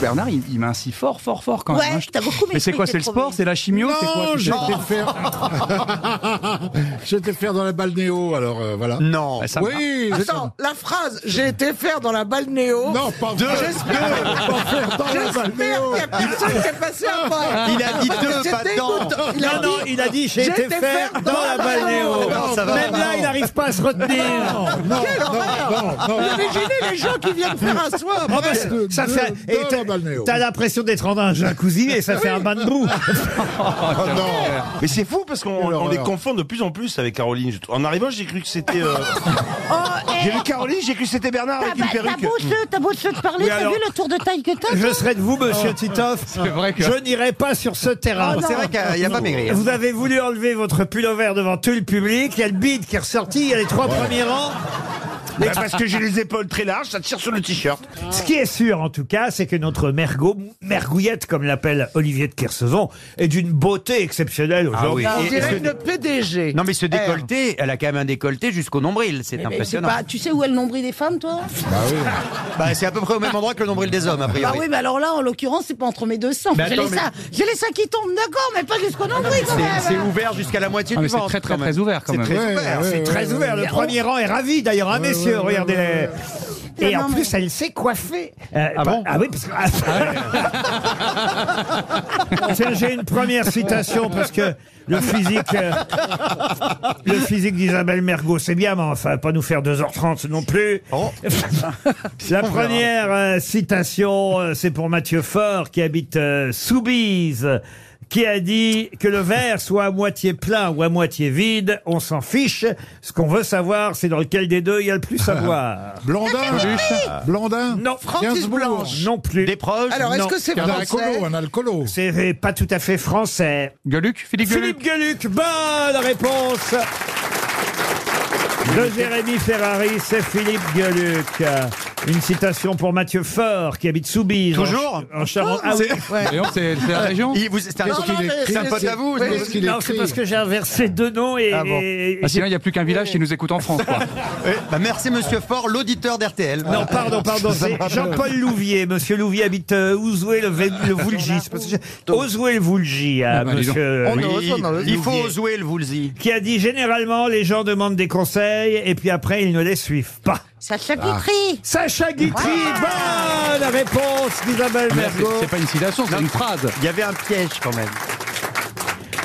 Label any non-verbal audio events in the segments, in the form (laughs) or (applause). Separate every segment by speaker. Speaker 1: Bernard, il, il m'a ainsi fort, fort, fort quand même. hein.
Speaker 2: Ouais, t'as beaucoup
Speaker 1: Mais c'est quoi C'est le sport C'est la chimio C'est quoi
Speaker 3: Non,
Speaker 1: C'est-
Speaker 3: j'étais faire. (laughs) j'étais faire dans la balnéo, alors euh, voilà.
Speaker 4: Non.
Speaker 1: Ah, ça marche.
Speaker 3: Oui, j'étais-
Speaker 2: Attends, la phrase j'ai été faire dans la balnéo.
Speaker 3: Non, pas deux. Pas faire dans la
Speaker 2: J'espère qu'il
Speaker 3: balnéo.
Speaker 2: n'y a personne qui est passé avant.
Speaker 4: Il a dit
Speaker 2: Parce que
Speaker 4: deux,
Speaker 2: c'est
Speaker 4: pas dedans.
Speaker 2: dégoûtant. Il a
Speaker 5: Non, non,
Speaker 2: dit-
Speaker 5: il a dit j'ai été faire dans la balnéo.
Speaker 4: Non, ça va.
Speaker 5: Même là, il n'arrive pas à se retenir.
Speaker 3: Non,
Speaker 2: Quelle horreur
Speaker 3: non, non.
Speaker 2: Imaginez les gens qui viennent faire un soin.
Speaker 5: Oh, bah,
Speaker 2: après.
Speaker 3: de-
Speaker 5: ça
Speaker 3: de-
Speaker 5: fait.
Speaker 3: de
Speaker 5: et
Speaker 3: la
Speaker 5: t'as-
Speaker 3: balnéo.
Speaker 5: T'as l'impression d'être en un jacuzzi et ça fait un bain de boue.
Speaker 6: Oh, Mais c'est fou parce qu'on
Speaker 3: Quelle
Speaker 6: on les
Speaker 3: horreur.
Speaker 6: confond de plus en plus avec Caroline. En arrivant, j'ai cru que c'était. euh, j'ai vu Caroline, j'ai cru que c'était Bernard avec une
Speaker 7: T'as
Speaker 6: perruque.
Speaker 7: beau, se- Eh, t'as beau se te parler,
Speaker 5: Oui,
Speaker 7: t'as
Speaker 5: alors-
Speaker 7: vu le tour de taille que t'as
Speaker 5: Je
Speaker 7: toi
Speaker 5: serai de vous,
Speaker 7: Ah.
Speaker 5: monsieur
Speaker 1: (laughs)
Speaker 5: Titoff.
Speaker 1: Ah. vrai que-
Speaker 5: Je n'irai pas sur ce terrain.
Speaker 7: Oh,
Speaker 4: C'est vrai qu'il a pas
Speaker 7: Eh,
Speaker 4: maigri. hein.
Speaker 5: Vous avez voulu enlever votre pullover devant tout le public. Il y a le bide qui est ressorti. Il y a les trois premiers rangs.
Speaker 6: Mais parce que j'ai les épaules très larges, ça tire sur le t-shirt.
Speaker 5: Ce qui est sûr, en tout cas, c'est que notre mergot, mergouillette, comme l'appelle Olivier de Kercevon, est d'une beauté exceptionnelle aujourd'hui.
Speaker 4: Ah
Speaker 2: On
Speaker 4: Et-
Speaker 2: dirait
Speaker 4: est-ce que-
Speaker 2: une PDG.
Speaker 4: Non mais ce
Speaker 2: R.
Speaker 4: décolleté, elle a quand même un décolleté jusqu'au nombril, c'est
Speaker 7: Eh, Mais c'est
Speaker 4: impressionnant.
Speaker 7: pas- Tu sais où est le nombril des femmes, toi
Speaker 4: Bah, c'est à peu près au même endroit que le nombril des hommes, a
Speaker 7: Bah
Speaker 4: priori.
Speaker 7: oui, mais alors là, en l'occurrence, c'est pas entre mes deux seins.
Speaker 1: Mais
Speaker 7: J'ai
Speaker 1: attends,
Speaker 7: les
Speaker 1: mais-
Speaker 7: seins j'ai les seins qui tombent, d'accord, mais pas jusqu'au nombril quand
Speaker 4: Ah, C'est-
Speaker 7: même.
Speaker 4: C'est ouvert jusqu'à la moitié
Speaker 1: Ah,
Speaker 4: du
Speaker 1: mais c'est
Speaker 4: ventre.
Speaker 1: très, très,
Speaker 4: quand même.
Speaker 1: très ouvert, quand
Speaker 4: C'est
Speaker 1: même.
Speaker 4: très
Speaker 3: Ouais,
Speaker 4: ouvert.
Speaker 3: ouais,
Speaker 4: C'est
Speaker 3: ouais,
Speaker 4: très-
Speaker 5: Très ouvert. Le premier rang est ravi, d'ailleurs, hein, messieurs. regardez les... Et
Speaker 7: Non,
Speaker 5: en
Speaker 7: mais-
Speaker 5: plus, elle s'est coiffée. Euh,
Speaker 1: Ah
Speaker 5: pas-
Speaker 1: bon
Speaker 5: Ah oui, parce que. Tiens, j'ai une première citation parce que le physique. euh, Le physique d'Isabelle Mergot, c'est bien, mais enfin, pas nous faire 2h30 non plus.
Speaker 1: Oh.
Speaker 5: La première euh, citation, euh, c'est pour Mathieu Faure, qui habite euh, Soubise, qui a dit que le verre soit à moitié plein ou à moitié vide, on s'en fiche. Ce qu'on veut savoir, c'est dans lequel des deux il y a le plus à boire.
Speaker 3: Blandin. Blandin.
Speaker 5: Non,
Speaker 2: Francis
Speaker 3: Gainsbourg.
Speaker 2: Blanche.
Speaker 5: non plus.
Speaker 4: Des proches.
Speaker 2: Alors, est-ce
Speaker 5: Non.
Speaker 2: que c'est
Speaker 3: Un
Speaker 2: français
Speaker 3: alcoolo, un alcoolo.
Speaker 5: C'est pas tout à fait français.
Speaker 1: Gueuluc Philippe Gueuluc
Speaker 5: Philippe Ah, Gueluc, bonne réponse de Jérémy Ferrari, c'est Philippe Gueluc. Une citation pour Mathieu Faure, qui habite Soubise. en-
Speaker 4: Toujours
Speaker 5: En Charente. Ah oui. Euh,
Speaker 1: Voyons, c'est c'est la région
Speaker 4: Il- vous- C'est un,
Speaker 2: Non, non, mais
Speaker 4: c'est un pote à vous.
Speaker 2: Oui.
Speaker 3: Qu'est-ce qu'il
Speaker 5: Non, c'est
Speaker 3: écrit
Speaker 5: parce que j'ai inversé deux noms et.
Speaker 4: Ah bon.
Speaker 5: et-
Speaker 1: Ah, Sinon, il n'y a plus qu'un village qui nous écoute en France.
Speaker 4: (laughs)
Speaker 1: quoi.
Speaker 4: Eh, bah, merci Monsieur Fort, l'auditeur d'RTL.
Speaker 5: Non, pardon, pardon, c'est Jean-Paul Louvier. Monsieur Louvier habite euh, Ouzoué le, Vé-
Speaker 1: (laughs)
Speaker 5: le Voulgy. C'est parce que j'ai- Ouzoué le Voulgy, à
Speaker 1: Ah bah, dis donc.
Speaker 5: monsieur. euh,
Speaker 4: Oui,
Speaker 2: ose, on
Speaker 1: hein,
Speaker 2: ose.
Speaker 4: il faut jouer le Woolsey.
Speaker 5: Qui a dit généralement les gens demandent des conseils et puis après ils ne les suivent pas.
Speaker 7: Sacha Guitry
Speaker 5: Sacha Guitry, bonne Ah, réponse d'Isabelle
Speaker 1: Mais là, c'est-
Speaker 5: Mergo.
Speaker 1: C'est pas une citation, c'est une phrase. Ah,
Speaker 4: Il y avait un piège quand même.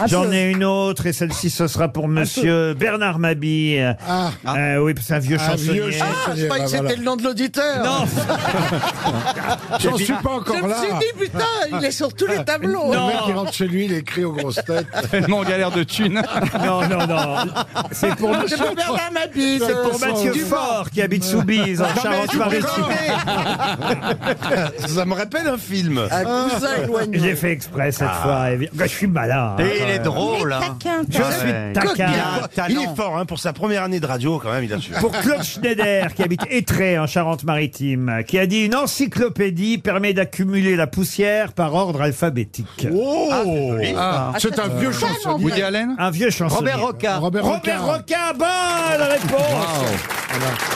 Speaker 5: J'en ai une autre et celle-ci ce sera pour monsieur Bernard Mabille.
Speaker 3: Ah,
Speaker 5: Euh, oui, c'est un vieux
Speaker 3: un
Speaker 5: chansonnier.
Speaker 3: vieux
Speaker 2: Ah,
Speaker 3: chansonnier.
Speaker 2: je croyais que
Speaker 3: bah, voilà.
Speaker 2: c'était le nom de l'auditeur. (laughs)
Speaker 5: Non,
Speaker 3: J'en suis pas
Speaker 2: Je
Speaker 3: encore
Speaker 2: me
Speaker 3: là.
Speaker 2: suis dit, putain,
Speaker 3: Ah,
Speaker 2: il est sur
Speaker 5: Ah.
Speaker 2: tous les tableaux.
Speaker 3: Le mec qui rentre chez lui, il écrit aux grosses (laughs) têtes.
Speaker 1: Tellement en galère de thunes.
Speaker 5: non, non, non. C'est pour
Speaker 2: C'est pour Bernard Mabille.
Speaker 5: C'est pour
Speaker 3: Vincent
Speaker 5: Mathieu
Speaker 3: Dumas.
Speaker 5: Faure qui habite Soubise en Charente-Maritime.
Speaker 6: Ça me rappelle un film.
Speaker 2: Un cousin éloigné.
Speaker 5: J'ai fait exprès cette fois. évi- Je suis malin. hein.
Speaker 4: Et il est drôle.
Speaker 7: Les
Speaker 4: hein.
Speaker 7: taquins,
Speaker 5: Je
Speaker 7: toi.
Speaker 5: suis
Speaker 4: ouais.
Speaker 5: taquin.
Speaker 6: Il, est, fort- il est fort hein, pour sa première année de radio quand même, il a su.
Speaker 5: Pour Claude Schneider, qui habite Étré en Charente-Maritime, qui a dit une encyclopédie permet d'accumuler la poussière par ordre alphabétique.
Speaker 6: Oh
Speaker 3: C'est
Speaker 4: Ah,
Speaker 3: un vieux chansonnier.
Speaker 1: Woody Allen
Speaker 5: Un vieux chansonnier.
Speaker 4: Robert Roca.
Speaker 3: Robert
Speaker 5: Robert
Speaker 3: Roca.
Speaker 5: Roca, bonne réponse.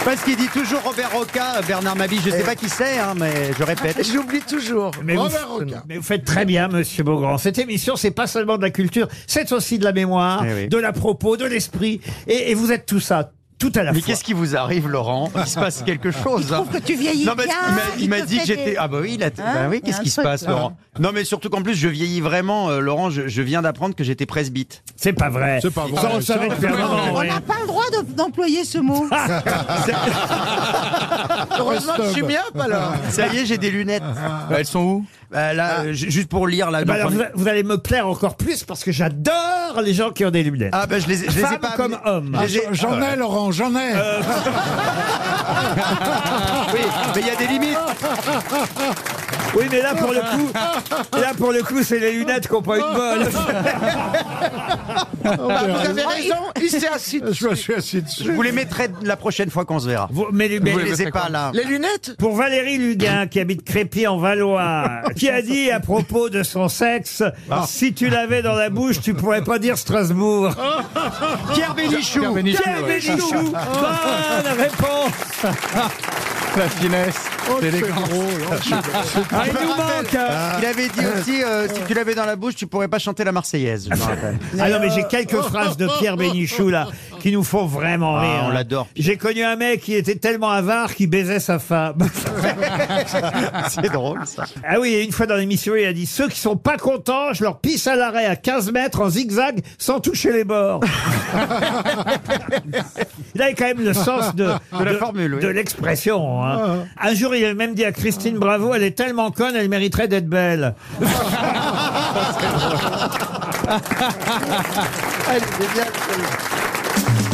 Speaker 4: Parce qu'il dit toujours Robert Roca, euh, Bernard Mabille, je sais pas qui c'est, hein, mais je répète.
Speaker 2: J'oublie toujours.
Speaker 5: Mais vous,
Speaker 3: Robert Roca.
Speaker 5: mais vous faites très bien, Monsieur Beaugrand. Cette émission, c'est pas seulement de la culture, c'est aussi de la mémoire,
Speaker 4: Eh oui.
Speaker 5: de la propos, de l'esprit, et, et vous êtes tout ça, tout à la
Speaker 4: Mais
Speaker 5: fois.
Speaker 4: qu'est-ce qui vous arrive, Laurent Il se passe quelque chose. hein.
Speaker 7: trouve que tu vieillis
Speaker 4: Non, mais
Speaker 7: bien,
Speaker 4: il m'a- il
Speaker 7: il
Speaker 4: m'a
Speaker 7: te
Speaker 4: dit que
Speaker 7: fait
Speaker 4: j'étais.
Speaker 7: des-
Speaker 4: Ah, bah oui, il a- bah oui,
Speaker 7: Il y a
Speaker 4: qu'est-ce
Speaker 7: un
Speaker 4: qui se
Speaker 7: truc,
Speaker 4: passe,
Speaker 7: là.
Speaker 4: Laurent Non, mais surtout qu'en plus, je vieillis vraiment, euh, Laurent. Je, je viens d'apprendre que j'étais presbyte.
Speaker 5: C'est pas vrai.
Speaker 3: C'est pas vrai.
Speaker 5: Ça, on le savait
Speaker 3: Ça,
Speaker 5: depuis un moment,
Speaker 7: (laughs) On
Speaker 5: ouais.
Speaker 7: n'a pas le droit de- d'employer ce mot.
Speaker 2: Heureusement que je suis bien,
Speaker 4: (laughs)
Speaker 2: alors.
Speaker 4: Ça y est, j'ai des lunettes.
Speaker 1: Elles sont où
Speaker 4: Euh, là, euh, ju- juste pour lire, là.
Speaker 5: Bah
Speaker 4: donc, on
Speaker 5: alors,
Speaker 4: est-
Speaker 5: vous, a- vous allez (laughs) me plaire encore plus parce que j'adore les gens qui ont des lunettes.
Speaker 4: Ah, bah je les, ai- je les ai
Speaker 5: Femme
Speaker 4: pas.
Speaker 5: comme Ah,
Speaker 4: amenées.
Speaker 5: homme.
Speaker 2: Ah,
Speaker 4: Je les ai-
Speaker 3: J'en ai, Laurent, j'en ai.
Speaker 5: Euh.
Speaker 2: (laughs)
Speaker 4: Oui, mais il y a des limites.
Speaker 5: Oui, mais là pour le coup, là pour le coup, c'est les lunettes qui n'ont pas une bonne.
Speaker 2: Bah, vous avez raison, il s'est assis.
Speaker 3: Je me suis assis dessus.
Speaker 4: Je vous les mettrai la prochaine fois qu'on se verra.
Speaker 5: Vous- mais- mais-
Speaker 4: Je les ai pas là.
Speaker 2: Les lunettes
Speaker 5: Pour Valérie Luguin, qui habite Crépy en
Speaker 4: (laughs)
Speaker 5: Valois, qui a dit à propos de son sexe,
Speaker 4: Ah.
Speaker 5: si tu l'avais dans la bouche, tu pourrais pas dire Strasbourg.
Speaker 4: (laughs) Pierre Bénichou. (laughs)
Speaker 5: Pierre Bénichou, bonne réponse
Speaker 8: La finesse,
Speaker 5: Oh,
Speaker 8: l'élégance.
Speaker 5: Ah, il nous manque hein.
Speaker 9: Ah.
Speaker 4: Il avait dit aussi, euh, si tu l'avais dans la bouche, tu pourrais pas chanter la Marseillaise. je me rappelle.
Speaker 5: (laughs) Ah non,
Speaker 10: (laughs)
Speaker 5: mais j'ai quelques phrases de Pierre Bénichou, là, qui nous font vraiment
Speaker 4: Ah,
Speaker 5: rire.
Speaker 4: on l'adore.
Speaker 5: J'ai connu un mec qui était tellement avare qu'il baisait sa femme.
Speaker 4: C'est drôle ça.
Speaker 5: ah oui, et une fois dans l'émission, il a dit Ceux qui sont pas contents, je leur pisse à l'arrêt à 15 mètres en zigzag sans toucher les
Speaker 4: (laughs)
Speaker 5: bords. il avait quand même le sens de,
Speaker 4: (laughs) De la Ah. formule, oui.
Speaker 5: de l'expression. hein. Un jour, il a même dit à Christine Bravo Elle est tellement conne, elle mériterait d'être belle.
Speaker 4: Ah.
Speaker 5: (laughs)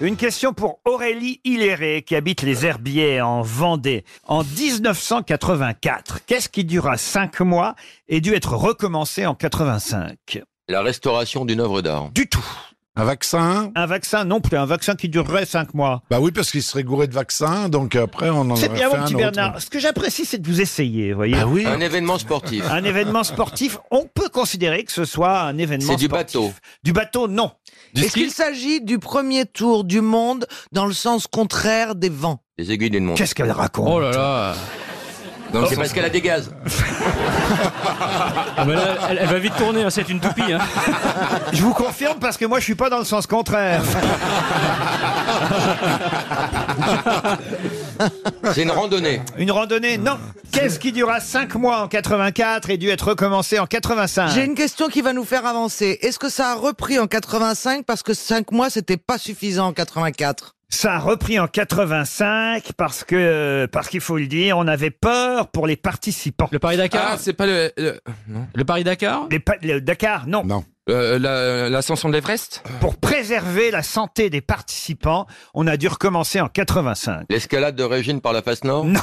Speaker 5: Une question pour Aurélie Hilléré, qui habite les Herbiers en Vendée. En 1984, qu'est-ce qui dura cinq mois et dut être recommencé en 85
Speaker 9: La restauration d'une œuvre d'art.
Speaker 5: Du tout.
Speaker 3: Un vaccin
Speaker 5: Un vaccin non plus, un vaccin qui durerait cinq mois.
Speaker 3: Bah oui, parce qu'il serait gouré de vaccins, donc après on en aurait
Speaker 5: C'est bien,
Speaker 3: fait
Speaker 5: mon petit
Speaker 3: un autre.
Speaker 5: Bernard. Ce que j'apprécie, c'est de vous essayer, vous voyez.
Speaker 3: Ah oui
Speaker 9: Un événement sportif.
Speaker 5: Un événement sportif, on peut considérer que ce soit un événement
Speaker 9: C'est du
Speaker 5: sportif.
Speaker 9: bateau.
Speaker 5: Du bateau, non.
Speaker 11: Est-ce qu'il s'agit du premier tour du monde dans le sens contraire des vents
Speaker 9: Les aiguilles d'une montre.
Speaker 5: Qu'est-ce qu'elle raconte Oh.
Speaker 8: Oh là là
Speaker 9: C'est parce qu'elle a des
Speaker 5: (laughs)
Speaker 9: gaz.
Speaker 12: Ah, elle, va vite tourner, hein, c'est une toupie.
Speaker 5: Je vous confirme parce que moi, je suis pas dans le sens contraire.
Speaker 9: (laughs) C'est une randonnée.
Speaker 5: Une randonnée, non. Qu'est-ce qui dura cinq mois en 84 et dû être recommencé en 85
Speaker 2: J'ai une question qui va nous faire avancer. Est-ce que ça a repris en 85 parce que 5 mois c'était pas suffisant en 84
Speaker 5: Ça a repris en 85 parce que, parce qu'il faut le dire, on avait peur pour les participants.
Speaker 12: Le Paris-Dakar Ah,
Speaker 1: Ah,
Speaker 12: C'est euh, pas le. Le, le Paris-Dakar
Speaker 5: Les pa- le Dakar, non.
Speaker 3: Non.
Speaker 12: Euh, la- L'ascension de l'Everest
Speaker 5: Pour préserver la santé des participants, on a dû recommencer en 85.
Speaker 9: L'escalade de Régine par la face nord.
Speaker 5: Non,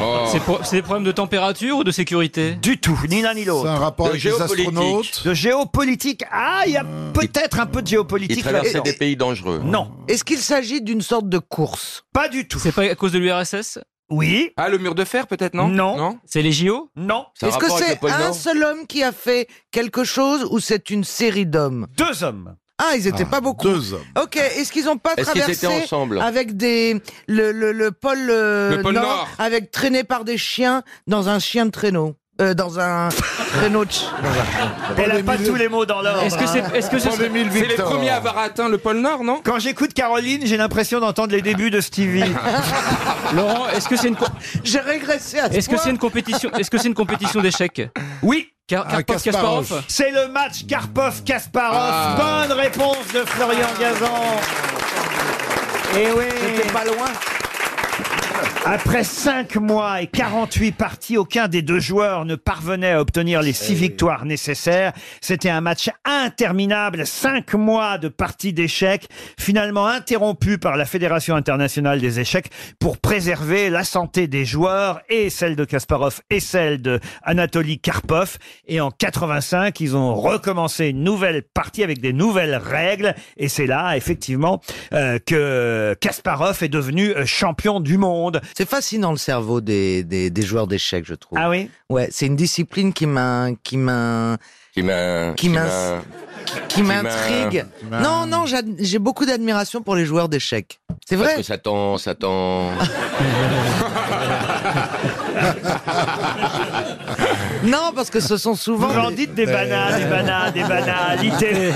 Speaker 9: Oh.
Speaker 12: C'est pour- c'est des problèmes de température ou de sécurité
Speaker 5: du tout, ni l'un ni
Speaker 3: C'est
Speaker 5: l'autre.
Speaker 3: un rapport
Speaker 9: De
Speaker 3: avec les
Speaker 9: géopolitique.
Speaker 3: astronautes
Speaker 5: De géopolitique, ah, il y a peut-être un peu de
Speaker 9: Hmm. Il
Speaker 5: géopolitique
Speaker 9: traversait
Speaker 5: là-dedans.
Speaker 9: des pays dangereux.
Speaker 5: Non,
Speaker 2: Est-ce qu'il s'agit d'une sorte de course
Speaker 5: pas du tout.
Speaker 12: C'est pas à cause de l'URSS
Speaker 5: Oui,
Speaker 12: Ah, le mur de fer peut-être,
Speaker 5: non Non.
Speaker 12: C'est les JO
Speaker 5: non,
Speaker 9: C'est un
Speaker 2: Est-ce que
Speaker 9: rapport avec le
Speaker 2: c'est
Speaker 9: pôle
Speaker 2: un
Speaker 9: Nord
Speaker 2: seul homme qui a fait quelque chose ou c'est une série d'hommes
Speaker 5: deux hommes.
Speaker 2: Ah, ils étaient pas beaucoup.
Speaker 3: Deux hommes.
Speaker 2: Ok, est-ce qu'ils ont pas
Speaker 9: Est-ce qu'ils étaient
Speaker 2: traversé
Speaker 9: ensemble
Speaker 2: avec des le le, le pôle, euh,
Speaker 12: Le pôle
Speaker 2: nord,
Speaker 12: Nord.
Speaker 2: avec traîné par des chiens dans un chien de traîneau Euh, dans un traîneau de chi-
Speaker 5: Elle a pas tous les mots dans l'ordre. hein.
Speaker 12: Est-ce que c'est est-ce que ce
Speaker 3: Paul
Speaker 12: serait-
Speaker 3: Émile
Speaker 12: c'est les
Speaker 3: Victor.
Speaker 12: premiers à avoir atteint le pôle Nord, non
Speaker 5: Quand j'écoute Caroline, j'ai l'impression d'entendre les débuts
Speaker 12: (laughs)
Speaker 5: de Stevie.
Speaker 12: Laurent, est-ce que
Speaker 2: (laughs)
Speaker 12: c'est une co-
Speaker 2: J'ai régressé à ce
Speaker 12: est-ce que
Speaker 2: point.
Speaker 12: c'est une compétition Est-ce que c'est une compétition d'échecs
Speaker 5: Oui,
Speaker 12: Car
Speaker 3: Ah,
Speaker 12: Karpov,
Speaker 3: Kasparov.
Speaker 12: Kasparov
Speaker 5: c'est le match Karpov-Kasparov.
Speaker 3: Ah.
Speaker 5: Bonne réponse de Florian Gazan. Et Eh oui.
Speaker 2: pas loin.
Speaker 5: Après 5 mois et 48 parties, aucun des deux joueurs ne parvenait à obtenir les
Speaker 3: Eh
Speaker 5: 6 victoires nécessaires. C'était un match interminable, 5 mois de parties d'échecs, finalement interrompu par la Fédération internationale des échecs pour préserver la santé des joueurs et celle de Kasparov et celle de Anatoly Karpov. Et en 85, ils ont recommencé une nouvelle partie avec des nouvelles règles. Et c'est là, effectivement, euh, que Kasparov est devenu euh, champion du monde.
Speaker 2: C'est fascinant le cerveau des, des, des joueurs d'échecs, je trouve.
Speaker 5: Ah oui
Speaker 2: Ouais, c'est une discipline qui m'in- qui m'in-
Speaker 9: Qui m'in-
Speaker 2: Qui m'in- qui
Speaker 9: m'in-
Speaker 2: m'intrigue. Non, non, j'ad- j'ai beaucoup d'admiration pour les joueurs d'échecs. C'est
Speaker 9: Parce
Speaker 2: vrai.
Speaker 9: que ça tend, ça
Speaker 5: (laughs)
Speaker 9: tend.
Speaker 2: (laughs) Non, parce que ce sont
Speaker 5: Vous
Speaker 2: souvent.
Speaker 5: en dites des bananes, Ah, des bananes,
Speaker 2: (laughs)
Speaker 5: des banalités.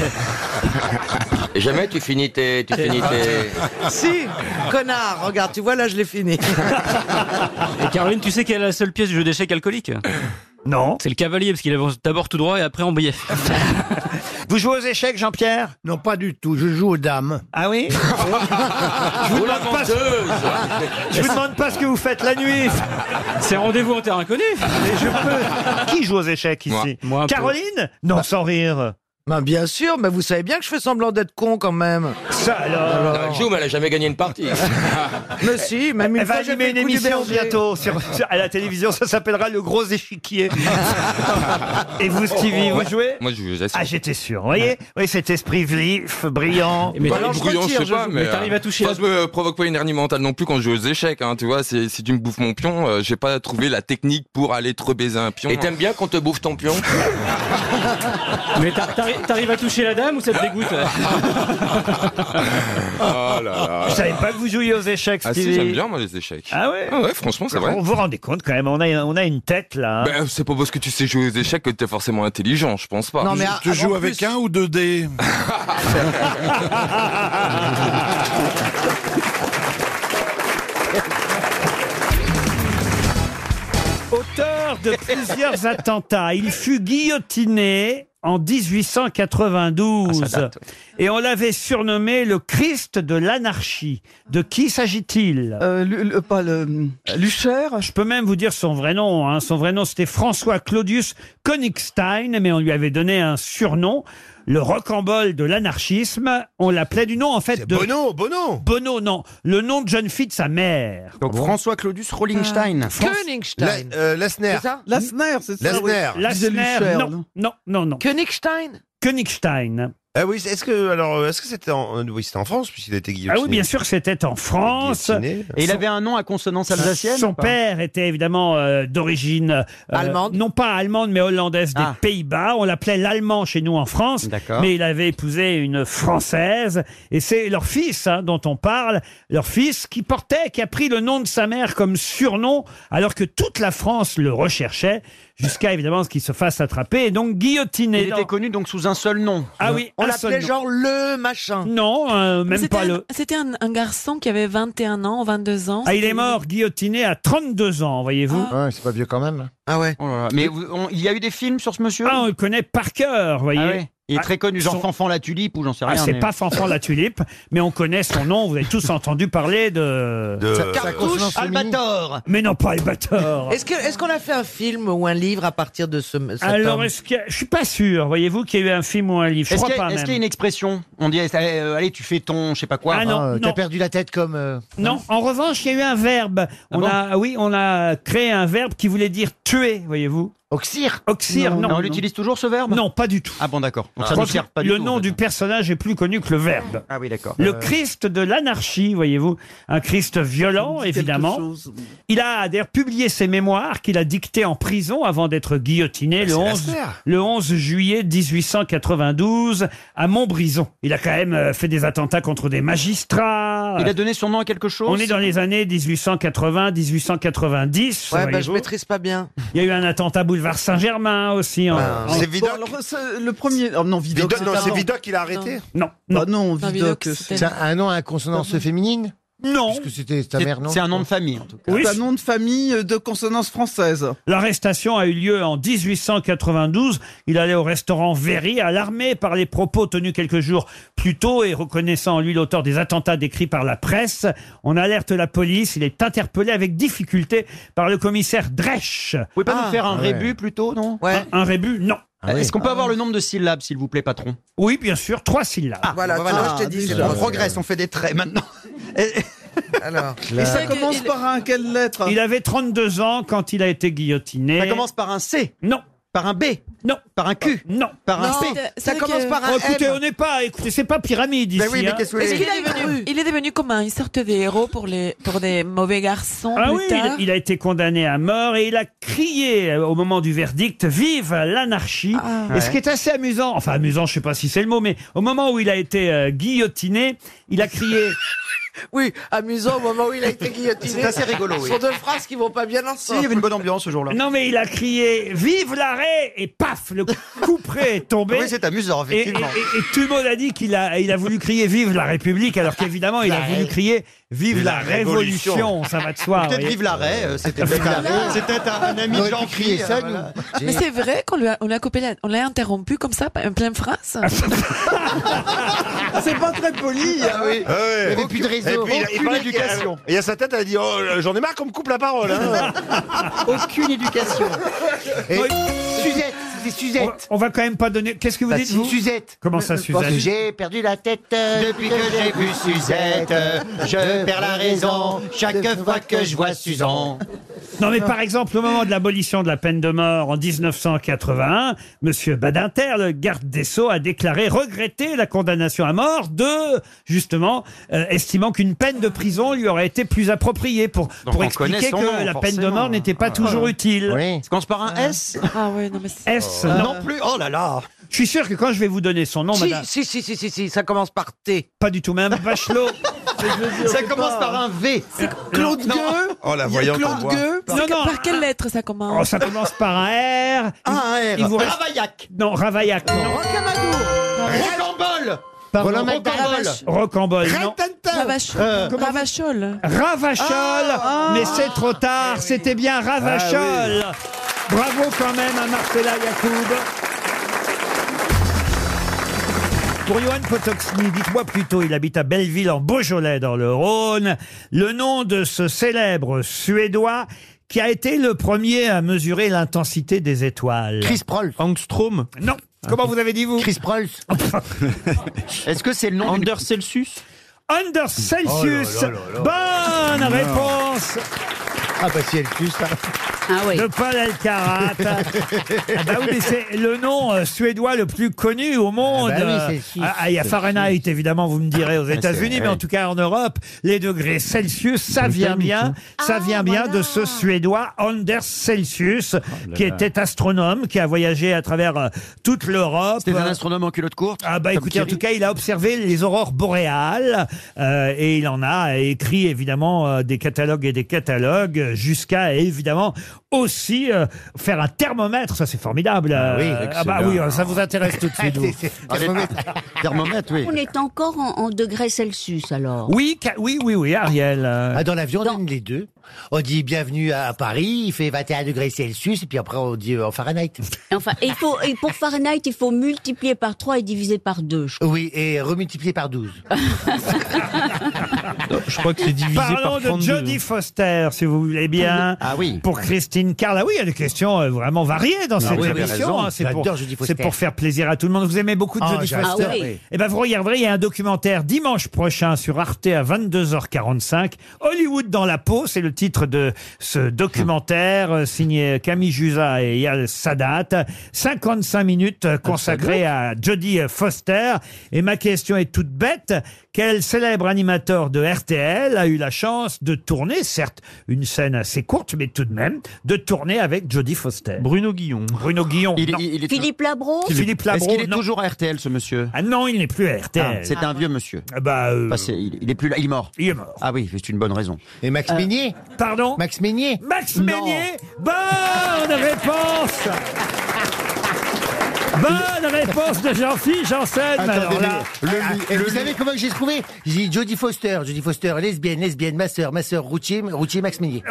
Speaker 9: Et Jamais tu finis tes, tu finis
Speaker 2: (laughs)
Speaker 9: tes.
Speaker 2: Si, connard, regarde, tu vois, là, je l'ai fini.
Speaker 12: Et Caroline, tu sais quelle est la seule pièce du jeu d'échecs alcoolique
Speaker 5: Non.
Speaker 12: C'est le cavalier, parce qu'il avance d'abord tout droit et après en bief.
Speaker 5: (laughs) Vous jouez aux échecs, Jean-Pierre
Speaker 11: Non, pas du tout. Je joue aux dames.
Speaker 5: Ah oui je, vous demande pas ce... je vous demande pas ce que vous faites la nuit.
Speaker 12: C'est rendez-vous en terre inconnue
Speaker 5: Mais je peux. Qui joue aux échecs ici
Speaker 12: Moi, un peu.
Speaker 5: Caroline
Speaker 9: Bah.
Speaker 5: Non, sans rire.
Speaker 2: Ben, bien sûr, mais vous savez bien que je fais semblant d'être con quand même.
Speaker 5: Ça alors.
Speaker 9: Elle joue, mais elle a jamais gagné une
Speaker 5: (laughs)
Speaker 9: partie.
Speaker 2: Mais si, même une
Speaker 5: Elle va
Speaker 2: fois, j'ai
Speaker 5: animer
Speaker 2: fait
Speaker 5: une
Speaker 2: le coup du
Speaker 5: émission
Speaker 2: berger.
Speaker 5: bientôt sur-
Speaker 2: (laughs)
Speaker 5: sur- à la télévision, ça s'appellera Le Gros Échiquier. Et vous, Stevie, vous jouez
Speaker 9: Oh, Moi, je
Speaker 5: Ah, j'étais sûr, vous voyez Oui, cet esprit vif, brillant.
Speaker 12: Mais
Speaker 1: Bah,
Speaker 2: alors, je
Speaker 12: brouillon,
Speaker 2: retire, je
Speaker 12: pas,
Speaker 2: joue.
Speaker 12: mais t'arrives
Speaker 1: euh,
Speaker 12: à toucher.
Speaker 9: Moi,
Speaker 12: la-
Speaker 9: je me provoque pas une hernie mentale non plus quand je joue aux échecs, hein, tu vois. c'est- Si tu me bouffes mon pion, euh,
Speaker 1: (laughs)
Speaker 9: j'ai pas trouvé la technique pour aller te rebaiser un pion. Et t'aimes bien qu'on te bouffe ton pion
Speaker 13: Mais t'ar- t'arri- t'arrives à toucher la dame ou ça te dégoûte
Speaker 1: Ah là là.
Speaker 5: Je savais pas que vous jouiez aux échecs,
Speaker 1: Ah si,
Speaker 5: Stevie.
Speaker 1: j'aime bien moi les échecs.
Speaker 5: Ah ouais
Speaker 1: Ah ouais, franchement, c'est vrai.
Speaker 5: Vous vous rendez compte quand même, on a, on a une tête là. hein.
Speaker 1: Ben, c'est pas parce que tu sais jouer aux échecs que t'es forcément intelligent, je pense pas.
Speaker 2: Non, mais
Speaker 14: Tu-
Speaker 2: à-
Speaker 14: tu
Speaker 2: en
Speaker 14: joues
Speaker 2: plus-
Speaker 14: avec un ou deux
Speaker 3: (laughs)
Speaker 14: dés
Speaker 5: Auteur de plusieurs (laughs) attentats, il fut guillotiné en
Speaker 9: Ah,
Speaker 5: 1892 et on l'avait surnommé le Christ de l'anarchie. De qui s'agit-il
Speaker 2: Euh, pas le. euh, Lucher
Speaker 5: Je peux même vous dire son vrai nom. hein. Son vrai nom, c'était François Claudius Konigstein, mais on lui avait donné un surnom, le rocambole de l'anarchisme. On l'appelait du nom, en fait, de...
Speaker 9: Bono, Bono
Speaker 5: Bono, non. Le nom de jeune fille de sa mère.
Speaker 10: Donc François Claudius
Speaker 2: Ah.
Speaker 10: Rollingstein.
Speaker 2: Königstein.
Speaker 9: La- euh, Lassner.
Speaker 2: Lassner, c'est
Speaker 9: Lassner.
Speaker 5: Lassner,
Speaker 2: Lucher,
Speaker 5: non, non, non, non.
Speaker 2: Königstein
Speaker 5: Konigstein.
Speaker 9: Ah oui, est-ce que alors euh, est-ce que c'était en euh, oui, c'était en France puisqu'il a été
Speaker 5: Ah
Speaker 9: guillotiné.
Speaker 5: oui, bien sûr, que c'était en France.
Speaker 9: Guillotiné.
Speaker 10: Et il avait un nom à consonance alsacienne
Speaker 5: Son
Speaker 10: ou pas
Speaker 5: père était évidemment euh, d'origine euh,
Speaker 2: Allemande.
Speaker 5: non pas allemande mais hollandaise des
Speaker 10: Ah.
Speaker 5: Pays-Bas. On l'appelait l'allemand chez nous en France,
Speaker 10: D'accord.
Speaker 5: mais il avait épousé une française et c'est leur fils hein, dont on parle, leur fils qui portait, qui a pris le nom de sa mère comme surnom alors que toute la France le recherchait jusqu'à évidemment ce qu'il se fasse attraper et donc guillotiné.
Speaker 10: Il
Speaker 5: dans-
Speaker 10: était connu donc sous un seul nom.
Speaker 5: Ah oui,
Speaker 2: On
Speaker 5: un seul
Speaker 2: l'appelait
Speaker 5: nom.
Speaker 2: genre le machin.
Speaker 5: Non, euh, même
Speaker 15: C'était
Speaker 5: pas
Speaker 15: un-
Speaker 5: le.
Speaker 15: C'était un, un garçon qui avait 21 ans, 22 ans.
Speaker 5: Ah, il
Speaker 15: C'était-
Speaker 5: est mort guillotiné à 32 ans, voyez-vous.
Speaker 15: Ah.
Speaker 6: Ouais, c'est pas vieux quand même. hein.
Speaker 2: Ah ouais.
Speaker 10: Oh là là. Mais vous- on- il y a eu des films sur ce monsieur
Speaker 5: Ah, on le connaît par cœur, voyez.
Speaker 10: Ah ouais. Il est
Speaker 5: Ah,
Speaker 10: très connu, genre
Speaker 5: son-
Speaker 10: Fanfan la tulipe ou j'en sais
Speaker 5: Ah,
Speaker 10: rien.
Speaker 5: c'est
Speaker 10: mais-
Speaker 5: pas Fanfan la Tulipe, mais on connaît son nom, vous avez tous entendu parler de...
Speaker 9: De-
Speaker 6: Cartouche
Speaker 10: Albator
Speaker 5: Mais non, pas Albator
Speaker 2: Est-ce que- est-ce qu'on a fait un film ou un livre à partir de ce. cet
Speaker 5: Alors,
Speaker 2: homme
Speaker 5: est-ce que... Je suis pas sûr, voyez-vous, qu'il y a eu un film ou un livre, je
Speaker 10: Est-ce
Speaker 5: crois
Speaker 10: qu'il y,
Speaker 5: pas
Speaker 10: a- est-ce qu'il y a
Speaker 5: même.
Speaker 10: une expression On dit, euh, allez, tu fais ton, je sais pas quoi.
Speaker 5: Ah non, non.
Speaker 6: euh, T'as perdu la tête comme. euh,
Speaker 5: Non, en revanche, il y a eu un verbe. On
Speaker 10: Ah bon
Speaker 5: a, oui, on a créé un verbe qui voulait dire tuer, voyez-vous.
Speaker 6: Oxyr
Speaker 5: Oxyre, non.
Speaker 10: Non, on l'utilise toujours ce verbe
Speaker 5: Non, pas du tout.
Speaker 10: Ah bon, d'accord. Donc
Speaker 5: Je
Speaker 10: ça
Speaker 5: crois
Speaker 10: ne
Speaker 5: que
Speaker 10: sert pas du
Speaker 5: le
Speaker 10: tout, en
Speaker 5: nom
Speaker 10: fait.
Speaker 5: du personnage est plus connu que le verbe.
Speaker 10: Ah oui, d'accord.
Speaker 5: Le Christ de l'anarchie, voyez-vous. Un Christ violent, évidemment. Il a d'ailleurs publié ses mémoires qu'il a dictées en prison avant d'être guillotiné le 11, le 11 juillet 1892 à Montbrison. Il a quand même euh, fait des attentats contre des magistrats.
Speaker 10: Il a donné son nom à quelque chose
Speaker 5: Ah, On est dans les années 1880-1890.
Speaker 2: Ouais, bah, je
Speaker 5: voyez-vous.
Speaker 2: maîtrise pas bien. Ah,
Speaker 5: Il y a eu un attentat boulevard Saint-Germain aussi. en- en-
Speaker 9: C'est Vidocq.
Speaker 2: le premier.
Speaker 10: oh,
Speaker 2: non,
Speaker 9: Vidocq, non, c'est Vidocq qui l'a arrêté.
Speaker 5: Non, non,
Speaker 2: non,
Speaker 15: Enfin, Vidocq, c'était-
Speaker 6: C'est un- un nom à consonance féminine
Speaker 5: non.
Speaker 6: Puisque c'était ta mère,
Speaker 10: C'est
Speaker 6: non
Speaker 10: c'est un nom de famille, en tout cas.
Speaker 5: Oui,
Speaker 2: nom de famille euh, de consonance française.
Speaker 5: L'arrestation a eu lieu en 1892. Il allait au restaurant Véry, alarmé par les propos tenus quelques jours plus tôt et reconnaissant en lui l'auteur des attentats décrits par la presse. On alerte la police. Il est interpellé avec difficulté par le commissaire Dresch.
Speaker 10: Vous pouvez pas
Speaker 2: Ah.
Speaker 10: nous faire un
Speaker 6: Ah ouais.
Speaker 10: rébut plutôt, non
Speaker 2: Ouais.
Speaker 5: Un rébut Non.
Speaker 6: Ah ouais.
Speaker 10: Est-ce qu'on peut avoir le nombre de syllabes, s'il vous plaît, patron
Speaker 5: Oui, bien sûr, trois syllabes.
Speaker 2: Ah, bah Voilà, tu vois, je t'ai dit. c'est
Speaker 10: On
Speaker 2: bon.
Speaker 10: progresse, on fait des traits maintenant. (laughs)
Speaker 2: Alors,
Speaker 15: Et ça commence
Speaker 2: par un quelle lettre
Speaker 5: Il avait 32 ans quand il a été guillotiné.
Speaker 10: Ça commence par un C,
Speaker 5: Non,
Speaker 10: par un B,
Speaker 5: non,
Speaker 10: par un Q,
Speaker 5: non.
Speaker 10: par un
Speaker 2: Non.
Speaker 10: P.
Speaker 15: c'était-
Speaker 2: Ça
Speaker 15: c'était
Speaker 2: commence
Speaker 15: que-
Speaker 2: par un
Speaker 5: Oh, écoutez, on
Speaker 2: M.
Speaker 5: n'est pas, écoutez, c'est pas pyramide
Speaker 14: Ben
Speaker 5: ici. hein.
Speaker 15: Est-ce qu'il
Speaker 2: Il a
Speaker 15: est devenu,
Speaker 2: cru.
Speaker 15: il est devenu comme un- une sorte de héros pour, les, pour des mauvais garçons
Speaker 5: Ah
Speaker 15: plus
Speaker 5: oui,
Speaker 15: tard.
Speaker 5: il, il a été condamné à mort et il a crié euh, au moment du verdict Vive l'anarchie
Speaker 15: Ah.
Speaker 5: Et ce qui est assez amusant, enfin amusant, je sais pas si c'est le mot, mais au moment où il a été euh, guillotiné, il a crié
Speaker 2: Oui, amusant au moment où il a été guillotiné. (laughs)
Speaker 10: C'est assez rigolo, oui.
Speaker 2: Ce sont deux phrases qui vont pas bien
Speaker 10: Si, il y
Speaker 2: ensemble.
Speaker 10: avait une bonne ambiance ce jour-là.
Speaker 5: Non mais il a crié Vive l'arrêt Et paf, (laughs) le couperet est tombé.
Speaker 10: Oui, c'est amusant,
Speaker 5: Et, et, et,
Speaker 10: effectivement.
Speaker 5: et tout le monde a dit qu'il a, il a voulu crier Vive la République, alors qu'évidemment, il a voulu crier Vive la,
Speaker 9: La
Speaker 5: révolution.
Speaker 9: Révolution.
Speaker 5: ça va de soi.
Speaker 10: Peut-être
Speaker 5: voyez.
Speaker 10: Vive l'arrêt, euh, c'était Vive l'arrêt. C'était un, un ami
Speaker 6: On
Speaker 10: de
Speaker 6: aurait pu crier
Speaker 10: Jean-Pierre.
Speaker 2: Ah,
Speaker 6: ça, nous.
Speaker 15: Mais c'est vrai qu'on lui a, on lui a coupé la- on l'a interrompu comme ça, en pleine
Speaker 6: (laughs)
Speaker 15: phrase
Speaker 2: C'est pas très poli. hein.
Speaker 9: Ah ouais.
Speaker 6: Il n'y avait plus de
Speaker 9: Et
Speaker 6: réseau.
Speaker 9: puis il a- il
Speaker 10: Aucune
Speaker 9: paraît qu'il a-
Speaker 10: éducation.
Speaker 9: Et à sa tête, elle a dit Oh,
Speaker 2: euh,
Speaker 9: j'en ai marre qu'on me coupe la parole. hein.
Speaker 10: (laughs) Aucune éducation.
Speaker 6: Et- Suzette, c'était
Speaker 5: On,
Speaker 6: Suzette.
Speaker 5: on va quand même pas donner. Qu'est-ce que vous
Speaker 6: Bah,
Speaker 5: dites
Speaker 6: si,
Speaker 5: vous
Speaker 6: Suzette.
Speaker 5: Comment
Speaker 10: Euh,
Speaker 5: ça,
Speaker 6: Parce que
Speaker 5: Suzanne
Speaker 6: j'ai perdu la tête euh,
Speaker 10: Depuis que j'ai vu Suzette, euh, je
Speaker 5: euh,
Speaker 10: perds la raison chaque fois que je vois Suzanne.
Speaker 5: Non, mais par exemple, au moment de l'abolition de la peine de mort en 1981, Monsieur Badinter, le garde des Sceaux, a déclaré regretter la condamnation à mort de, justement, euh, estimant qu'une peine de prison lui aurait été plus appropriée pour, pour
Speaker 10: on
Speaker 5: expliquer
Speaker 10: connaît
Speaker 5: que
Speaker 10: son nom,
Speaker 5: la peine de
Speaker 10: forcément. Ah.
Speaker 5: mort n'était pas toujours utile. Ah.
Speaker 6: Oui.
Speaker 10: Ça commence par un S
Speaker 2: Euh,
Speaker 10: Euh,
Speaker 15: Ah ouais, non mais c'est...
Speaker 5: S, non.
Speaker 10: Non plus. Oh là là.
Speaker 5: Je suis sûr que quand je vais vous donner son nom,
Speaker 2: si,
Speaker 5: madame.
Speaker 2: si, si, si, si, si, ça commence par T.
Speaker 5: Pas du
Speaker 10: (laughs)
Speaker 5: tout, même Bachelot.
Speaker 10: Ça commence par un V.
Speaker 2: Claude
Speaker 10: Non.
Speaker 2: Gueux
Speaker 10: Oh, la voyante en
Speaker 2: Claude
Speaker 10: bois.
Speaker 2: Gueux
Speaker 5: Non, non.
Speaker 15: Par quelle lettre ça
Speaker 5: Oh,
Speaker 15: commence
Speaker 5: ça commence par un R.
Speaker 2: Ah,
Speaker 5: Il-
Speaker 2: un R.
Speaker 5: il vous reste-
Speaker 10: Ravaillac.
Speaker 5: Non, Ravaillac. non.
Speaker 10: Rocambole.
Speaker 5: Pardon,
Speaker 6: Roland
Speaker 10: Rocambole.
Speaker 5: Rocambole, non.
Speaker 14: Tintin.
Speaker 15: Ravachol. Ravachol.
Speaker 5: Euh. Ravachol,
Speaker 2: Ah.
Speaker 5: mais c'est trop tard, c'était bien Ravachol. Bravo quand même à Marcella Yacoub. Pour Johan Potoxny, dites-moi plutôt, il habite à Belleville en Beaujolais dans le Rhône, le nom de ce célèbre Suédois qui a été le premier à mesurer l'intensité des étoiles.
Speaker 6: Chris Proll.
Speaker 13: Angstrom.
Speaker 5: Non. Comment vous avez dit vous
Speaker 6: Chris Proll.
Speaker 5: (laughs)
Speaker 10: Est-ce que c'est le nom
Speaker 13: Anders Celsius.
Speaker 5: Under
Speaker 6: Oh
Speaker 5: Celsius. Bonne réponse
Speaker 6: Ah bah si elle tue ça.
Speaker 16: Ah oui.
Speaker 5: de Paul
Speaker 6: (laughs)
Speaker 5: Elkarat. Ah bah oui, mais c'est le nom euh, suédois le plus connu au monde.
Speaker 6: Ah bah oui,
Speaker 5: Euh,
Speaker 6: c'est le Suisse, Ah,
Speaker 5: ah, ah, Il y a
Speaker 6: c'est le
Speaker 5: Fahrenheit, évidemment, vous me direz aux États-Unis, mais en tout cas en Europe, les degrés Celsius, ça vient bien, ça
Speaker 6: hein.
Speaker 16: Ah,
Speaker 5: vient bien de
Speaker 16: voilà.
Speaker 5: ce Suédois Anders Celsius,
Speaker 6: Oh
Speaker 5: qui était astronome, qui a voyagé à travers euh, toute l'Europe.
Speaker 10: C'était un
Speaker 5: Euh,
Speaker 10: astronome en culotte courte.
Speaker 5: ah bah
Speaker 10: Comme
Speaker 5: écoutez, en
Speaker 10: Thierry.
Speaker 5: tout cas, il a observé les aurores boréales euh, et il en a écrit évidemment euh, des catalogues et des catalogues euh, jusqu'à évidemment aussi euh, faire un thermomètre. Ça c'est formidable.
Speaker 6: Ah oui,
Speaker 5: Euh, ah bah
Speaker 6: excellent.
Speaker 5: oui, euh, ça vous intéresse tout de suite.
Speaker 6: (laughs)
Speaker 5: vous. (laughs)
Speaker 10: Thermomètre, oui.
Speaker 4: On est encore en, en degrés Celsius alors.
Speaker 5: Oui, ca- oui, oui, oui, Ariel. euh,
Speaker 6: Ah, dans l'avion, on donne les deux. On dit bienvenue à Paris, il fait 21 degrés Celsius, et puis après on dit euh, en Fahrenheit.
Speaker 4: Enfin, il faut, et pour Fahrenheit, il faut multiplier par 3 et diviser par 2.
Speaker 6: Oui, et remultiplié par 12.
Speaker 13: Je crois que c'est divisé
Speaker 5: Parlons
Speaker 13: par
Speaker 5: de
Speaker 13: 32.
Speaker 5: Jodie Foster, si vous voulez bien.
Speaker 6: Ah oui. Ah
Speaker 5: Pour Christine Carla. Oui, il y a des questions euh, vraiment variées dans cette
Speaker 6: oui, vous avez
Speaker 5: émission.
Speaker 6: raison.
Speaker 5: hein. C'est pour,
Speaker 6: J'adore Jodie Foster.
Speaker 5: c'est pour faire plaisir à tout le monde. Vous aimez beaucoup de
Speaker 6: Ah,
Speaker 5: Jodie
Speaker 6: j'adore,
Speaker 5: Foster
Speaker 4: Ah oui.
Speaker 5: Eh ben, vous regarderez, il y a un documentaire dimanche prochain sur Arte à 22h45. Hollywood dans la peau, c'est le titre de ce documentaire euh, signé Camille Jusa et Yael Sadat. 55 minutes euh, consacrées à Jodie euh, Foster. Et ma question est toute bête. Quel célèbre animateur de RTL a eu la chance de tourner, certes, une scène assez courte, mais tout de même, de tourner avec Jodie Foster?
Speaker 13: Bruno Guillon.
Speaker 5: Bruno Guillon.
Speaker 10: Il,
Speaker 5: non.
Speaker 10: il- il est
Speaker 4: Philippe Labro
Speaker 5: Philippe Labro,
Speaker 10: Est-ce qu'il est
Speaker 5: non.
Speaker 10: toujours à RTL, ce monsieur
Speaker 5: Ah non, il n'est plus à RTL.
Speaker 10: Ah, C'est un vieux monsieur.
Speaker 5: Ah bah, euh,
Speaker 10: Enfin, c'est- il, il est plus là, il est mort.
Speaker 5: il est mort.
Speaker 10: Ah oui, c'est une bonne raison.
Speaker 6: Et Max Minier
Speaker 5: Euh, Pardon
Speaker 6: Max Minier
Speaker 5: Max
Speaker 10: Non.
Speaker 5: Meignier Bonne
Speaker 6: (laughs)
Speaker 5: réponse Bonne réponse de Jean-Philippe Janssen Alors là, ah,
Speaker 6: et vous savez comment j'ai trouvé J'ai dit Jodie Foster, Jodie Foster, lesbienne, lesbienne, ma sœur, ma sœur, routier, routier, Max
Speaker 5: (laughs)
Speaker 6: Minier.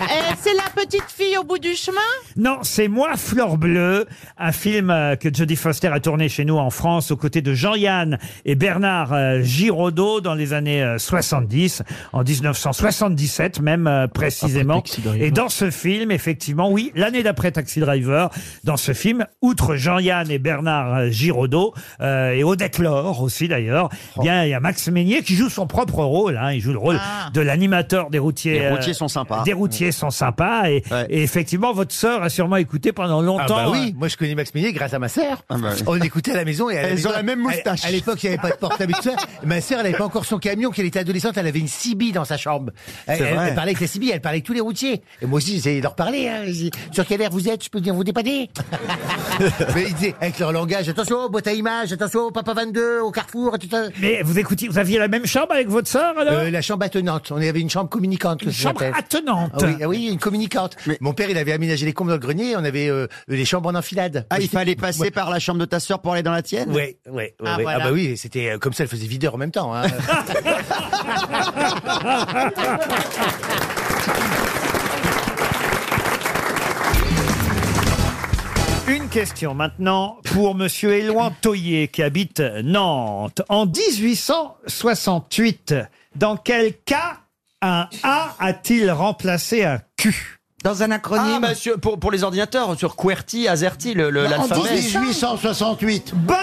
Speaker 16: Eh, c'est la petite fille au bout du chemin
Speaker 5: Non, c'est moi, Fleur Bleue, un film euh, que Jodie Foster a tourné chez nous en France aux côtés de Jean-Yann et Bernard euh, Giraudot dans les années euh, 70, en 1977 même euh, précisément.
Speaker 13: Taxi Driver.
Speaker 5: Et dans ce film, effectivement, oui, l'année d'après Taxi Driver, dans ce film, outre Jean-Yann et Bernard euh, Giraudot euh, et Odette Laure aussi d'ailleurs,
Speaker 10: Oh.
Speaker 5: eh bien il y a Max Meignier qui joue son propre rôle. hein. il joue le rôle de l'animateur des routiers.
Speaker 10: Les routiers
Speaker 5: euh,
Speaker 10: sont sympas.
Speaker 5: Des routiers sont sympas et,
Speaker 10: Ouais.
Speaker 5: et effectivement, votre sœur a sûrement écouté pendant longtemps. hein.
Speaker 6: Ah bah oui, moi je connais Max Minier grâce à ma sœur.
Speaker 10: Ah bah oui.
Speaker 6: On écoutait à la maison et à la
Speaker 10: Elles
Speaker 6: maison-
Speaker 10: ont la même moustache.
Speaker 6: À, à l'époque, il n'y avait pas de portable et tout ça. Ma sœur, elle n'avait pas encore son camion. Quand elle était adolescente, elle avait une CB dans sa chambre. Elle, elle-
Speaker 10: vrai.
Speaker 6: elle parlait avec la CB, elle parlait avec tous les routiers. Et moi aussi, j'essayais de leur parler. hein. Je dis, Sur quelle air vous êtes Je peux venir vous dépanner.
Speaker 10: (laughs)
Speaker 6: Mais ils disaient avec leur langage attention, boîte à images, attention, papa 22, au carrefour, et tout ça.
Speaker 5: Mais vous écoutiez, vous aviez la même chambre avec votre sœur alors
Speaker 6: Euh, la chambre attenante. On avait une chambre communicante. que
Speaker 5: Une
Speaker 6: ça
Speaker 5: chambre
Speaker 6: s'appelle.
Speaker 5: attenante.
Speaker 6: Ah oui, ah oui, une communicante. Mon père, il avait aménagé les combles dans le grenier. On avait euh, les chambres en enfilade.
Speaker 10: Ah, il fallait passer par la chambre de ta sœur pour aller dans la tienne
Speaker 6: Ouais, ouais, ouais,
Speaker 16: Ah,
Speaker 6: ouais.
Speaker 16: voilà.
Speaker 6: Ah bah oui, c'était euh, comme ça, elle faisait videur en même temps. (laughs) hein.
Speaker 5: Une question maintenant pour Monsieur Éloin Toyer qui habite Nantes. En 1868, dans quel cas un A a-t-il remplacé un Q
Speaker 2: Dans un acronyme.
Speaker 10: Ah, bah, sur- pour, pour les ordinateurs, sur QWERTY, AZERTY, le- le-
Speaker 16: En
Speaker 10: l'alphabet.
Speaker 6: 1868.
Speaker 5: Bonne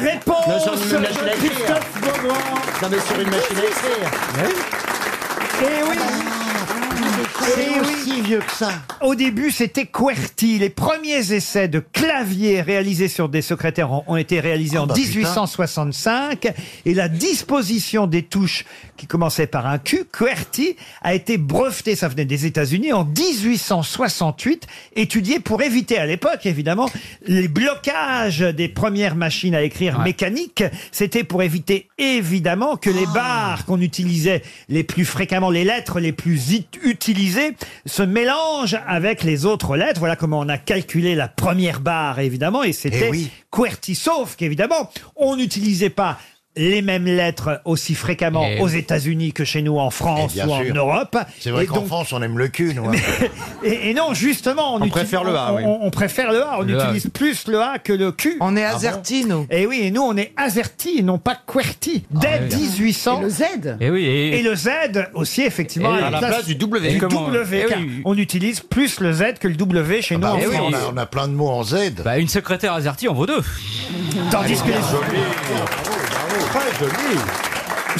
Speaker 5: réponse
Speaker 10: Non, sur une
Speaker 5: de
Speaker 10: machine à écrire.
Speaker 5: Christophe Beaugrand.
Speaker 10: Non, mais sur une machine à écrire.
Speaker 5: Eh oui,
Speaker 6: C'est aussi
Speaker 5: vieux que ça. Au début, c'était QWERTY. Les premiers essais de clavier réalisés sur des secrétaires ont, ont été réalisés en
Speaker 17: bah, putain.
Speaker 5: 1865. Et la disposition des touches, qui commençait par un Q, QWERTY, a été brevetée, ça venait des États-Unis, en 1868, étudiée pour éviter à l'époque, évidemment, les blocages des premières machines à écrire mécaniques. C'était pour éviter, évidemment, que
Speaker 17: Ah.
Speaker 5: les barres qu'on utilisait les plus fréquemment, les lettres les plus it- utilisées, se mélangent avec les autres lettres. Voilà comment on a calculé la première barre, évidemment, et c'était
Speaker 17: Eh oui.
Speaker 5: QWERTY, sauf qu'évidemment, on n'utilisait pas les mêmes lettres aussi fréquemment
Speaker 4: Eh
Speaker 5: aux
Speaker 4: oui.
Speaker 5: États-Unis que chez nous en France ou
Speaker 4: bien
Speaker 5: en
Speaker 4: sûr.
Speaker 5: Europe.
Speaker 4: C'est vrai
Speaker 5: Et
Speaker 4: qu'en
Speaker 5: donc-
Speaker 4: France, on aime le cul, nous. hein.
Speaker 5: et, et non, justement, on, utilise-
Speaker 4: préfère le A,
Speaker 5: on-
Speaker 4: oui.
Speaker 5: on- on préfère le A, on
Speaker 4: Le A.
Speaker 5: utilise plus le A que le Q. On est azerti, nous. Et oui, et nous, on est azerti, et non pas QWERTY, dès 1800. Et le Z.
Speaker 12: Et oui, et-
Speaker 5: Et le Z aussi, effectivement.
Speaker 12: Et à la place du W.
Speaker 5: Du
Speaker 12: Comment-
Speaker 5: W,
Speaker 12: Eh
Speaker 5: car
Speaker 12: oui.
Speaker 5: On utilise plus le Z que le W chez nous. en
Speaker 12: eh oui,
Speaker 5: France.
Speaker 12: on a- on
Speaker 4: plein de mots en Z.
Speaker 12: Bah, une secrétaire azerty en vaut deux.
Speaker 5: Tandis que les-
Speaker 4: Très joli.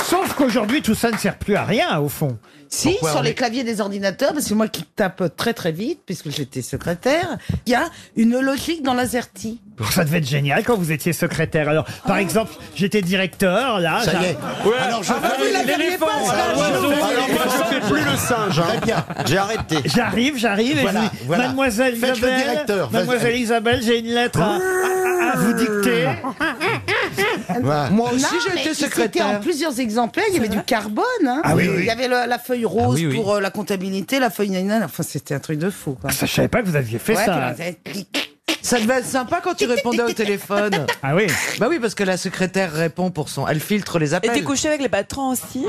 Speaker 5: Sauf qu'aujourd'hui, tout ça ne sert plus à rien, au fond.
Speaker 7: Si,
Speaker 5: Pourquoi
Speaker 7: sur
Speaker 5: on
Speaker 7: les
Speaker 5: est-
Speaker 7: claviers des ordinateurs, parce que moi qui tape très très vite, puisque j'étais secrétaire, il y a une logique dans l'azerty.
Speaker 5: Ça devait être génial quand vous étiez secrétaire. Alors, par exemple, j'étais directeur, là.
Speaker 4: Ah. Ça y
Speaker 5: j'a-
Speaker 4: est. Alors, je fais
Speaker 5: l'éléphant, alors,
Speaker 4: je fais- alors, moi, je fais plus le singe. hein. J'ai arrêté.
Speaker 5: J'arrive, j'arrive. et
Speaker 4: Voilà,
Speaker 5: je dis,
Speaker 4: voilà.
Speaker 5: Mademoiselle
Speaker 4: Faites le
Speaker 5: Isabelle,
Speaker 4: directeur, vas-y. Ah.
Speaker 5: Mademoiselle Isabelle, j'ai une lettre à, à- à vous
Speaker 7: Euh,
Speaker 5: dicter.
Speaker 7: Moi aussi, j'ai été secrétaire. en plusieurs exemplaires, il y avait du carbone. hein.
Speaker 5: Ah oui, oui.
Speaker 7: Il y avait le- la feuille rose
Speaker 5: Ah oui, oui.
Speaker 7: pour euh, la comptabilité, la feuille nanana. Enfin, c'était un truc de fou. Quoi.
Speaker 5: Ça, je savais pas que vous aviez fait
Speaker 7: Ouais,
Speaker 5: ça.
Speaker 7: puis on faisait-
Speaker 2: Ça devait être sympa quand tu répondais au téléphone.
Speaker 5: Ah oui
Speaker 2: Bah oui, parce que la secrétaire répond pour son. Elle filtre
Speaker 14: (laughs)
Speaker 2: les
Speaker 14: Et
Speaker 2: appels.
Speaker 14: t'es couché avec les patrons aussi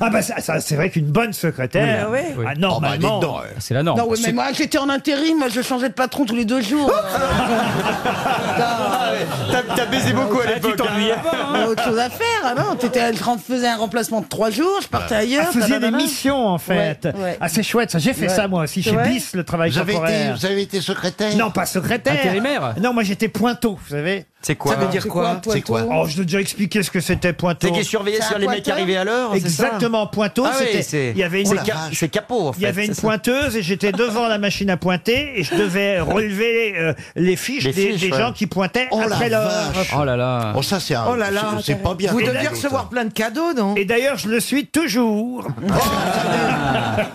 Speaker 5: Ah bah ça, ça, c'est vrai qu'une bonne secrétaire.
Speaker 4: bah
Speaker 7: Oui,
Speaker 4: Oh,
Speaker 7: ah ouais.
Speaker 5: Ah, normalement.
Speaker 12: c'est
Speaker 5: Ah
Speaker 12: la
Speaker 7: Non, ouais, mais moi, j'étais en intérim, moi, je changeais de patron tous les deux jours.
Speaker 5: (laughs) T'as baisé beaucoup
Speaker 4: Ah,
Speaker 5: à l'époque. hein.
Speaker 7: On avait autre chose à faire, ah non t'étais- Je rem- faisais un remplacement de trois jours, je partais ailleurs.
Speaker 5: Ah, faisiez des
Speaker 7: tadadada.
Speaker 5: missions en fait.
Speaker 7: Ouais, ouais.
Speaker 5: Ah c'est chouette ça. J'ai fait
Speaker 7: Ouais.
Speaker 5: ça moi aussi chez
Speaker 7: Ouais.
Speaker 5: BIS, le travail
Speaker 4: Vous avez, été,
Speaker 5: temporaire.
Speaker 4: vous avez été secrétaire
Speaker 5: Non, pas secrétaire.
Speaker 4: Intérimaire
Speaker 5: Non, moi j'étais pointeau, vous savez.
Speaker 4: C'est quoi Ça veut dire C'est quoi, quoi, pointeau C'est quoi
Speaker 5: Oh, je t'ai déjà expliqué ce que c'était pointeau.
Speaker 4: C'est qui surveillait C'est sur un les mecs qui pointeur arrivaient à l'heure, c'est ça
Speaker 5: Exactement, pointeau.
Speaker 4: Ah oui,
Speaker 5: c'était-
Speaker 4: c'est-
Speaker 5: il y avait une
Speaker 4: c'est ca- c'est capot, en
Speaker 5: Il y
Speaker 4: fait,
Speaker 5: avait une
Speaker 4: c'est ça.
Speaker 5: pointeuse et j'étais devant la machine à pointer et
Speaker 4: (laughs)
Speaker 5: je devais relever euh, les fiches
Speaker 4: Les
Speaker 5: des,
Speaker 4: fiches,
Speaker 5: des
Speaker 4: ouais.
Speaker 5: gens qui pointaient
Speaker 4: Oh la
Speaker 5: après l'heure.
Speaker 4: vache. Oh là là. Oh, ça, c'est un-
Speaker 2: Oh là là.
Speaker 4: c'est- c'est pas bien.
Speaker 2: Vous
Speaker 4: Et
Speaker 2: deviez
Speaker 4: d'ailleurs,
Speaker 2: recevoir plein de cadeaux, non
Speaker 5: Et d'ailleurs, je le suis toujours.
Speaker 4: Oh.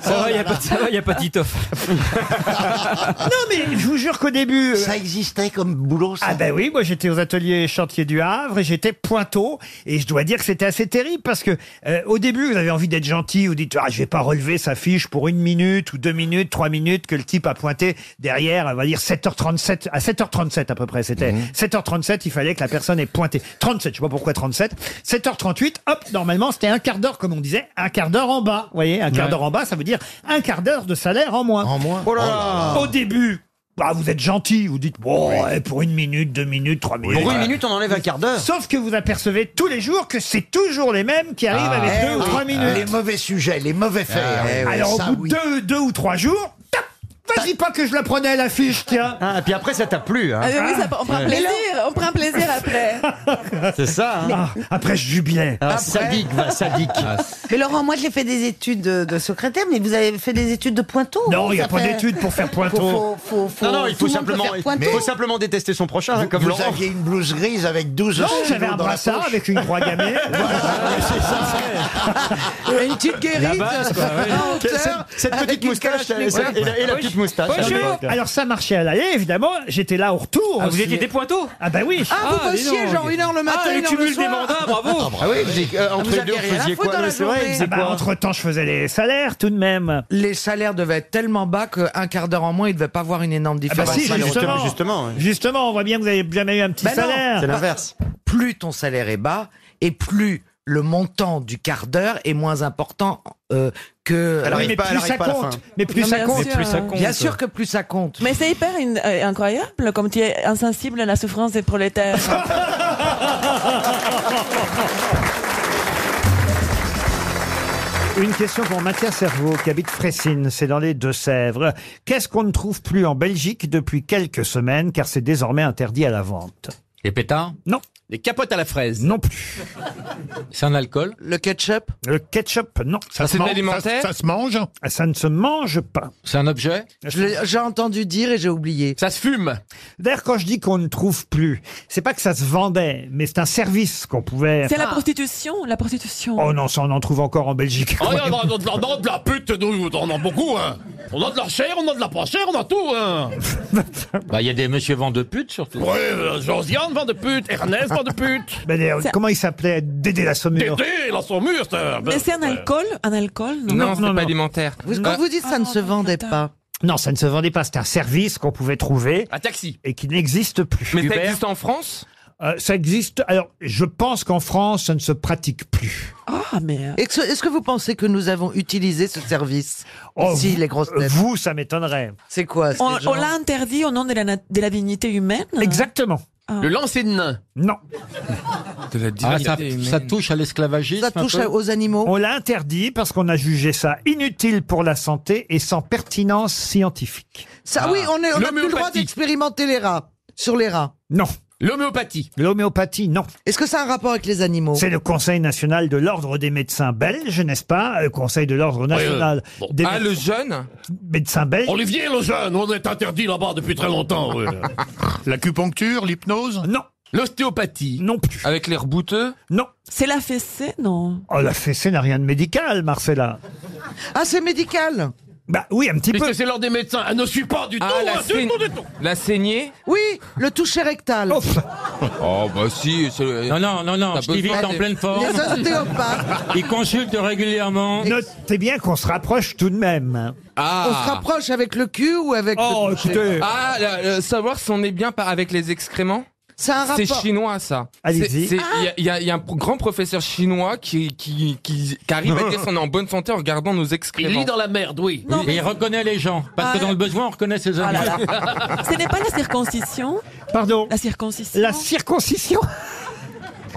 Speaker 12: Ça va, il n'y a pas, ça va, y a pas de Titoff.
Speaker 5: Non mais je vous jure qu'au début ça
Speaker 4: existait comme boulot ça.
Speaker 5: Ah ben oui, moi j'étais aux ateliers chantiers du Havre et j'étais pointeau et je dois dire que c'était assez terrible parce que euh, au début vous avez envie d'être gentil, vous dites ah je vais pas relever sa fiche pour une minute ou deux minutes, trois minutes que le type a pointé derrière, on va dire 7h37 à 7h37 à peu près c'était
Speaker 4: Mhm.
Speaker 5: 7h37 il fallait que la personne ait pointé 37 je sais pas pourquoi 37 7h38 hop normalement c'était un quart d'heure comme on disait un quart d'heure en bas, vous voyez un quart
Speaker 4: Ouais.
Speaker 5: d'heure en bas ça veut dire un quart d'heure de salaire en moins. Oh En moins.
Speaker 4: Oh là là.
Speaker 5: Au début bah, vous êtes gentil, vous dites bon, ouais, pour une minute, deux minutes, trois minutes.
Speaker 4: Pour une
Speaker 5: Ouais.
Speaker 4: minute, on enlève un quart d'heure.
Speaker 5: Sauf que vous apercevez tous les jours que c'est toujours les mêmes qui arrivent
Speaker 4: Ah.
Speaker 5: avec
Speaker 4: Eh
Speaker 5: deux ou
Speaker 4: oui.
Speaker 5: trois minutes. Ah,
Speaker 4: Les mauvais sujets, les mauvais faits. Eh oui,
Speaker 5: Alors,
Speaker 4: ça,
Speaker 5: au bout
Speaker 4: oui.
Speaker 5: de deux, deux ou trois jours, tap, vas-y pas que je la prenais à l'affiche, tiens.
Speaker 4: Ah, et puis après, ça t'a plu. Hein.
Speaker 14: Ah oui, ça- on prend
Speaker 4: Ouais.
Speaker 14: plaisir, on prend plaisir après.
Speaker 4: C'est ça. hein.
Speaker 5: Ah, après, je jubilais.
Speaker 4: Ah,
Speaker 7: Après.
Speaker 4: sadique, va, sadique.
Speaker 7: Mais Laurent, moi j'ai fait des études de, de secrétaire, mais vous avez fait des études de pointeau
Speaker 5: Non,
Speaker 7: hein,
Speaker 5: il y a
Speaker 7: ça
Speaker 5: pas
Speaker 7: fait-
Speaker 5: d'études pour faire pointeau.
Speaker 7: (laughs) Faut- faut- faut-
Speaker 5: Non, non, il faut
Speaker 7: tout le monde peut
Speaker 5: simplement-
Speaker 7: faire pointeau.
Speaker 4: Mais-
Speaker 5: Faut
Speaker 4: simplement détester son prochain,
Speaker 5: hein, comme
Speaker 4: vous
Speaker 5: Laurent.
Speaker 4: aviez une blouse grise avec 12
Speaker 5: Non,
Speaker 4: stylos
Speaker 5: j'avais
Speaker 4: dans
Speaker 5: un
Speaker 4: la
Speaker 5: brassard
Speaker 4: poche.
Speaker 5: avec une
Speaker 4: (laughs)
Speaker 5: croix gammée.
Speaker 2: Une petite guérite.
Speaker 5: Ah,
Speaker 2: en hauteur, avec une
Speaker 4: moustache,
Speaker 2: cache-
Speaker 4: et la- et la petite moustache, hein, euh. à l'époque.
Speaker 5: Alors ça marchait à l'aller, évidemment. J'étais là au retour.
Speaker 12: Ah, vous
Speaker 5: aussi.
Speaker 12: étiez des pointeaux
Speaker 5: Ah bah oui.
Speaker 2: Ah, vous
Speaker 12: Ah, dis
Speaker 2: bossiez
Speaker 12: donc.
Speaker 2: genre une heure le matin,
Speaker 12: Ah, le
Speaker 2: une heure le
Speaker 12: cumul des
Speaker 2: soir. bah,
Speaker 12: mandats, bravo.
Speaker 4: Ah oui, vous étiez- euh, entre
Speaker 2: Vous
Speaker 4: les deux,
Speaker 2: aviez
Speaker 4: vous
Speaker 2: rien à
Speaker 4: faisiez
Speaker 2: foutre
Speaker 4: quoi
Speaker 2: dans la
Speaker 4: Mais c'est vrai,
Speaker 2: journée.
Speaker 4: il faisait
Speaker 2: Ah bah,
Speaker 4: quoi
Speaker 5: Entre temps, je faisais les salaires tout de même.
Speaker 2: Les salaires devaient être tellement bas qu'un quart d'heure en moins, il devait pas avoir une énorme
Speaker 5: Ah bah
Speaker 2: différence.
Speaker 5: si, justement.
Speaker 2: Justement,
Speaker 5: Justement, on voit bien que vous n'avez jamais eu un petit
Speaker 2: Bah non,
Speaker 5: salaire.
Speaker 2: parce- Plus ton salaire est bas et plus le montant du quart d'heure est moins important euh, que.
Speaker 4: Elle arrive Oui, mais pas- elle plus arrive ça pas à la compte. fin.
Speaker 5: Mais
Speaker 4: plus ça compte. Mais plus ça compte.
Speaker 2: Bien sûr que plus ça compte.
Speaker 14: Mais c'est hyper in- euh, incroyable comme tu es insensible à la souffrance des
Speaker 5: (laughs)
Speaker 14: prolétaires.
Speaker 5: (laughs) Une question pour Mathias Servaux, qui habite Fressines, c'est dans les Deux-Sèvres. Qu'est-ce qu'on ne trouve plus en Belgique depuis quelques semaines, car c'est désormais interdit à la vente
Speaker 18: (laughs)
Speaker 12: Les pétards
Speaker 5: Non.
Speaker 19: Des capotes à la fraise.
Speaker 5: Non plus.
Speaker 19: C'est un alcool.
Speaker 2: Le ketchup
Speaker 5: Le ketchup, non.
Speaker 2: Ça c'est de l'alimentaire
Speaker 5: se mange Ça ne se mange pas.
Speaker 2: C'est un objet J'ai entendu dire et j'ai oublié.
Speaker 5: Ça se fume D'ailleurs, quand je dis qu'on ne trouve plus, c'est pas que ça se vendait, mais c'est un service qu'on pouvait...
Speaker 15: C'est la prostitution, la prostitution.
Speaker 5: Oh non, ça on en trouve encore en Belgique.
Speaker 18: Oh, on, a, on a de la- on a de la pute, nous, on en a beaucoup, hein. On a de la chair, on a de la pas chair, on a tout, hein.
Speaker 19: Bah, il y a des monsieur vent de pute surtout.
Speaker 18: Ouais, euh, Josiane, vend de pute, Ernest, vend de pute.
Speaker 5: Ben, d'ailleurs,
Speaker 15: C'est-
Speaker 5: comment il s'appelait Dédé la Saumure
Speaker 18: Dédé, la saumure, c'est
Speaker 2: Ah
Speaker 18: un-
Speaker 2: bah,
Speaker 18: ben,
Speaker 15: Mais c'est un alcool, un alcool Non, Ah. Oh,
Speaker 1: alimentaire.
Speaker 2: Vous- Quand vous dites ça ne se vendait pas.
Speaker 5: Non, ça ne se vendait pas. C'était un service qu'on pouvait trouver.
Speaker 19: Un taxi.
Speaker 5: Et qui n'existe plus.
Speaker 1: Mais ça Uber existe en France
Speaker 5: Euh, Ça existe. Alors, je pense qu'en France, ça ne se pratique plus.
Speaker 2: Ah, mais. Est-ce est-ce que vous pensez que nous avons utilisé ce service
Speaker 5: Oh,
Speaker 2: Si,
Speaker 5: vous-
Speaker 2: les grosses têtes.
Speaker 5: Vous, ça m'étonnerait.
Speaker 2: C'est quoi ces
Speaker 15: On,
Speaker 2: gens
Speaker 15: on l'a interdit au nom de la, na- de la dignité humaine Ah.
Speaker 5: Exactement.
Speaker 19: Le lancer de nain.
Speaker 5: Non.
Speaker 19: Ah, ça- ça
Speaker 5: touche à l'esclavagisme.
Speaker 2: Ça touche un peu aux animaux.
Speaker 5: On l'a interdit parce qu'on a jugé ça inutile pour la santé et sans pertinence scientifique.
Speaker 2: Ça,
Speaker 18: Ah.
Speaker 2: oui, on est- on n'a plus le droit d'expérimenter les rats. Sur les rats.
Speaker 5: Non.
Speaker 19: L'homéopathie.
Speaker 5: L'homéopathie, non.
Speaker 2: Est-ce que ça a un rapport avec les animaux
Speaker 5: C'est le Conseil national de l'ordre des médecins belges, n'est-ce pas Le Conseil de l'ordre national
Speaker 18: bon.
Speaker 5: des Ben,
Speaker 18: Ah,
Speaker 5: médecins-
Speaker 18: le
Speaker 1: jeune
Speaker 5: médecins belges.
Speaker 18: Olivier le jeune, on est interdit là-bas depuis très longtemps. oui.
Speaker 5: (laughs) L'acupuncture, l'hypnose Non.
Speaker 19: L'ostéopathie
Speaker 5: Non plus.
Speaker 1: Avec les rebouteux
Speaker 5: Non.
Speaker 15: C'est la fessée, non
Speaker 5: Oh, la fessée n'a rien de médical, Marcella.
Speaker 2: Ah, c'est médical
Speaker 5: Bah oui, un petit
Speaker 18: Puisque c'est l'ordre des médecins, elle ne suit pas du tout,
Speaker 1: Ah, la
Speaker 18: hein, du
Speaker 1: saigne-
Speaker 18: tout, du tout.
Speaker 1: La saignée
Speaker 2: Oui, le toucher rectal.
Speaker 1: Oh, bah si. Non,
Speaker 12: non, non, non, je t'évite en pleine forme.
Speaker 2: Les ostéopathes.
Speaker 12: Il consulte régulièrement. Ah.
Speaker 5: Notez bien qu'on se rapproche tout de même.
Speaker 2: On se rapproche avec le cul ou avec
Speaker 5: Oh,
Speaker 2: le toucher
Speaker 5: écoutez.
Speaker 1: Ah, la- la- savoir si on est bien par- avec les excréments
Speaker 2: C'est un
Speaker 1: C'est
Speaker 2: rapport- Ah.
Speaker 1: chinois, ça.
Speaker 2: Allez-y.
Speaker 1: C'est- c'est- Il y a- il y, a- il y a un pro- grand professeur chinois qui, qui, qui, qui arrive
Speaker 12: (laughs)
Speaker 1: à dire si on est en bonne santé en regardant nos excréments.
Speaker 18: Il lit dans la merde, oui.
Speaker 1: Non, mais-
Speaker 12: Et il reconnaît les gens. Parce
Speaker 2: Ah.
Speaker 12: que dans le besoin, on reconnaît ses amis.
Speaker 15: Ce n'est pas la circoncision
Speaker 5: Pardon
Speaker 15: La circoncision
Speaker 5: La circoncision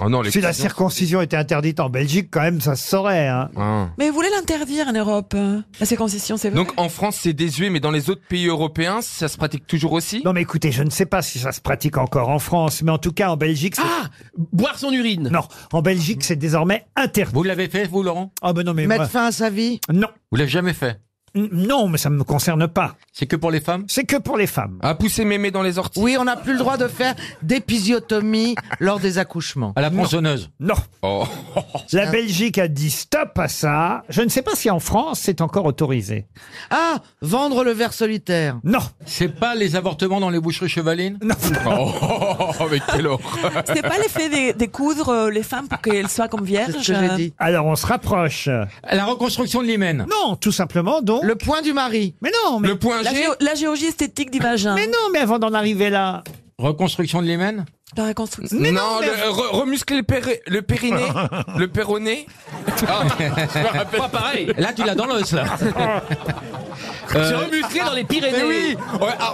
Speaker 1: Oh non,
Speaker 5: Si la
Speaker 1: l'excision.
Speaker 5: circoncision était interdite en Belgique, quand même, ça se saurait. hein.
Speaker 1: Ah.
Speaker 15: Mais vous voulez l'interdire en Europe hein La circoncision, c'est vrai
Speaker 1: (laughs) Donc en France, c'est désuet, mais dans les autres pays européens, ça se pratique toujours aussi
Speaker 5: Non, mais écoutez, je ne sais pas si ça se pratique encore en France, mais en tout cas, en Belgique. Ah
Speaker 18: Boire son urine
Speaker 5: Non, en Belgique, c'est désormais interdit. Vous
Speaker 12: l'avez fait, vous, Laurent
Speaker 5: Ah, ben non, mais.
Speaker 2: Mettre
Speaker 5: moi-
Speaker 2: fin à sa vie
Speaker 5: Non.
Speaker 12: Vous l'avez jamais fait
Speaker 5: N- Non, mais ça ne me concerne pas.
Speaker 12: C'est que pour les femmes
Speaker 5: C'est que pour les femmes.
Speaker 1: À pousser mémé dans les orties.
Speaker 2: Oui, on n'a plus le droit de faire d'épisiotomie lors des accouchements.
Speaker 12: À la tronçonneuse
Speaker 5: Non.
Speaker 1: Oh.
Speaker 5: La
Speaker 2: Ah.
Speaker 5: Belgique a dit stop à ça. Je ne sais pas si en France, c'est encore autorisé.
Speaker 2: Ah, vendre le verre solitaire.
Speaker 5: Non.
Speaker 12: C'est pas les avortements dans les boucheries chevalines
Speaker 5: Non.
Speaker 1: Oh, avec quelle horreur.
Speaker 15: C'est pas l'effet des, des coudres euh, les femmes pour qu'elles soient comme vierges euh,
Speaker 5: Alors, on se rapproche.
Speaker 12: La reconstruction de l'hymen.
Speaker 5: Non, tout simplement, donc.
Speaker 2: Le point du mari.
Speaker 5: Mais non, mais.
Speaker 15: la, géo- la géorgie esthétique du vagin.
Speaker 5: Mais non, mais avant d'en arriver là.
Speaker 12: Reconstruction de l'hymen
Speaker 15: La reconstruction.
Speaker 1: non, le- re- remuscler le, péri- le périnée,
Speaker 5: (laughs)
Speaker 1: le péroné.
Speaker 12: Ah,
Speaker 18: Pas pareil.
Speaker 12: Là, tu l'as dans l'os,
Speaker 5: (laughs)
Speaker 12: là.
Speaker 18: C'est
Speaker 1: Euh,
Speaker 18: remusclé dans les Pyrénées.
Speaker 1: mais oui,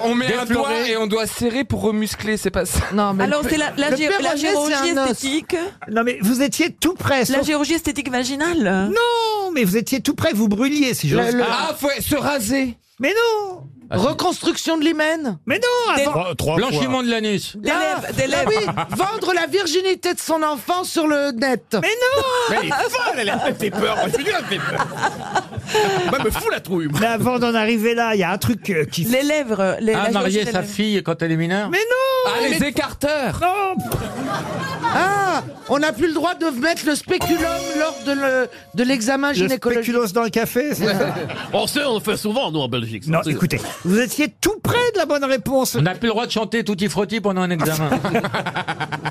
Speaker 1: on, on met un
Speaker 18: Défloré.
Speaker 1: doigt et on doit serrer pour remuscler, c'est pas ça.
Speaker 5: Ah,
Speaker 2: Non,
Speaker 15: Alors, c'est la, la,
Speaker 2: Le
Speaker 15: gé- la
Speaker 2: péroné,
Speaker 15: géorgie
Speaker 2: c'est un os.
Speaker 15: esthétique.
Speaker 5: Non, mais vous étiez tout près.
Speaker 15: La
Speaker 5: sauf-
Speaker 15: géorgie esthétique vaginale.
Speaker 5: Non, mais vous étiez tout près, vous brûliez, si j'ose dire.
Speaker 1: Ah, faut se raser. Ah,
Speaker 5: Mais non
Speaker 2: Reconstruction de l'hymen.
Speaker 5: Mais non
Speaker 15: Des-
Speaker 5: avant...
Speaker 12: Blanchiment de l'anus.
Speaker 15: Des
Speaker 2: Ah,
Speaker 15: lèvres, des
Speaker 2: bah
Speaker 15: lèvres.
Speaker 2: oui, vendre la virginité de son enfant sur le net.
Speaker 5: Mais non
Speaker 18: Mais elle est folle, elle a
Speaker 1: (laughs)
Speaker 18: fait peur. Je suis elle fait peur. Elle Bah, me fout la trouille. moi.
Speaker 5: Mais avant d'en arriver là, il y a un truc euh, qui...
Speaker 15: Les lèvres. Les,
Speaker 12: Ah,
Speaker 15: la
Speaker 12: marier
Speaker 15: géorgie des
Speaker 12: sa
Speaker 15: lèvres.
Speaker 12: fille quand elle est mineure
Speaker 5: Mais non
Speaker 1: Ah, les écarteurs.
Speaker 5: Non
Speaker 2: Ah, on n'a plus le droit de mettre le spéculum lors de le- de l'examen
Speaker 5: Le
Speaker 2: gynécologique.
Speaker 5: spéculoos dans le café, c'est
Speaker 2: (laughs)
Speaker 5: ça
Speaker 18: On sait, on le fait souvent, nous, en Belgique. ça.
Speaker 5: Non,
Speaker 18: C'est-
Speaker 5: écoutez, vous étiez tout près de la bonne réponse.
Speaker 12: On n'a plus le droit de chanter Tutti Frutti pendant un examen.
Speaker 5: (laughs)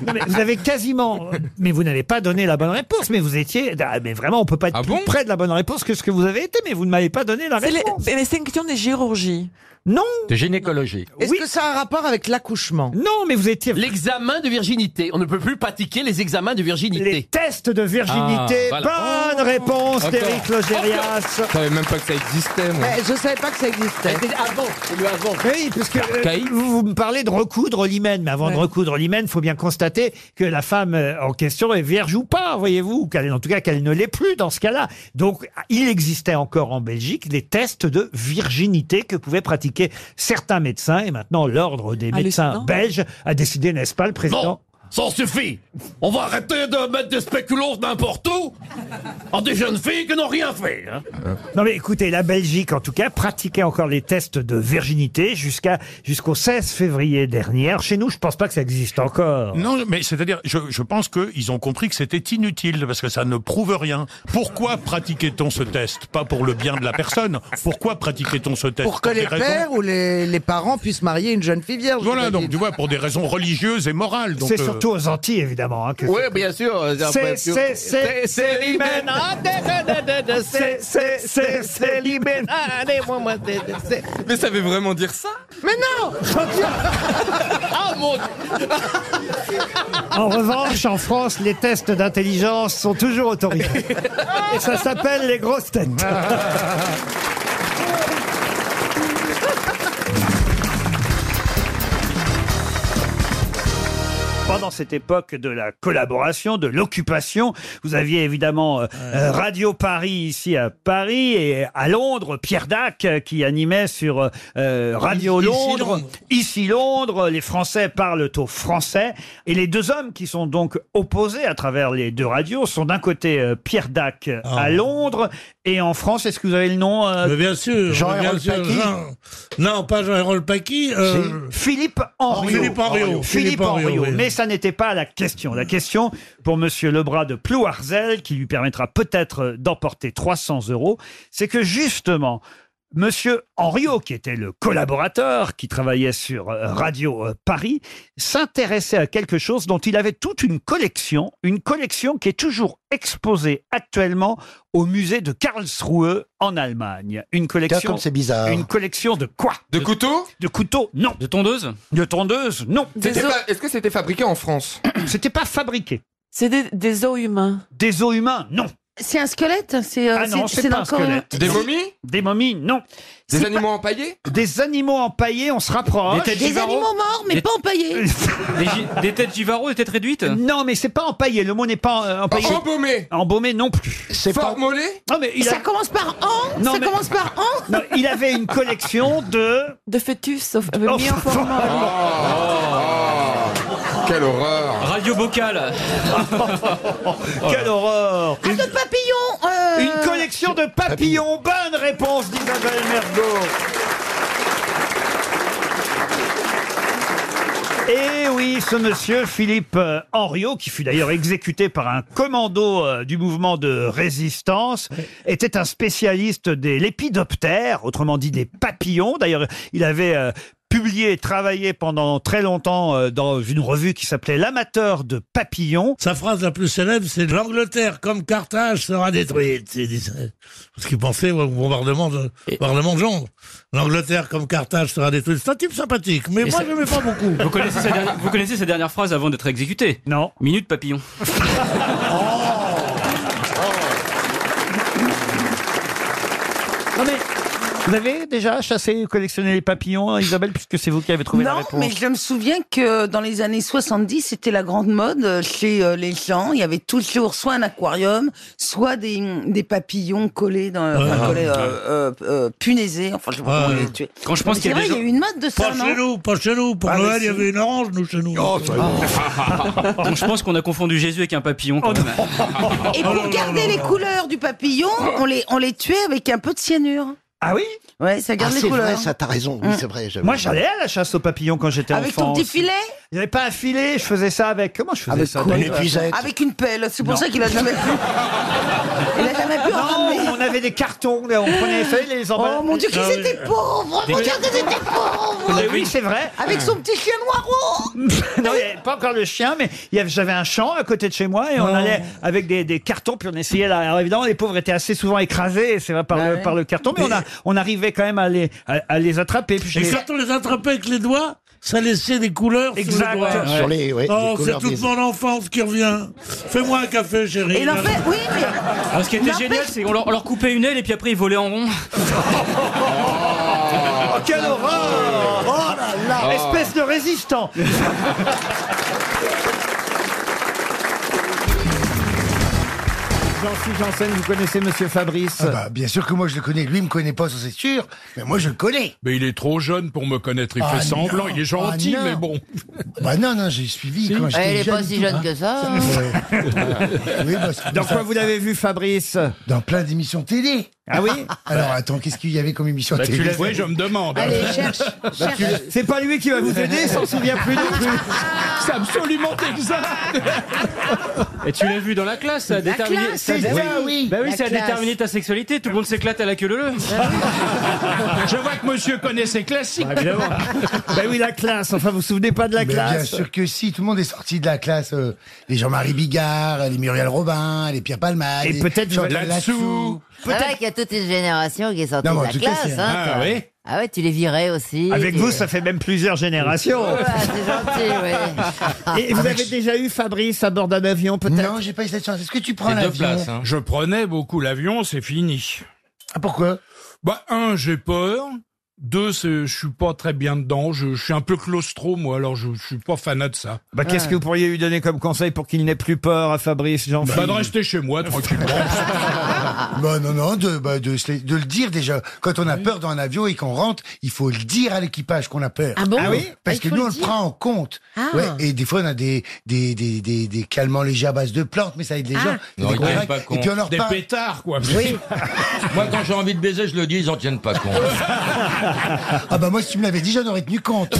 Speaker 5: Non, mais vous avez quasiment... Mais vous n'avez pas donné la bonne réponse, mais vous étiez... Ah, Mais vraiment, on peut pas être
Speaker 1: Ah
Speaker 5: plus
Speaker 1: bon
Speaker 5: près de la bonne réponse que ce que vous avez été, mais vous ne m'avez pas donné la
Speaker 15: C'est les-
Speaker 5: réponse.
Speaker 15: mais- mais c'est une question de géorgie.
Speaker 5: Non
Speaker 12: de gynécologie.
Speaker 2: Est-ce que ça a un rapport avec l'accouchement
Speaker 5: Non, mais vous étiez...
Speaker 18: L'examen de virginité. On ne peut plus pratiquer les examens de
Speaker 5: Les
Speaker 18: virginité.
Speaker 5: tests de virginité.
Speaker 18: Ah,
Speaker 5: Bonne réponse
Speaker 1: Encore.
Speaker 5: d'Éric Logérias.
Speaker 1: Je savais même pas que ça existait, moi.
Speaker 2: Eh, Je savais pas que ça existait.
Speaker 18: C'était
Speaker 5: ah
Speaker 18: avant, c'est le avant.
Speaker 5: Oui, parce que euh,
Speaker 1: Archaïque.
Speaker 5: vous, vous me parlez de recoudre l'hymen, mais avant de
Speaker 15: Ouais.
Speaker 5: recoudre l'hymen, il faut bien constater que la femme euh, en question est vierge ou pas, voyez-vous, ou qu'elle- en tout cas qu'elle ne l'est plus dans ce cas-là. Donc, il existait encore en Belgique des tests de virginité que pouvaient pratiquer certains médecins, et maintenant l'ordre des médecins
Speaker 15: Hallucinant.
Speaker 5: belges a décidé, n'est-ce pas, le président
Speaker 18: Non. Ça suffit On va arrêter de mettre des spéculoos n'importe où en des jeunes filles qui n'ont rien fait. hein.
Speaker 5: Non mais écoutez, la Belgique en tout cas pratiquait encore les tests de virginité jusqu'à jusqu'au 16 février dernier. Alors, Chez nous, je pense pas que ça existe encore.
Speaker 20: Non, mais c'est-à-dire, je, je pense qu'ils ont compris que c'était inutile, parce que ça ne prouve rien. Pourquoi pratiquait-on ce test Pas pour le bien de la personne. Pourquoi pratiquait-on ce test
Speaker 2: Pour que
Speaker 20: des
Speaker 2: les
Speaker 20: raisons-
Speaker 2: pères ou les, les parents puissent marier une jeune fille vierge.
Speaker 20: Voilà, donc tu vois, pour des raisons religieuses et morales. donc,
Speaker 5: C'est
Speaker 20: euh,
Speaker 5: surtout aux Antilles évidemment hein, que
Speaker 20: Oui, bien sûr, euh, après,
Speaker 5: C'est
Speaker 20: sûr.
Speaker 5: c'est c'est
Speaker 20: C'est-
Speaker 5: Ah,
Speaker 20: c'est l'hymen.
Speaker 5: C'est c'est c'est Ah, c'est l'hymen.
Speaker 1: Mais ça veut vraiment dire (laughs) ça
Speaker 7: Mais non
Speaker 18: Ah mon
Speaker 5: En revanche, en France, les tests d'intelligence sont toujours autorisés. Et ça s'appelle les grosses têtes. Ah. Pendant cette époque de la collaboration, de l'occupation, vous aviez évidemment euh, euh, Radio Paris ici à Paris et à Londres, Pierre Dac euh, qui animait sur euh, Radio
Speaker 12: Ici
Speaker 5: Londres.
Speaker 12: Londres.
Speaker 5: Ici Londres, les Français parlent au français. Et les deux hommes qui sont donc opposés à travers les deux radios sont d'un côté euh, Pierre Dac euh, à Londres et en France, est-ce que vous avez le nom euh,
Speaker 3: Ah. Mais bien sûr, mais bien
Speaker 5: Jean-Hérol
Speaker 3: sûr,
Speaker 5: Paqui
Speaker 3: Jean- non, pas Jean-Hérol Paqui. euh,
Speaker 5: Philippe Henriot.
Speaker 3: Philippe Henriot.
Speaker 5: Philippe Henriot.
Speaker 3: oui.
Speaker 5: Mais ça n'était pas la question. La question pour Monsieur Lebras de Plouarzel, qui lui permettra peut-être euh, d'emporter 300 euros, c'est que justement, Monsieur Henriot, qui était le collaborateur, qui travaillait sur euh, Radio euh, Paris, s'intéressait à quelque chose dont il avait toute une collection, une collection qui est toujours exposée actuellement au musée de Karlsruhe en Allemagne. Une collection.
Speaker 19: comme c'est bizarre.
Speaker 5: Une collection de quoi De couteaux De couteaux, non. De tondeuses De tondeuses, non.
Speaker 1: C'était Des os- pas- est-ce que c'était fabriqué en France
Speaker 5: (coughs) C'était pas fabriqué.
Speaker 15: C'est des, des os humains.
Speaker 5: Des os humains, non.
Speaker 7: C'est un squelette C'est euh,
Speaker 5: Ah non, c'est pas un
Speaker 7: corps-
Speaker 5: squelette. Des momies, non.
Speaker 7: Des
Speaker 5: C'est
Speaker 7: animaux
Speaker 5: pas-
Speaker 1: empaillés
Speaker 5: Des animaux empaillés, on se rapproche.
Speaker 7: Des têtes Des Givaro animaux morts, mais pas
Speaker 5: (laughs)
Speaker 7: empaillés.
Speaker 5: des, têtes Givaro, des têtes réduites Non, mais c'est pas empaillé. Le mot n'est pas euh, empaillé.
Speaker 1: Embaumé
Speaker 5: Embaumé non plus. C'est
Speaker 1: Formolé
Speaker 5: Non, mais il a-
Speaker 7: Ça commence par an
Speaker 5: Non,
Speaker 7: Ça
Speaker 5: mais-
Speaker 7: commence par an
Speaker 5: (laughs) Non, il
Speaker 6: (laughs)
Speaker 5: avait une collection de...
Speaker 15: De fœtus, sauf euh,
Speaker 5: Oh.
Speaker 15: mis en forme.
Speaker 1: (laughs) Quelle horreur
Speaker 12: Radio Bocal. Oh
Speaker 5: Quelle horreur
Speaker 7: Ah, de papillons euh,
Speaker 5: Une collection de papillons. Bonne réponse d'Isabelle Mergo. Et Eh oui, ce monsieur Philippe euh, Henriot, qui fut d'ailleurs exécuté par un commando euh, du mouvement de résistance, était un spécialiste des lépidoptères, autrement dit des papillons. D'ailleurs, il avait euh, publié et travaillé pendant très longtemps euh, dans une revue qui s'appelait L'amateur de papillons.
Speaker 3: Sa phrase la plus célèbre, c'est l'Angleterre comme Carthage sera détruite. Il dit ça. Parce qu'il pensait au bombardement de, bombardement de Londres. L'Angleterre comme Carthage sera détruite. C'est un type sympathique, mais
Speaker 12: Et
Speaker 3: moi
Speaker 12: ça-
Speaker 3: je n'aimais pas beaucoup.
Speaker 12: Vous connaissez, sa dernière, vous connaissez sa dernière phrase avant d'être exécuté
Speaker 5: Non.
Speaker 12: Minute papillon.
Speaker 5: Non mais, vous avez déjà chassé ou collectionné les papillons, hein, Isabelle, puisque c'est vous qui avez trouvé la
Speaker 7: Non,
Speaker 5: réponse
Speaker 7: mais je me souviens que dans les années 70, c'était la grande mode euh, chez euh, les gens. Il y avait toujours soit un aquarium, soit des, des papillons collés, dans, enfin,
Speaker 5: Ah.
Speaker 7: collés, euh, euh, euh, punaisés. Enfin, je sais pas
Speaker 3: Ouais.
Speaker 7: comment on les tuait.
Speaker 3: Quand je pense
Speaker 7: Mais
Speaker 3: qu'il y a
Speaker 7: c'est
Speaker 3: des
Speaker 7: vrai,
Speaker 3: gens-
Speaker 7: il y a eu une mode de ça,
Speaker 3: Pas
Speaker 7: non
Speaker 3: chez
Speaker 2: Oh,
Speaker 3: nous, pas chez nous. Pour
Speaker 7: Ah, mais
Speaker 3: Noël, il y
Speaker 7: si.
Speaker 3: avait une orange, nous, chez nous.
Speaker 12: (laughs) Donc je pense qu'on a confondu Jésus avec un papillon
Speaker 3: Oh,
Speaker 12: quand même.
Speaker 7: Et pour garder les couleurs du papillon, on les, on les tuait avec un peu de cyanure.
Speaker 5: Ah oui
Speaker 7: Ouais, ça garde
Speaker 5: Ah,
Speaker 7: les
Speaker 5: c'est
Speaker 7: couleurs. Mm.
Speaker 5: vrai, ça, t'as
Speaker 6: raison.
Speaker 5: Oui, c'est
Speaker 6: vrai.
Speaker 5: Moi, j'allais à la chasse aux papillons quand j'étais
Speaker 7: Avec
Speaker 5: enfant.
Speaker 7: ton petit filet
Speaker 5: Il n'y avait pas un filet, je faisais ça avec. Comment je faisais
Speaker 7: Avec
Speaker 5: ça
Speaker 7: quoi
Speaker 5: d'ailleurs
Speaker 7: Avec une pelle. C'est pour
Speaker 5: Non.
Speaker 7: ça qu'il
Speaker 5: (laughs)
Speaker 7: a jamais pu. Il a jamais pu en ramener.
Speaker 5: Non, on avait des cartons, là, on prenait les feuilles, les emballait.
Speaker 7: Oh mon dieu, qu'ils
Speaker 5: Ah oui.
Speaker 7: étaient pauvres
Speaker 5: Des-
Speaker 7: Regardez, ils étaient pauvres
Speaker 5: Mais oui, c'est vrai.
Speaker 7: Avec son petit chien noir oh
Speaker 5: non, il n'y avait pas encore le chien, mais il y avait- j'avais un champ à côté de chez moi et on
Speaker 7: Oh.
Speaker 5: allait avec des, des cartons, puis on essayait. Là. Alors évidemment, les pauvres étaient assez souvent écrasés, c'est vrai, par, le, par le carton, mais, on, a, on arrivait quand même à les, à, à les attraper. Puis je
Speaker 3: Et
Speaker 5: les-
Speaker 3: quand on les attrapait avec les doigts, ça laissait des couleurs sur
Speaker 5: Exact.
Speaker 3: les doigts.
Speaker 5: Sur les- ouais, les
Speaker 3: oh, c'est
Speaker 5: couleurs
Speaker 3: toute
Speaker 5: des-
Speaker 3: mon enfance qui revient. Fais-moi un café, chérie.
Speaker 7: Et il en fait, oui, mais.
Speaker 12: Alors, ce qui était génial, c'est qu'on leur, on leur coupait une aile et puis après ils volaient en rond.
Speaker 5: Oh, quelle horreur Oh là là
Speaker 12: Oh.
Speaker 5: Espèce de résistant Jean-Philippe Janssen, vous connaissez Monsieur Fabrice
Speaker 6: Ah bah, bien sûr que moi je le connais. Lui, il me connaît pas, ça c'est sûr. Mais moi, je le connais.
Speaker 3: Mais il est trop jeune pour me connaître. Il
Speaker 6: Ah
Speaker 3: fait semblant,
Speaker 6: non,
Speaker 3: il est gentil,
Speaker 6: ah non.
Speaker 3: mais bon.
Speaker 6: (laughs) Bah non, non, j'ai suivi. Quand j'étais
Speaker 2: Elle est pas
Speaker 6: jeune,
Speaker 2: si
Speaker 6: tout,
Speaker 2: jeune
Speaker 6: hein.
Speaker 2: que ça. hein.
Speaker 6: Oui, bah, c'est-
Speaker 5: Dans
Speaker 6: ça-
Speaker 5: quoi vous l'avez vu, Fabrice
Speaker 6: Dans plein d'émissions télé.
Speaker 5: Ah oui
Speaker 6: (laughs) Alors attends, qu'est-ce qu'il y avait comme émission
Speaker 3: Bah, tu
Speaker 6: télé
Speaker 3: l'as vu, je me demande.
Speaker 5: Bah, tu- C'est pas lui qui va vous aider, il s'en souvient plus non plus.
Speaker 3: C'est absolument exact.
Speaker 12: Et tu l'as vu dans la classe, ça a
Speaker 5: La
Speaker 12: déterminé.
Speaker 5: classe,
Speaker 12: ça a
Speaker 5: c'est
Speaker 12: dé-
Speaker 5: ça, oui.
Speaker 12: Bah oui,
Speaker 5: La
Speaker 12: ça a
Speaker 5: classe. Bah
Speaker 12: déterminé ta sexualité. Tout le monde s'éclate à la queue leu.
Speaker 3: Je vois que monsieur connaît ses classiques.
Speaker 5: (laughs) Bah oui, la classe. Enfin, vous vous souvenez pas de la
Speaker 6: Mais Bien
Speaker 5: classe
Speaker 6: sûr que si, tout le monde est sorti de la classe. euh, les Jean-Marie Bigard, les Muriel Robin, les Pierre Palmade.
Speaker 5: Et
Speaker 6: les
Speaker 5: peut-être
Speaker 6: Chantal
Speaker 5: là-dessous.
Speaker 2: C'est vrai qu'il y a toute une génération qui est sortie
Speaker 6: Non, mais
Speaker 2: de
Speaker 6: en
Speaker 2: la
Speaker 6: tout cas,
Speaker 2: classe.
Speaker 6: c'est-
Speaker 2: hein,
Speaker 6: Ah,
Speaker 2: toi.
Speaker 6: oui.
Speaker 2: Ah ouais, tu les virais aussi.
Speaker 5: Avec
Speaker 2: tu-
Speaker 5: vous, ça fait même plusieurs générations.
Speaker 2: Ouais, c'est gentil, ouais.
Speaker 5: Et vous avez déjà eu Fabrice à bord d'un avion, peut-être Non,
Speaker 6: j'ai pas eu cette chance. Est-ce que tu
Speaker 3: C'est deux places, hein. Je prenais beaucoup l'avion, c'est fini.
Speaker 5: Ah,
Speaker 6: pourquoi
Speaker 3: Bah un, j'ai peur. Deux, c'est- je suis pas très bien dedans. Je, je suis un peu claustro, moi, alors je, je suis pas fanat de ça.
Speaker 5: Bah, qu'est-ce que vous pourriez lui donner comme conseil pour qu'il n'ait plus peur à Fabrice, jean
Speaker 3: Bah, de rester chez moi,
Speaker 5: (laughs)
Speaker 3: tranquillement.
Speaker 6: Bah non, non, de, bah, de, se les- de le dire déjà. Quand on a peur dans un avion et qu'on rentre, il faut le dire à l'équipage qu'on a peur.
Speaker 5: Ah bon Ah oui Ah,
Speaker 6: Parce
Speaker 5: il
Speaker 6: que
Speaker 5: faut
Speaker 6: nous,
Speaker 5: le
Speaker 6: on le
Speaker 5: dire
Speaker 6: prend en compte.
Speaker 5: Ah.
Speaker 6: Ouais, et des fois, on a des, des, des, des, des calmants légers à base de plantes, mais ça aide les
Speaker 9: Ah.
Speaker 6: gens.
Speaker 9: Non,
Speaker 6: Des
Speaker 9: ils tiennent
Speaker 6: convaincre.
Speaker 9: pas compte.
Speaker 6: et puis on leur
Speaker 3: Des
Speaker 6: parle.
Speaker 3: pétards, quoi. (laughs)
Speaker 5: (laughs)
Speaker 6: Oui.
Speaker 9: Moi, quand j'ai envie de baiser, je le dis, ils en tiennent pas compte.
Speaker 6: Ah bah moi, si tu me l'avais dit, j'en aurais
Speaker 3: (laughs)
Speaker 6: tenu compte.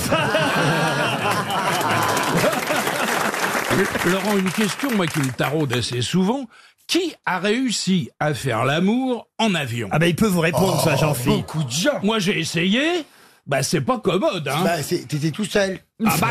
Speaker 3: Laurent, une question, moi, qui me taraude assez souvent. Qui a réussi à faire l'amour en avion
Speaker 5: Ah ben, il peut vous répondre, ça, Jean-Philippe.
Speaker 3: Beaucoup de gens. Moi, j'ai essayé. Bah, c'est pas commode, hein.
Speaker 6: Bah, c'est- t'étais tout seul.
Speaker 3: Ah bah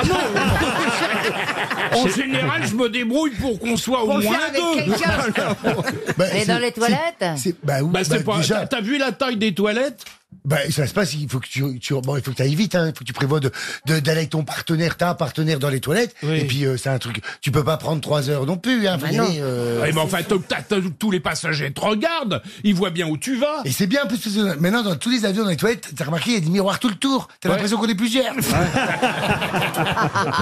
Speaker 3: non
Speaker 9: (laughs)
Speaker 3: En général, je me débrouille pour qu'on soit
Speaker 2: Pour
Speaker 3: au
Speaker 2: le faire
Speaker 3: moins
Speaker 2: avec
Speaker 3: deux. (laughs) Ah
Speaker 2: quelqu'un.
Speaker 9: Ah,
Speaker 6: Bah,
Speaker 2: Et
Speaker 6: c'est-
Speaker 2: dans les toilettes
Speaker 6: c'est- Bah, oui,
Speaker 3: Bah, c'est
Speaker 6: bah,
Speaker 3: pas-
Speaker 6: déjà.
Speaker 3: t'as- T'as vu la taille des toilettes
Speaker 6: Bah, ça se passe, il faut que tu, tu- bon, il faut que t'ailles vite, hein. Il faut que tu prévois de, de- d'aller avec ton partenaire, ta partenaire dans les toilettes.
Speaker 3: Oui.
Speaker 6: Et puis, euh, c'est un truc, tu peux pas prendre trois heures non plus,
Speaker 2: Bah
Speaker 6: hein. faut y aller, euh,
Speaker 3: Ouais, Eh, mais enfin, t'as- t'as- tous les passagers te regardent, ils voient bien où tu vas.
Speaker 6: Et c'est bien, parce que maintenant, dans tous les avions, dans les toilettes, t'as remarqué, il y a des miroirs tout le tour. T'as l'impression qu'on est plusieurs.
Speaker 9: Non,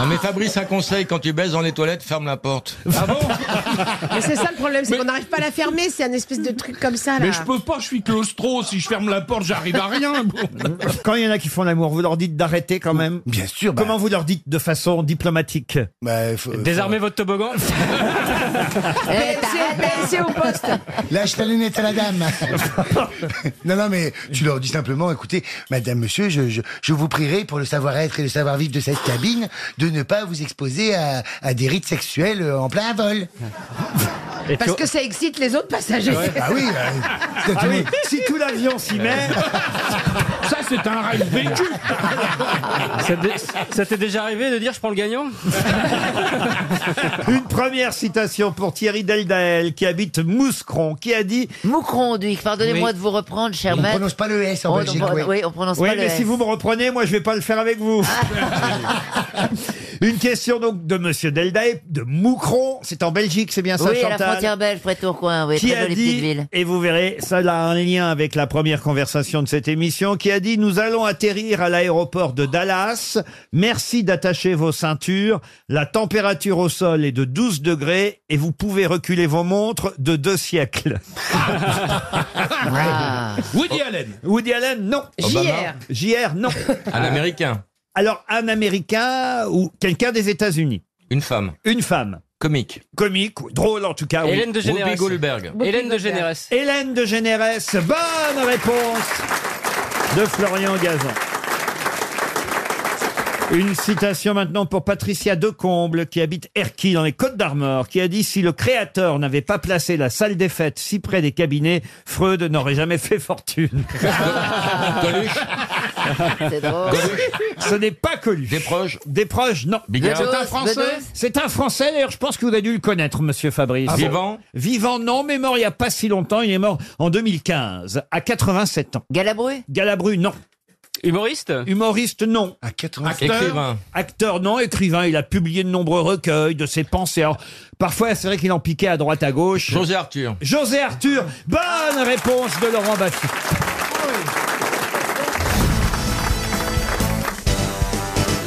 Speaker 9: mais Fabrice, un conseil, quand tu baises dans les toilettes, ferme la porte.
Speaker 15: (laughs) Mais c'est ça le problème, c'est qu'on n'arrive pas à la fermer, c'est un espèce de truc comme ça là.
Speaker 3: Mais je peux pas, je suis claustro, si je ferme la porte, j'arrive à rien. Bon.
Speaker 5: Quand il y en a qui font l'amour, vous leur dites d'arrêter quand même
Speaker 6: Bien sûr.
Speaker 5: Comment vous leur dites de façon diplomatique
Speaker 12: Désarmez votre toboggan.
Speaker 15: Eh, C'est au poste.
Speaker 6: Lâche ta lunette à la dame. (laughs) non, non, mais tu leur dis simplement, écoutez, madame, monsieur, je, je, je vous prierai pour le savoir-être et le savoir-vivre de cette cabine de ne pas vous exposer à, à des rites sexuels euh, en plein vol.
Speaker 15: Parce que ça excite les autres passagers.
Speaker 6: Ah oui, euh,
Speaker 15: (laughs)
Speaker 6: c'est-
Speaker 5: Ah oui, si tout l'avion
Speaker 15: Ah
Speaker 5: s'y met,
Speaker 3: (laughs) Ça, c'est un rêve vécu.
Speaker 12: Ça t'est- Ça t'est déjà arrivé de dire je prends le gagnant
Speaker 5: une première citation pour Thierry Deldael qui habite Mouscron, qui a dit
Speaker 2: Moucron, Duc, pardonnez-moi
Speaker 5: Oui.
Speaker 2: de vous reprendre, cher
Speaker 6: on
Speaker 2: maître.
Speaker 6: prononce pas le S en
Speaker 2: On-
Speaker 6: Belgique.
Speaker 2: on-
Speaker 6: oui.
Speaker 2: Oui, on prononce
Speaker 5: Oui,
Speaker 2: pas le
Speaker 5: mais
Speaker 2: S.
Speaker 5: si vous me reprenez, moi, je vais pas le faire avec vous.
Speaker 2: Ah.
Speaker 5: (laughs) Une question donc de Monsieur Deldae, de Moucron. C'est en Belgique, c'est bien ça,
Speaker 2: Oui, à la
Speaker 5: Chantal
Speaker 2: frontière belge, près de Tourcoing, oui,
Speaker 5: qui
Speaker 2: très
Speaker 5: a
Speaker 2: jolie petite
Speaker 5: dit,
Speaker 2: ville.
Speaker 5: et vous verrez, ça a un lien avec la première conversation de cette émission, qui a dit, nous allons atterrir à l'aéroport de Dallas. Merci d'attacher vos ceintures. La température au sol est de 12 degrés et vous pouvez reculer vos montres de deux siècles.
Speaker 3: Woody Allen.
Speaker 5: Woody Allen, non.
Speaker 9: Obama.
Speaker 5: JR, non. Ah.
Speaker 9: Un américain,
Speaker 5: Alors, un Américain ou quelqu'un des États-Unis.
Speaker 9: une femme,
Speaker 5: Une femme.
Speaker 9: comique.
Speaker 5: Comique, ou drôle en tout cas. Ah oui.
Speaker 12: Hélène de Généresse.
Speaker 9: Whoopi Goldberg.
Speaker 12: Hélène de Généresse.
Speaker 5: Hélène de Généresse, bonne réponse de Florian Gazan. Une citation maintenant pour Patricia Decomble, qui habite Erquy dans les Côtes d'Armor, qui a dit Si le créateur n'avait pas placé la salle des fêtes si près des cabinets, Freud n'aurait jamais fait fortune.
Speaker 9: (laughs) Coluche.
Speaker 2: C'est drôle.
Speaker 5: Ce n'est pas Coluche. Des proches Des proches, non.
Speaker 9: Bigard.
Speaker 5: C'est un
Speaker 9: Bedos,
Speaker 5: Français
Speaker 9: Bedos
Speaker 5: C'est un Français, d'ailleurs, je pense que vous avez dû le connaître, monsieur Fabrice.
Speaker 9: Ah bon Vivant
Speaker 5: Vivant, non, mais mort il n'y a pas si longtemps. Il est mort en 2015, à 87 ans.
Speaker 2: Galabru
Speaker 5: Galabru, non.
Speaker 12: Humoriste
Speaker 5: Humoriste, non.
Speaker 6: À 80
Speaker 5: Acteur
Speaker 9: Écrivain.
Speaker 5: Acteur, non. Écrivain, il a publié de nombreux recueils de ses pensées. Alors, parfois, c'est vrai qu'il en piquait à droite, à gauche.
Speaker 9: José Arthur.
Speaker 5: José Arthur, bonne réponse de Laurent Baffy.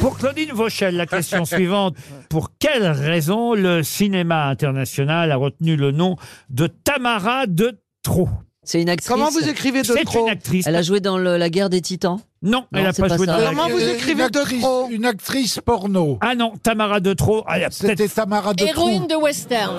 Speaker 2: (laughs)
Speaker 5: Pour Claudine Vauchel, la question suivante. Pour quelle raison le cinéma international a retenu le nom de Tamara de Trot
Speaker 14: C'est une actrice.
Speaker 5: Comment vous écrivez de C'est trop une actrice.
Speaker 14: Elle a joué dans le- La guerre des titans
Speaker 5: Non, elle a
Speaker 14: c'est
Speaker 5: pas joué
Speaker 14: ça.
Speaker 5: dans La Guerre-
Speaker 14: Euh,
Speaker 5: une actrice-
Speaker 9: Une actrice porno.
Speaker 5: Ah non, Tamara de Trot.
Speaker 6: Ah,
Speaker 9: C'était
Speaker 5: Ah,
Speaker 9: Tamara de
Speaker 21: Héroïne de western.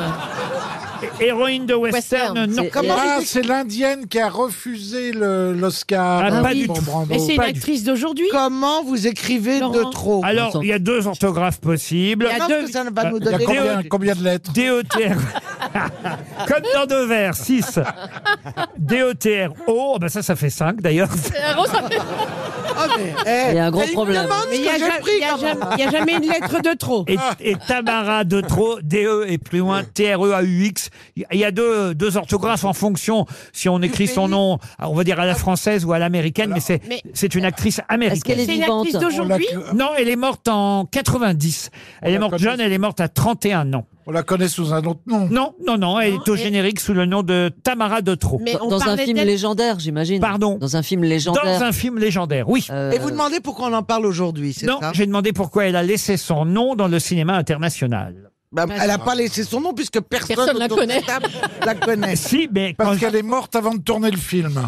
Speaker 5: Héroïne de western,
Speaker 21: Western,
Speaker 5: non.
Speaker 21: c'est-
Speaker 5: Comment
Speaker 9: Ah,
Speaker 5: vous-
Speaker 9: c'est l'Indienne qui a refusé le- l'Oscar.
Speaker 5: Ah,
Speaker 9: euh,
Speaker 5: pas du
Speaker 9: pour
Speaker 5: tout.
Speaker 9: Brando.
Speaker 5: Mais c'est une
Speaker 9: Pas du
Speaker 5: actrice-
Speaker 2: Crise d'aujourd'hui. Comment vous écrivez de trop
Speaker 5: Alors, il y a deux orthographes possibles.
Speaker 2: Il y a deux- que ça ne va nous donner. Il y a combien-
Speaker 5: de lettres DOTR. (laughs) Comme dans deux vers, 6. E DOTRO, ben ça, ça fait 5 d'ailleurs.
Speaker 14: Il y a un gros problème.
Speaker 2: Ah, eh, Mais il n'y a, ja- il y a jamais- il y a jamais une lettre de trop.
Speaker 5: Et, et Tamara de trop, DE et plus loin, T-R-E-A-U-X. Il y a deux, deux orthographes en fonction si on écrit son nom, on va dire à la française ou à l'américaine, mais c'est,
Speaker 21: Mais-
Speaker 5: c'est une actrice américaine.
Speaker 21: Est-ce qu'elle est C'est une vivante actrice d'aujourd'hui On
Speaker 5: Non, elle est morte en 90. Elle est morte jeune, elle est morte à 31 ans. On la connaît sous un autre nom Non, non, non, elle est au générique sous le nom de Tamara de Trot.
Speaker 14: Dans- dans un film légendaire, j'imagine. Pardon. Dans un film légendaire. Euh,
Speaker 5: Dans un film légendaire, oui.
Speaker 2: Et vous demandez pourquoi on en parle aujourd'hui, c'est
Speaker 5: Non,
Speaker 2: ça
Speaker 5: j'ai demandé pourquoi elle a laissé son nom dans le cinéma international.
Speaker 2: Bah, Elle n'a pas laissé son nom puisque personne,
Speaker 21: Personne la
Speaker 2: autour de
Speaker 21: connaît.
Speaker 5: (laughs)
Speaker 2: table la connaît.
Speaker 5: Si, mais
Speaker 9: Parce qu'elle est morte avant de tourner le
Speaker 5: (laughs)
Speaker 9: film.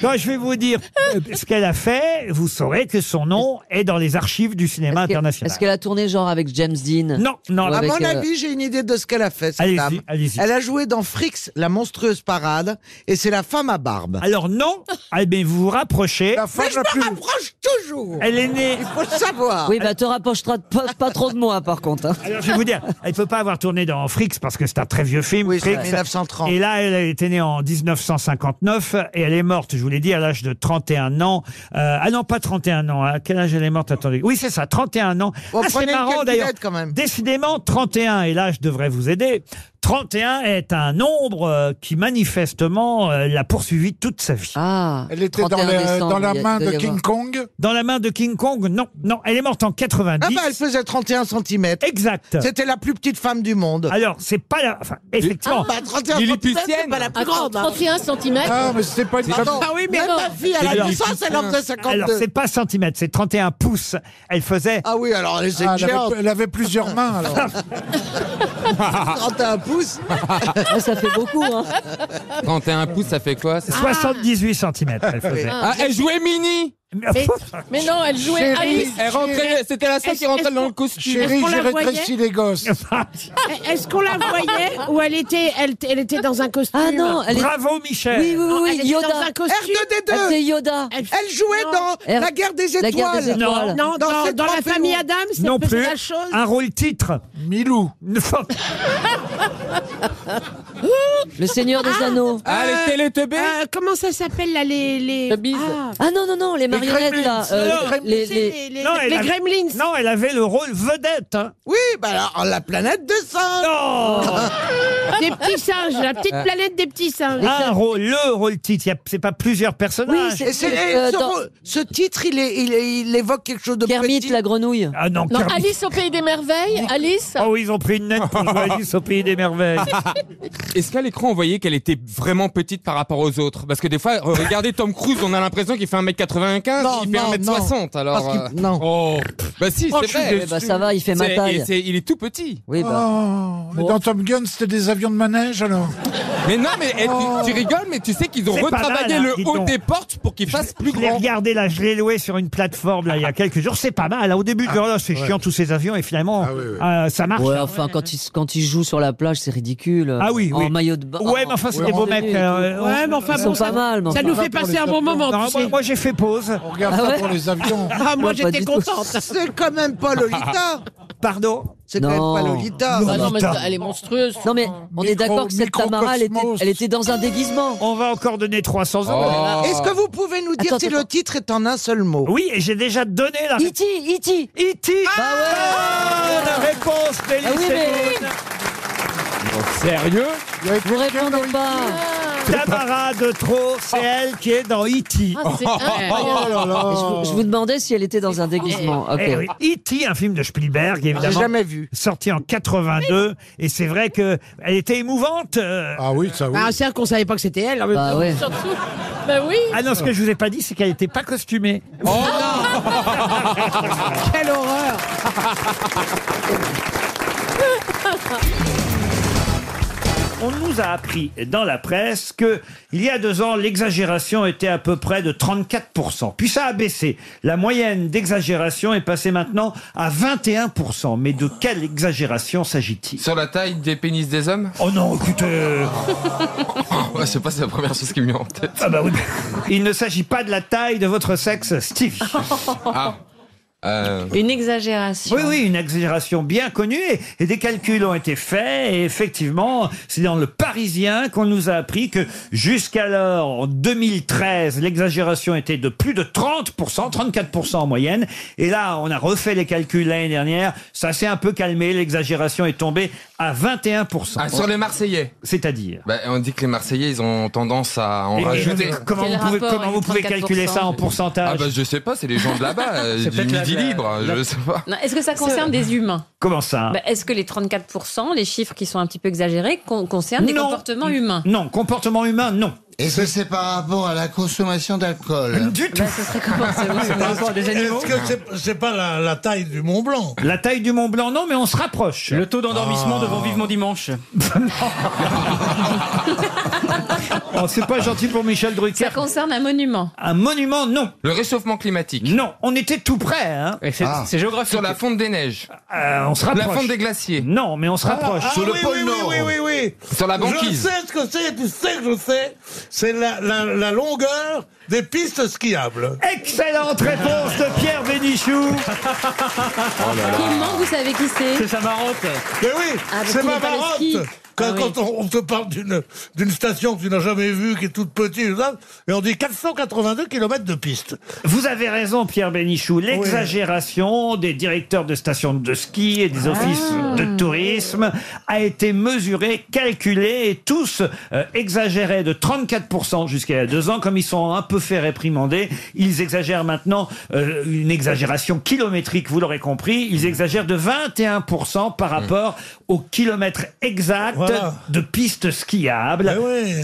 Speaker 5: Quand je vais vous dire euh, ce qu'elle a fait, vous saurez que son nom est dans les archives du cinéma international.
Speaker 14: Est-ce qu'elle a tourné genre avec James Dean
Speaker 5: Non, non,
Speaker 14: Ou
Speaker 2: À
Speaker 14: avec,
Speaker 2: mon
Speaker 14: euh,
Speaker 2: avis, j'ai une idée de ce qu'elle a fait, cette
Speaker 5: Allez-y,
Speaker 2: dame.
Speaker 5: allez-y.
Speaker 2: Elle a joué dans Frix, la monstrueuse parade, et c'est la femme à barbe.
Speaker 5: Alors non, ah, mais vous vous rapprochez.
Speaker 2: Mais je me rapproche toujours
Speaker 5: Elle est née.
Speaker 2: Il faut le savoir
Speaker 14: Oui, bah te rapprocheras de- pas, pas trop de moi, par contre. hein.
Speaker 5: Alors, je vais vous dire, elle ne peut pas avoir tourné dans Frix parce que c'est un très vieux film.
Speaker 2: c'est
Speaker 5: Frix.
Speaker 2: 1930.
Speaker 5: Et là, elle était née en 1959 et elle est morte, je vous l'ai dit, à l'âge de 31 ans. Euh, ah non, pas 31 ans. À quel âge elle est morte Attendez. Oui, c'est ça, 31 ans.
Speaker 2: Bon,
Speaker 5: ah, c'est
Speaker 2: prenez une
Speaker 5: marrant
Speaker 2: calculette,
Speaker 5: d'ailleurs.
Speaker 2: quand même.
Speaker 5: Décidément, 31, et là je devrais vous aider, 31 est un nombre euh, qui manifestement euh, l'a poursuivi toute sa vie.
Speaker 14: Ah,
Speaker 5: elle était
Speaker 9: dans 31 la- décembre, dans la il y a- main doit de y King avoir.
Speaker 5: Kong Dans la main de King Kong, non. Non, elle est morte en 90.
Speaker 2: Ah bah, elle faisait 31 cm.
Speaker 5: Exact.
Speaker 2: C'était la plus petite femme du monde.
Speaker 5: Alors, c'est pas la... Enfin, effectivement.
Speaker 2: Ah bah, 31 cm, c'est pas la plus grande. hein.
Speaker 21: 31 cm.
Speaker 9: Ah, mais c'était pas une
Speaker 2: Pardon. Ah oui, mais même ma fille, elle a
Speaker 5: Alors-
Speaker 2: 10 ans, elle en faisait 52.
Speaker 5: Alors, c'est pas centimètres, c'est 31 pouces. Elle faisait...
Speaker 2: Ah oui, alors elle, c'est
Speaker 9: Ah,
Speaker 2: une
Speaker 9: elle,
Speaker 2: géante.
Speaker 9: avait, elle avait plusieurs
Speaker 2: (laughs)
Speaker 9: mains alors.
Speaker 2: 31 pouces.
Speaker 14: Ouais, ça fait beaucoup, hein.
Speaker 1: 31 pouces, ça fait quoi ça
Speaker 5: 78 cm, elle faisait.
Speaker 1: Ah, elle jouait mini
Speaker 21: Mais, mais non, elle jouait Alice.
Speaker 1: Elle rentrait, c'était la seule
Speaker 21: Est-ce-
Speaker 1: qui rentrait
Speaker 21: est-ce
Speaker 1: dans le
Speaker 21: qu'on-
Speaker 1: costume.
Speaker 21: est-ce qu'on la voyait
Speaker 3: (laughs)
Speaker 9: les gosses.
Speaker 3: Ah,
Speaker 7: Eh,
Speaker 22: Est-ce qu'on la voyait ou elle était, elle, elle était dans un costume
Speaker 14: Ah non, elle est-
Speaker 5: Bravo, Michel
Speaker 14: Oui, oui, oui,
Speaker 22: Elle était
Speaker 14: Yoda.
Speaker 22: dans un costume.
Speaker 14: Elle faisait Yoda.
Speaker 22: Elle jouait dans
Speaker 14: La guerre des étoiles. La guerre des étoiles.
Speaker 22: Non, dans, dans, la famille Adams,
Speaker 5: Non
Speaker 22: elle faisait
Speaker 5: plus.
Speaker 22: la chose.
Speaker 5: Un rôle titre. Milou.
Speaker 14: Le Seigneur des Anneaux.
Speaker 1: Ah, les Télétubbies
Speaker 22: Euh, comment ça s'appelle là les les ah,
Speaker 14: Ah non, non, non, les marionnettes,
Speaker 22: Gremlins.
Speaker 14: là. euh,
Speaker 22: Non,
Speaker 14: les,
Speaker 22: c'est
Speaker 14: les-
Speaker 22: les- les- Non, elle a-
Speaker 5: Non, elle avait le rôle vedette. hein.
Speaker 2: Oui, bah alors, la planète de singes.
Speaker 15: Ah,
Speaker 21: Ah.
Speaker 22: des petits singes, la petite
Speaker 5: Ah.
Speaker 22: planète des petits singes.
Speaker 5: Un rôle, le rôle titre. Il y a- C'est pas plusieurs personnages.
Speaker 2: Et c'est- et ce, rôle- ce titre, il, est- il est- il évoque quelque chose de
Speaker 14: Kermit, la grenouille.
Speaker 5: Ah non,
Speaker 21: Non,
Speaker 5: Kermit.
Speaker 21: Alice au pays des merveilles, Alice.
Speaker 5: Oh, ils ont pris une nette pour jouer Alice au pays des merveilles.
Speaker 1: Est-ce qu'à l'écran, on voyait qu'elle était vraiment petite par rapport aux autres Parce que des fois, euh, regardez Tom Cruise, on a l'impression qu'il fait 1m95,
Speaker 2: Non,
Speaker 1: il fait
Speaker 2: non,
Speaker 1: 1m60.
Speaker 2: non.
Speaker 1: Alors,
Speaker 2: Parce qu'il-
Speaker 1: euh,
Speaker 2: non.
Speaker 1: Oh, bah si,
Speaker 2: Oh,
Speaker 1: c'est
Speaker 2: je suis
Speaker 1: vrai.
Speaker 14: déçu. Eh bah, ça va, il fait ma
Speaker 1: C'est-
Speaker 14: taille.
Speaker 1: et c'est- il est tout petit.
Speaker 14: Oui, bah.
Speaker 9: Oh, mais Dans Tom Gun, c'était des avions de manège alors.
Speaker 1: Mais non, mais eh, tu-
Speaker 14: Oh.
Speaker 1: tu, rigoles, mais tu sais qu'ils ont
Speaker 5: C'est pas
Speaker 1: retravaillé
Speaker 5: mal, hein, dis
Speaker 1: le haut
Speaker 5: donc.
Speaker 1: des portes pour qu'il fasse plus
Speaker 5: Je l'ai
Speaker 1: grand.
Speaker 5: regardé là, je l'ai loué sur une plateforme là il y a quelques jours. C'est pas mal. hein. Au
Speaker 1: Ah.
Speaker 5: début, je me dis, oh, c'est chiant tous ces avions et finalement euh, ça marche.
Speaker 14: Ouais, enfin, quand il, quand il joue sur la plage, c'est ridicule.
Speaker 5: Ah oui, oui.
Speaker 14: En maillot de bain.
Speaker 5: Ouais, mais enfin, c'est des beaux mecs. euh, on-
Speaker 22: Ouais, mais enfin,
Speaker 14: Ils
Speaker 22: bon,
Speaker 14: sont pas mal, mais
Speaker 22: ça
Speaker 14: enfin.
Speaker 22: nous fait passer un bon moment.
Speaker 5: Non,
Speaker 22: tu
Speaker 5: moi,
Speaker 22: sais.
Speaker 5: moi, j'ai fait pause.
Speaker 9: On regarde
Speaker 14: Ah
Speaker 9: ça
Speaker 14: ouais
Speaker 9: pour les avions.
Speaker 22: Ah, moi,
Speaker 14: Ouais, pas
Speaker 22: j'étais
Speaker 14: du tout.
Speaker 22: contente.
Speaker 2: C'est quand même pas Lolita.
Speaker 5: Pardon
Speaker 2: C'est quand
Speaker 14: Non.
Speaker 2: même pas Lolita.
Speaker 21: Ah non, mais
Speaker 5: Putain.
Speaker 21: elle est monstrueuse.
Speaker 14: Non, mais on est d'accord que cette Tamara, elle était, elle était dans un déguisement.
Speaker 5: On va encore donner 300 euros.
Speaker 21: Oh.
Speaker 2: Est-ce que vous pouvez nous dire
Speaker 14: Attends,
Speaker 2: si le
Speaker 14: attends. E
Speaker 2: titre est en un seul mot
Speaker 5: Oui, et j'ai déjà donné la E réponse.
Speaker 14: E.T., E.T.
Speaker 5: E.T.
Speaker 14: Bah
Speaker 5: La réponse, Bélis
Speaker 14: Ah oui, mais-
Speaker 1: Sérieux
Speaker 14: ouais, vous répondez pas.
Speaker 5: Tamara de Trot, c'est elle qui est dans E E.T.
Speaker 21: Ah,
Speaker 5: (laughs)
Speaker 21: c'est
Speaker 14: Oh
Speaker 5: Oh
Speaker 21: incroyable.
Speaker 14: Et Je, vous, je vous demandais si elle était dans un déguisement. Ok.
Speaker 5: Eh oui, E.T., un film de Spielberg, évidemment.
Speaker 2: J'ai jamais vu.
Speaker 5: Sorti en 82. Et c'est vrai que elle était émouvante. euh.
Speaker 9: Ah oui, ça oui.
Speaker 22: Ah, c'est vrai qu'on savait pas que c'était elle. hein, en même
Speaker 14: Bah
Speaker 22: temps.
Speaker 14: ouais.
Speaker 21: Surtout. Bah oui.
Speaker 5: Ah non, ce que je vous ai pas dit, c'est qu'elle n'était pas costumée.
Speaker 21: Ah,
Speaker 23: Quelle horreur
Speaker 5: On nous a appris dans la presse que il y a deux ans, l'exagération était à peu près de 34%. Puis ça a baissé. La moyenne d'exagération est passée maintenant à 21%. Mais de quelle exagération s'agit-il
Speaker 1: Sur la taille des pénis des hommes
Speaker 5: Oh non, écoutez.
Speaker 1: (laughs) ouais, c'est pas la première chose qui me vient en tête.
Speaker 5: Ah bah oui. Il ne s'agit pas de la taille de votre sexe, Steve.
Speaker 1: (laughs) Ah. Euh,
Speaker 5: Une exagération. Oui, oui, une exagération bien connue et, et des calculs ont été faits. Et effectivement, c'est dans le Parisien qu'on nous a appris que jusqu'alors, en 2013, l'exagération était de plus de 30%, 34% en moyenne. Et là, on a refait les calculs l'année dernière. Ça s'est un peu calmé. L'exagération est tombée à 21%.
Speaker 1: Ah, sur les Marseillais
Speaker 5: C'est-à-dire
Speaker 1: bah, on dit que les Marseillais, ils ont tendance à en
Speaker 5: Et- et
Speaker 1: rajouter.
Speaker 5: comment Quel vous pouvez- rapport comment avec vous pouvez 34% calculer ça en pourcentage
Speaker 1: Ah bah je sais pas, c'est les gens de là-bas, euh,
Speaker 5: (laughs) C'est
Speaker 1: du
Speaker 5: peut-être la-
Speaker 1: midi
Speaker 5: la-
Speaker 1: libre, hein,
Speaker 5: la-
Speaker 1: je sais pas.
Speaker 14: Non, Est-ce que ça concerne des humains
Speaker 5: Comment ça
Speaker 14: Bah, Est-ce que les 34%, les chiffres qui sont un petit peu exagérés, con- concernent des
Speaker 5: Non.
Speaker 14: comportements humains
Speaker 5: Non, comportement humain, non.
Speaker 2: Est-ce que c'est par rapport à la consommation d'alcool
Speaker 14: Bah,
Speaker 5: Du tout.
Speaker 3: (laughs)
Speaker 2: animaux
Speaker 3: Est-ce que c'est- c'est pas la, la taille du Mont Blanc
Speaker 5: La taille du Mont Blanc, non, mais on se rapproche.
Speaker 12: Le taux d'endormissement
Speaker 3: Ah.
Speaker 12: devant Vivement Dimanche.
Speaker 5: Oh, c'est pas gentil pour Michel Drucker.
Speaker 14: Ça concerne un monument.
Speaker 5: Un monument, non.
Speaker 1: Le réchauffement climatique.
Speaker 5: Non, on était tout près. Hein.
Speaker 1: c'est- Ah. c'est géographique. Sur la fonte des neiges.
Speaker 5: Euh, on se rapproche.
Speaker 1: La fonte des glaciers.
Speaker 5: Non, mais on se rapproche.
Speaker 3: Ah, oui, oui, Oui, oui, oui, oui.
Speaker 1: Sur la
Speaker 3: Je
Speaker 1: banquise.
Speaker 3: sais ce que c'est, tu sais que je sais. C'est la, la, la longueur des pistes skiables.
Speaker 5: Excellente réponse de Pierre Bénichou.
Speaker 3: (laughs)
Speaker 14: Comment vous savez qui c'est
Speaker 3: sa marotte. Mais oui,
Speaker 14: Ah, parce
Speaker 3: c'est
Speaker 14: qu'il
Speaker 3: ma
Speaker 14: est pas
Speaker 3: marotte.
Speaker 14: le ski.
Speaker 3: Quand,
Speaker 14: Ah oui.
Speaker 3: quand on, on te parle d'une, d'une station que tu n'as jamais vue, qui est toute petite, et on dit 482 km de piste.
Speaker 5: Vous avez raison, Pierre Bénichou. L'exagération des directeurs de stations de ski et des offices de tourisme a été mesurée, calculée et tous euh, exagéraient de 34% jusqu'à il y a deux ans. Comme ils sont un peu fait réprimander, ils exagèrent maintenant euh, une exagération kilométrique, vous l'aurez compris. Ils exagèrent de 21% par rapport au kilomètre exact
Speaker 3: Voilà.
Speaker 5: de pistes skiables.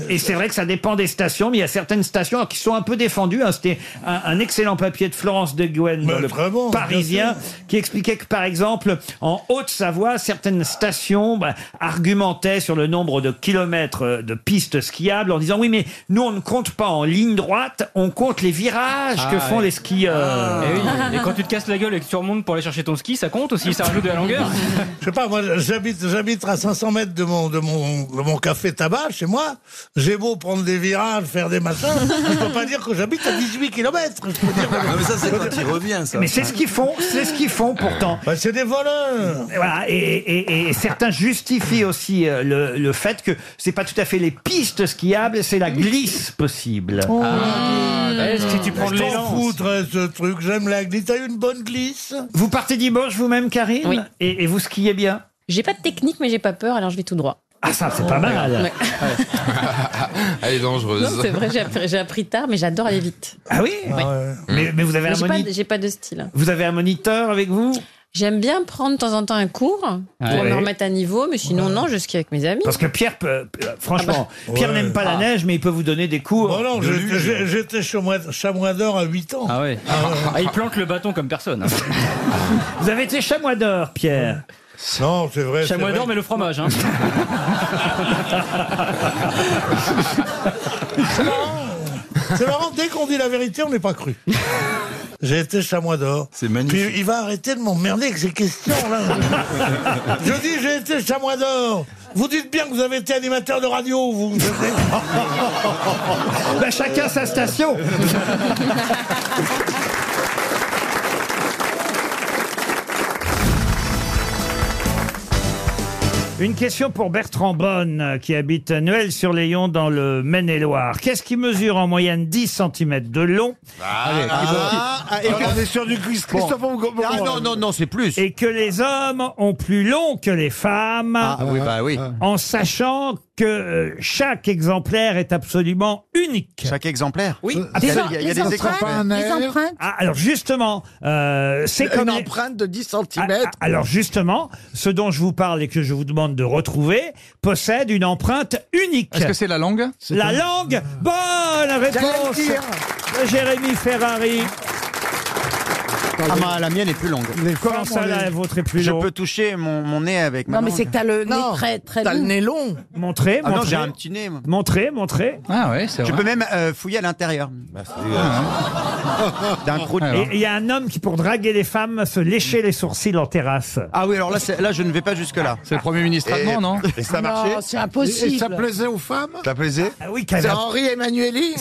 Speaker 5: Et c'est vrai que ça dépend des stations, mais il y a certaines stations qui sont un peu défendues. hein. C'était un, un excellent papier de Florence de Gouen dans le Parisien qui expliquait que, par exemple, en Haute-Savoie, certaines stations bah, argumentaient sur le nombre de kilomètres euh, de pistes skiables en disant « Oui, mais nous, on ne compte pas en ligne droite, on compte les virages que
Speaker 12: Ah,
Speaker 5: font
Speaker 12: ouais.
Speaker 5: les
Speaker 1: Ah.
Speaker 5: skieurs.
Speaker 12: Eh oui, Et quand tu te casses la gueule et que tu remontes pour aller chercher ton ski, ça compte aussi, ça rajoute de la
Speaker 1: (laughs)
Speaker 12: longueur.
Speaker 3: Je sais pas, moi, j'habite, j'habite à 500 mètres de mon, de mon, de mon café tabac chez moi. J'ai beau prendre des virages, faire des
Speaker 14: (laughs)
Speaker 3: machins, je peux pas dire que j'habite à 18 km. Je peux dire.
Speaker 4: Ah, mais ça, c'est quand il revient, ça.
Speaker 5: Mais c'est ce qu'ils font, c'est ce qu'ils font pourtant.
Speaker 3: c'est des voleurs.
Speaker 5: Et, voilà, et, et- et certains justifient aussi euh, le, le fait que c'est pas tout à fait les pistes skiables, c'est la glisse possible.
Speaker 14: Oh.
Speaker 5: Ah,
Speaker 14: Ah,
Speaker 3: Je t'en foutre, ce truc, j'aime la glisse. T'as eu une bonne glisse
Speaker 5: Vous partez dimanche vous-même, Karine
Speaker 14: Oui.
Speaker 5: et, et vous skiez bien
Speaker 14: J'ai pas de technique, mais j'ai pas peur, alors je vais tout droit.
Speaker 5: Ah ça, c'est pas mal.
Speaker 14: Ouais.
Speaker 1: (laughs) Elle est dangereuse.
Speaker 14: Non, c'est vrai, j'ai appris, j'ai appris tard, mais j'adore aller vite.
Speaker 5: Ah oui, mais, mais vous avez
Speaker 14: Hmm. Mais
Speaker 5: un
Speaker 14: J'ai pas,
Speaker 5: moniteur.
Speaker 14: de- j'ai pas de style.
Speaker 5: Vous avez un moniteur avec vous
Speaker 14: J'aime bien prendre de temps en temps un cours pour
Speaker 5: Ouais.
Speaker 14: me remettre à niveau, mais sinon, non, je skie avec mes amis.
Speaker 5: Parce que Pierre, peut- euh, franchement,
Speaker 3: Ah bah.
Speaker 5: Pierre
Speaker 3: Ouais.
Speaker 5: n'aime pas la
Speaker 3: Ah.
Speaker 5: neige, mais il peut vous donner des cours.
Speaker 3: Oh non,
Speaker 5: de
Speaker 3: j'ai-
Speaker 5: luge.
Speaker 3: j'ai- j'étais chamois, chamois d'or à 8 ans.
Speaker 12: Ah ouais. Ah, il plante le bâton comme personne. hein.
Speaker 5: Vous avez été chamois d'or, Pierre.
Speaker 3: Non, c'est vrai.
Speaker 12: Chamois d'or, mais le fromage.
Speaker 1: (laughs)
Speaker 12: Hein.
Speaker 3: C'est marrant. (laughs) C'est marrant, dès qu'on dit la vérité, on n'est pas
Speaker 12: (laughs)
Speaker 3: cru. J'ai été chamois d'or. C'est magnifique. Puis il va arrêter de m'emmerder avec ces
Speaker 12: (laughs)
Speaker 3: questions-là. Je dis, j'ai été chamois d'or. Vous dites bien que vous avez été animateur de radio, vous.
Speaker 5: (laughs) Bah, chacun sa station. (laughs) Une question pour Bertrand Bonne, euh, qui habite Noël-sur-Léon dans le Maine-et-Loire. Qu'est-ce qui mesure en moyenne 10 cm de long
Speaker 4: Ah, ah, et on est sur du Christ- Christophe Ongongo. Ah non, non, non, c'est plus.
Speaker 5: Et que les hommes ont plus long que les femmes.
Speaker 4: Ah oui, bah oui.
Speaker 5: En sachant que euh, chaque exemplaire est absolument unique. Chaque exemplaire Oui.
Speaker 4: Ah, Des- il y a- il y a les des empreintes, exemplaires. les empreintes.
Speaker 5: Ah, alors justement, euh, c'est
Speaker 4: Une
Speaker 5: comme...
Speaker 4: empreinte
Speaker 5: de 10 cm. alors justement, ce dont je vous parle et que je vous demande de retrouver possède une empreinte unique.
Speaker 24: Est-ce que c'est la langue
Speaker 5: La langue Bonne réponse
Speaker 24: J'allais le dire.
Speaker 5: de Jérémy Ferrari.
Speaker 4: Ah, bah, la mienne est plus longue.
Speaker 5: Comment ça, la vôtre est plus
Speaker 4: Je
Speaker 5: longue
Speaker 4: peux toucher mon, mon nez avec ma
Speaker 5: Non, mais
Speaker 4: langue.
Speaker 5: c'est que t'as
Speaker 22: le nez très, très long.
Speaker 5: long. Montrez, montrez.
Speaker 4: Ah non, j'ai un petit nez. moi.
Speaker 5: Montrez, montrez.
Speaker 4: Ah ouais,
Speaker 5: c'est
Speaker 4: Je
Speaker 5: vrai.
Speaker 4: peux même euh, fouiller à
Speaker 5: (laughs)
Speaker 4: l'intérieur. Ah, hein. D'un trou de
Speaker 5: Et Ah, il y a un homme qui, pour draguer les femmes, se léchait les sourcils en terrasse.
Speaker 4: Ah oui, alors là, c'est- là je ne vais pas jusque-là. C'est le Premier ministre
Speaker 5: allemand, non
Speaker 4: Et
Speaker 5: ça a Non, marché c'est impossible. Et ça plaisait
Speaker 4: aux femmes Ça plaisait
Speaker 5: Ah, oui,
Speaker 4: C'est
Speaker 5: Henri Emmanueli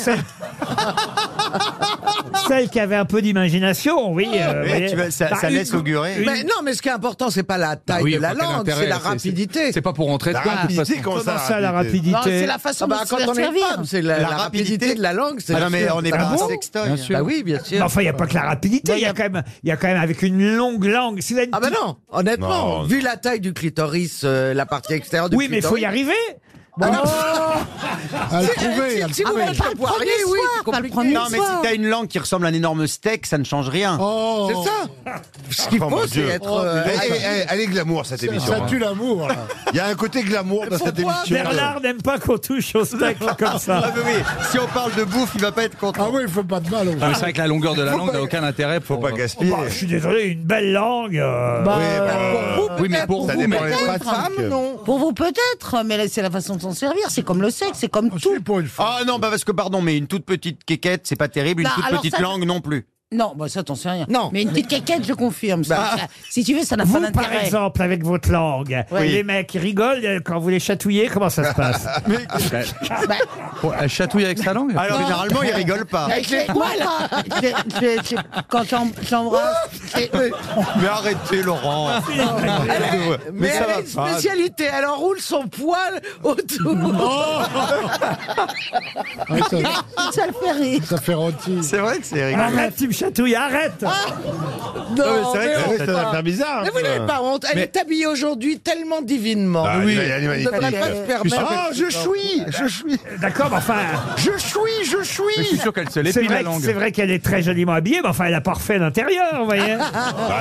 Speaker 5: Celle qui avait un peu d'imagination, (laughs) oui. euh, vous voyez. Bah, une- une-
Speaker 2: Mais non, mais ce qui est important, c'est pas la taille
Speaker 5: Bah oui,
Speaker 2: de la
Speaker 5: enfin, quel
Speaker 2: langue,
Speaker 5: intérêt,
Speaker 2: c'est la
Speaker 5: c'est- c'est-
Speaker 2: rapidité.
Speaker 5: c'est pas pour rentrer
Speaker 2: La
Speaker 5: dedans, de toute
Speaker 2: rapidité,
Speaker 5: façon.
Speaker 2: comment
Speaker 5: Comment ça, la rapidité
Speaker 2: Non, C'est la façon
Speaker 5: Ah bah,
Speaker 2: de se faire servir. C'est la, la rapidité de la langue. c'est
Speaker 4: Ah non, mais
Speaker 2: sûr.
Speaker 4: on n'est
Speaker 2: Ah
Speaker 4: pas un
Speaker 2: bon
Speaker 4: sextoy.
Speaker 2: Bien sûr. Bah oui, bien sûr. Bah,
Speaker 5: Mais Enfin, il n'y a pas que la rapidité, il y, a quand même- il y a quand même avec une longue langue.
Speaker 2: Ah bah non, honnêtement, vu la taille du clitoris, euh, la partie extérieure du
Speaker 5: Oui, mais
Speaker 2: clitoris.
Speaker 5: il faut y arriver. Oh.
Speaker 2: Ah non.
Speaker 4: À
Speaker 2: (laughs)
Speaker 4: le
Speaker 2: Si- si-
Speaker 4: trouver, à le
Speaker 14: Ah
Speaker 2: si vous
Speaker 4: trouver.
Speaker 2: voulez
Speaker 4: Pas
Speaker 2: le poirier, oui, c'est compliqué.
Speaker 4: non, mais si t'as une langue qui ressemble à un énorme steak, ça ne change rien.
Speaker 7: Oh.
Speaker 4: Oh,
Speaker 2: C'est ça.
Speaker 4: Ce
Speaker 2: qu'il faut, c'est être, euh,
Speaker 19: allez, allez, allez, glamour, cette
Speaker 4: Ça-
Speaker 19: émission.
Speaker 4: ça
Speaker 19: hein.
Speaker 4: tue
Speaker 9: l'amour, là.
Speaker 19: Il y a un côté glamour dans cette émission.
Speaker 5: Bernard n'aime pas qu'on touche
Speaker 4: (laughs)
Speaker 5: au steak comme ça.
Speaker 4: Ah, mais oui, si on parle de bouffe, il va pas être content. Ah oui, il faut pas de mal.
Speaker 18: Ah, mais c'est vrai que la longueur de la langue n'a aucun intérêt. Faut
Speaker 22: euh,
Speaker 18: pas gaspiller.
Speaker 22: Oh,
Speaker 5: Bah, je suis désolé, une belle langue. euh.
Speaker 18: Bah, Oui, bah, pour vous, oui, mais peut-être, pour pour vous, vous, mais- mais- Pour Pratique. femme, non.
Speaker 7: Pour vous peut-être, mais là, c'est la façon de s'en servir. C'est comme le sexe, (laughs) c'est comme tout.
Speaker 4: Ah non, bah parce que pardon, mais une toute petite quéquette, c'est pas terrible. Une
Speaker 7: Bah,
Speaker 4: toute
Speaker 7: alors
Speaker 4: petite
Speaker 7: ça-
Speaker 4: langue non plus.
Speaker 7: Non, bah ça t'en sais rien. Non. Mais une petite caquette, je confirme. ça. Ça- si tu veux, ça n'a pas
Speaker 5: Vous, par
Speaker 7: d'intérêt.
Speaker 5: exemple, avec votre langue,
Speaker 7: Oui.
Speaker 5: les mecs ils rigolent euh, quand vous les chatouillez, comment ça
Speaker 18: (laughs)
Speaker 5: se passe Ah, bah.
Speaker 18: Elle chatouille avec sa langue
Speaker 4: Alors, généralement, ils rigolent pas.
Speaker 7: Avec les poils. Je- je- je- Quand j'em- j'embrasse. c'est-
Speaker 4: Mais arrêtez, (laughs) Laurent.
Speaker 2: Ah, Mais, elle a une spécialité, elle enroule son poil autour. (laughs)
Speaker 7: ça... le fait rire.
Speaker 4: Ça fait rôti. C'est vrai que c'est rigolo.
Speaker 5: Arrête, tu me chatouilles, arrête
Speaker 2: Ah. Non,
Speaker 4: mais c'est vrai que
Speaker 2: mais on
Speaker 4: ça- ça
Speaker 2: peut
Speaker 4: va
Speaker 2: pas.
Speaker 4: faire bizarre, un
Speaker 2: Mais vous
Speaker 4: peu.
Speaker 2: n'avez pas honte, elle
Speaker 4: Mais-
Speaker 2: est habillée aujourd'hui tellement divinement.
Speaker 4: Ah,
Speaker 2: oui,
Speaker 4: elle est- elle est
Speaker 2: on devrait
Speaker 4: magnifique.
Speaker 2: pas se
Speaker 4: Tu sais-
Speaker 2: permettre.
Speaker 4: Ah, je
Speaker 2: suis, je suis.
Speaker 5: D'accord, mais enfin.
Speaker 2: Je suis, je suis.
Speaker 5: Mais je suis sûr
Speaker 18: qu'elle
Speaker 5: C'est vrai, que- c'est vrai qu'elle est très joliment habillée, mais enfin, elle a parfait l'intérieur,
Speaker 18: (laughs)
Speaker 5: vous voyez.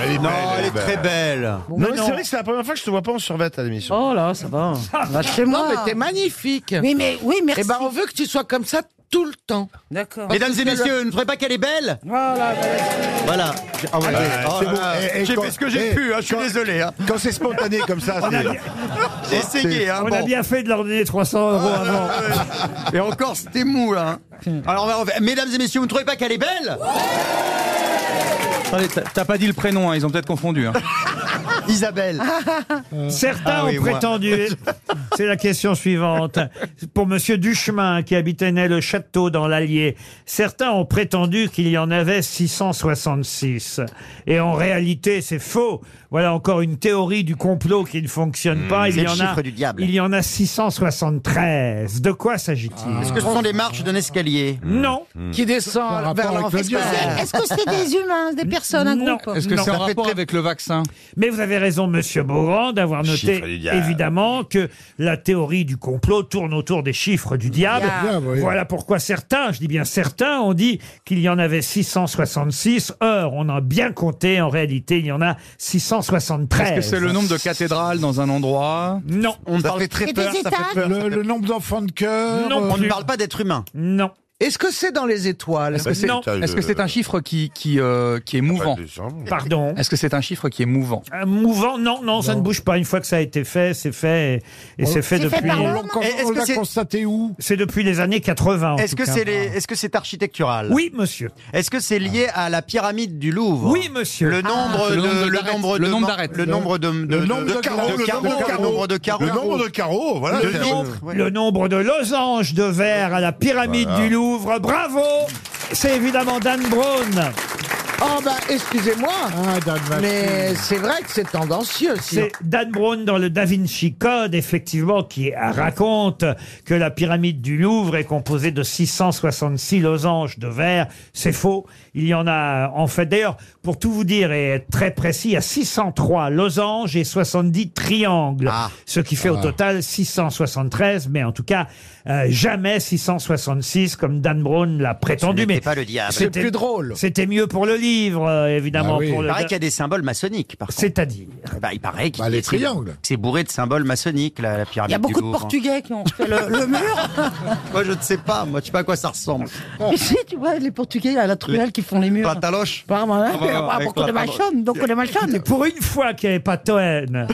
Speaker 19: elle est
Speaker 4: non,
Speaker 19: belle, elle
Speaker 4: elle
Speaker 19: est
Speaker 4: est très belle.
Speaker 19: Non, mais c'est vrai que c'est la première fois que je te vois pas en survette à l'émission.
Speaker 2: Oh là, ça (laughs) va.
Speaker 7: moi.
Speaker 2: Non, mais t'es magnifique.
Speaker 7: Oui, mais oui, merci.
Speaker 2: Eh ben, on veut que tu sois comme ça tout le temps.
Speaker 7: D'accord.
Speaker 4: Mesdames et messieurs, ne trouvez pas qu'elle est belle
Speaker 2: Voilà.
Speaker 4: Voilà. J'ai- ah, voilà.
Speaker 19: Ah,
Speaker 4: Oh
Speaker 19: c'est
Speaker 4: là
Speaker 19: bon.
Speaker 4: là.
Speaker 19: Eh, eh,
Speaker 4: J'ai
Speaker 19: quand-
Speaker 4: fait ce que j'ai
Speaker 19: eh,
Speaker 4: pu, hein, je suis
Speaker 19: quand-
Speaker 2: (laughs)
Speaker 4: désolé. hein.
Speaker 19: Quand c'est
Speaker 1: (laughs)
Speaker 19: spontané comme ça,
Speaker 4: On a
Speaker 19: c'est-
Speaker 4: bien- (laughs) J'ai essayé. Hein,
Speaker 5: On a
Speaker 4: bon. Ah,
Speaker 5: bien fait de leur donner 300 euros avant.
Speaker 4: Et encore, c'était mou, là. hein. Alors, on va refaire. Mesdames et messieurs, vous ne trouvez pas qu'elle est belle
Speaker 18: Attendez, t'as- T'as pas dit le prénom, hein, ils ont peut-être confondu. hein.
Speaker 4: (laughs) Isabelle.
Speaker 5: Certains
Speaker 18: Ah oui,
Speaker 5: ont
Speaker 18: moi.
Speaker 4: (laughs)
Speaker 5: prétendu, c'est la question suivante, pour Monsieur Duchemin qui habitait le château dans l'Allier, certains ont prétendu qu'il y en avait 666. Et en réalité, c'est faux. Voilà encore une théorie du complot qui ne fonctionne pas.
Speaker 4: Mmh,
Speaker 5: il
Speaker 4: c'est
Speaker 5: y
Speaker 4: le
Speaker 5: en a,
Speaker 4: chiffre du diable.
Speaker 5: Il y en a 673. De quoi s'agit-il
Speaker 4: Est-ce que ce sont des marches d'un escalier
Speaker 5: Non.
Speaker 2: Qui descend vers l'enfer.
Speaker 7: Est-ce que c'est des humains, des personnes, un
Speaker 5: Non.
Speaker 7: groupe
Speaker 18: Est-ce que
Speaker 5: Non.
Speaker 18: c'est en
Speaker 5: Ça fait
Speaker 18: rapport
Speaker 5: très-
Speaker 18: avec le vaccin
Speaker 5: Mais vous avez raison, Monsieur Beaugrand, d'avoir noté
Speaker 18: Chiffres du diable.
Speaker 5: évidemment que la théorie du complot tourne autour des chiffres du diable.
Speaker 2: Du diable, oui.
Speaker 5: Voilà pourquoi certains, je dis bien certains, ont dit qu'il y en avait 666. Or, on a bien compté. En réalité, il y en a 673.
Speaker 18: Est-ce que c'est le nombre de cathédrales dans un endroit
Speaker 5: Non.
Speaker 18: On
Speaker 4: Ça fait très peur, ça fait peur.
Speaker 9: Le, le nombre d'enfants de cœur.
Speaker 1: euh,
Speaker 5: Non
Speaker 4: On ne
Speaker 5: plus.
Speaker 4: parle pas d'être humain.
Speaker 5: Non.
Speaker 2: Est-ce que c'est dans les étoiles
Speaker 18: Est-ce
Speaker 1: Eh ben,
Speaker 18: que c'est
Speaker 5: Non.
Speaker 18: est-ce que c'est un chiffre qui, qui, euh, qui est mouvant
Speaker 5: Pardon.
Speaker 18: Est-ce que c'est un chiffre qui est mouvant
Speaker 5: Un mouvant, non, non, ça ne bouge pas. Une fois que ça a été fait, c'est fait. Et, et c'est fait depuis.
Speaker 9: Quand
Speaker 4: Est-ce
Speaker 9: on
Speaker 4: que
Speaker 9: l'a
Speaker 4: c'est-
Speaker 9: constaté où
Speaker 5: C'est depuis les années 80. en
Speaker 4: Est-ce
Speaker 5: tout
Speaker 4: que
Speaker 5: cas.
Speaker 4: c'est les- est-ce que c'est architectural
Speaker 5: Oui, monsieur.
Speaker 4: Est-ce que c'est lié à la pyramide du Louvre
Speaker 5: Oui, monsieur.
Speaker 4: Le nombre
Speaker 18: Ah.
Speaker 4: de
Speaker 18: Le nombre
Speaker 4: le
Speaker 18: d'arêtes.
Speaker 4: nombre de
Speaker 18: Le nombre
Speaker 4: man-
Speaker 18: d'arêtes.
Speaker 4: le nombre de de-
Speaker 19: nombre
Speaker 4: de
Speaker 19: de carreaux,
Speaker 4: de
Speaker 19: le
Speaker 4: carreaux,
Speaker 19: nombre de
Speaker 4: le
Speaker 19: carreaux.
Speaker 4: nombre de carreaux.
Speaker 19: Le nombre de carreaux, voilà.
Speaker 4: Le
Speaker 19: c'est-
Speaker 4: nombre- ouais.
Speaker 5: Le nombre de losanges de verre à la pyramide
Speaker 19: Voilà.
Speaker 5: du Louvre. Bravo C'est évidemment Dan Brown. Ah,
Speaker 2: Oh bah excusez-moi, mais c'est vrai que c'est tendancieux.
Speaker 5: C'est Dan Brown dans le Da Vinci Code, effectivement, qui raconte que la pyramide du Louvre est composée de 666 losanges de verre. C'est faux. Il y en a, en fait, d'ailleurs, pour tout vous dire et être très précis, il y a 603 losanges et 70 triangles.
Speaker 4: Ah.
Speaker 5: Ce qui
Speaker 2: Ah.
Speaker 5: fait au total 673, mais en tout cas, euh, jamais 666 comme Dan Brown l'a prétendu.
Speaker 4: n'était
Speaker 5: mais
Speaker 4: pas le diable.
Speaker 5: c'était-
Speaker 2: C'est plus drôle. Bah
Speaker 5: C'était mieux pour le livre, euh, évidemment, pour
Speaker 4: Il
Speaker 5: le.
Speaker 4: paraît qu'il y a des symboles maçonniques, par contre.
Speaker 5: C'est-à-dire
Speaker 4: bah, Il paraît qu'il
Speaker 5: les
Speaker 4: c'est-
Speaker 5: triangles.
Speaker 4: C'est bourré de symboles maçonniques, la, la
Speaker 7: Il
Speaker 4: pyramide.
Speaker 7: y a beaucoup
Speaker 4: du
Speaker 7: de
Speaker 4: Louvre.
Speaker 7: Portugais qui ont fait le,
Speaker 4: (laughs)
Speaker 7: le mur.
Speaker 4: Moi, je ne sais pas. Moi, je sais pas à quoi ça ressemble.
Speaker 7: Mais si, tu vois, les Portugais à la truelle qui font les murs.
Speaker 4: Pas taloche.
Speaker 7: Par moi,
Speaker 4: Ah, bah, avec la taloche.
Speaker 5: Et pour une fois qu'il n'y avait pas Toen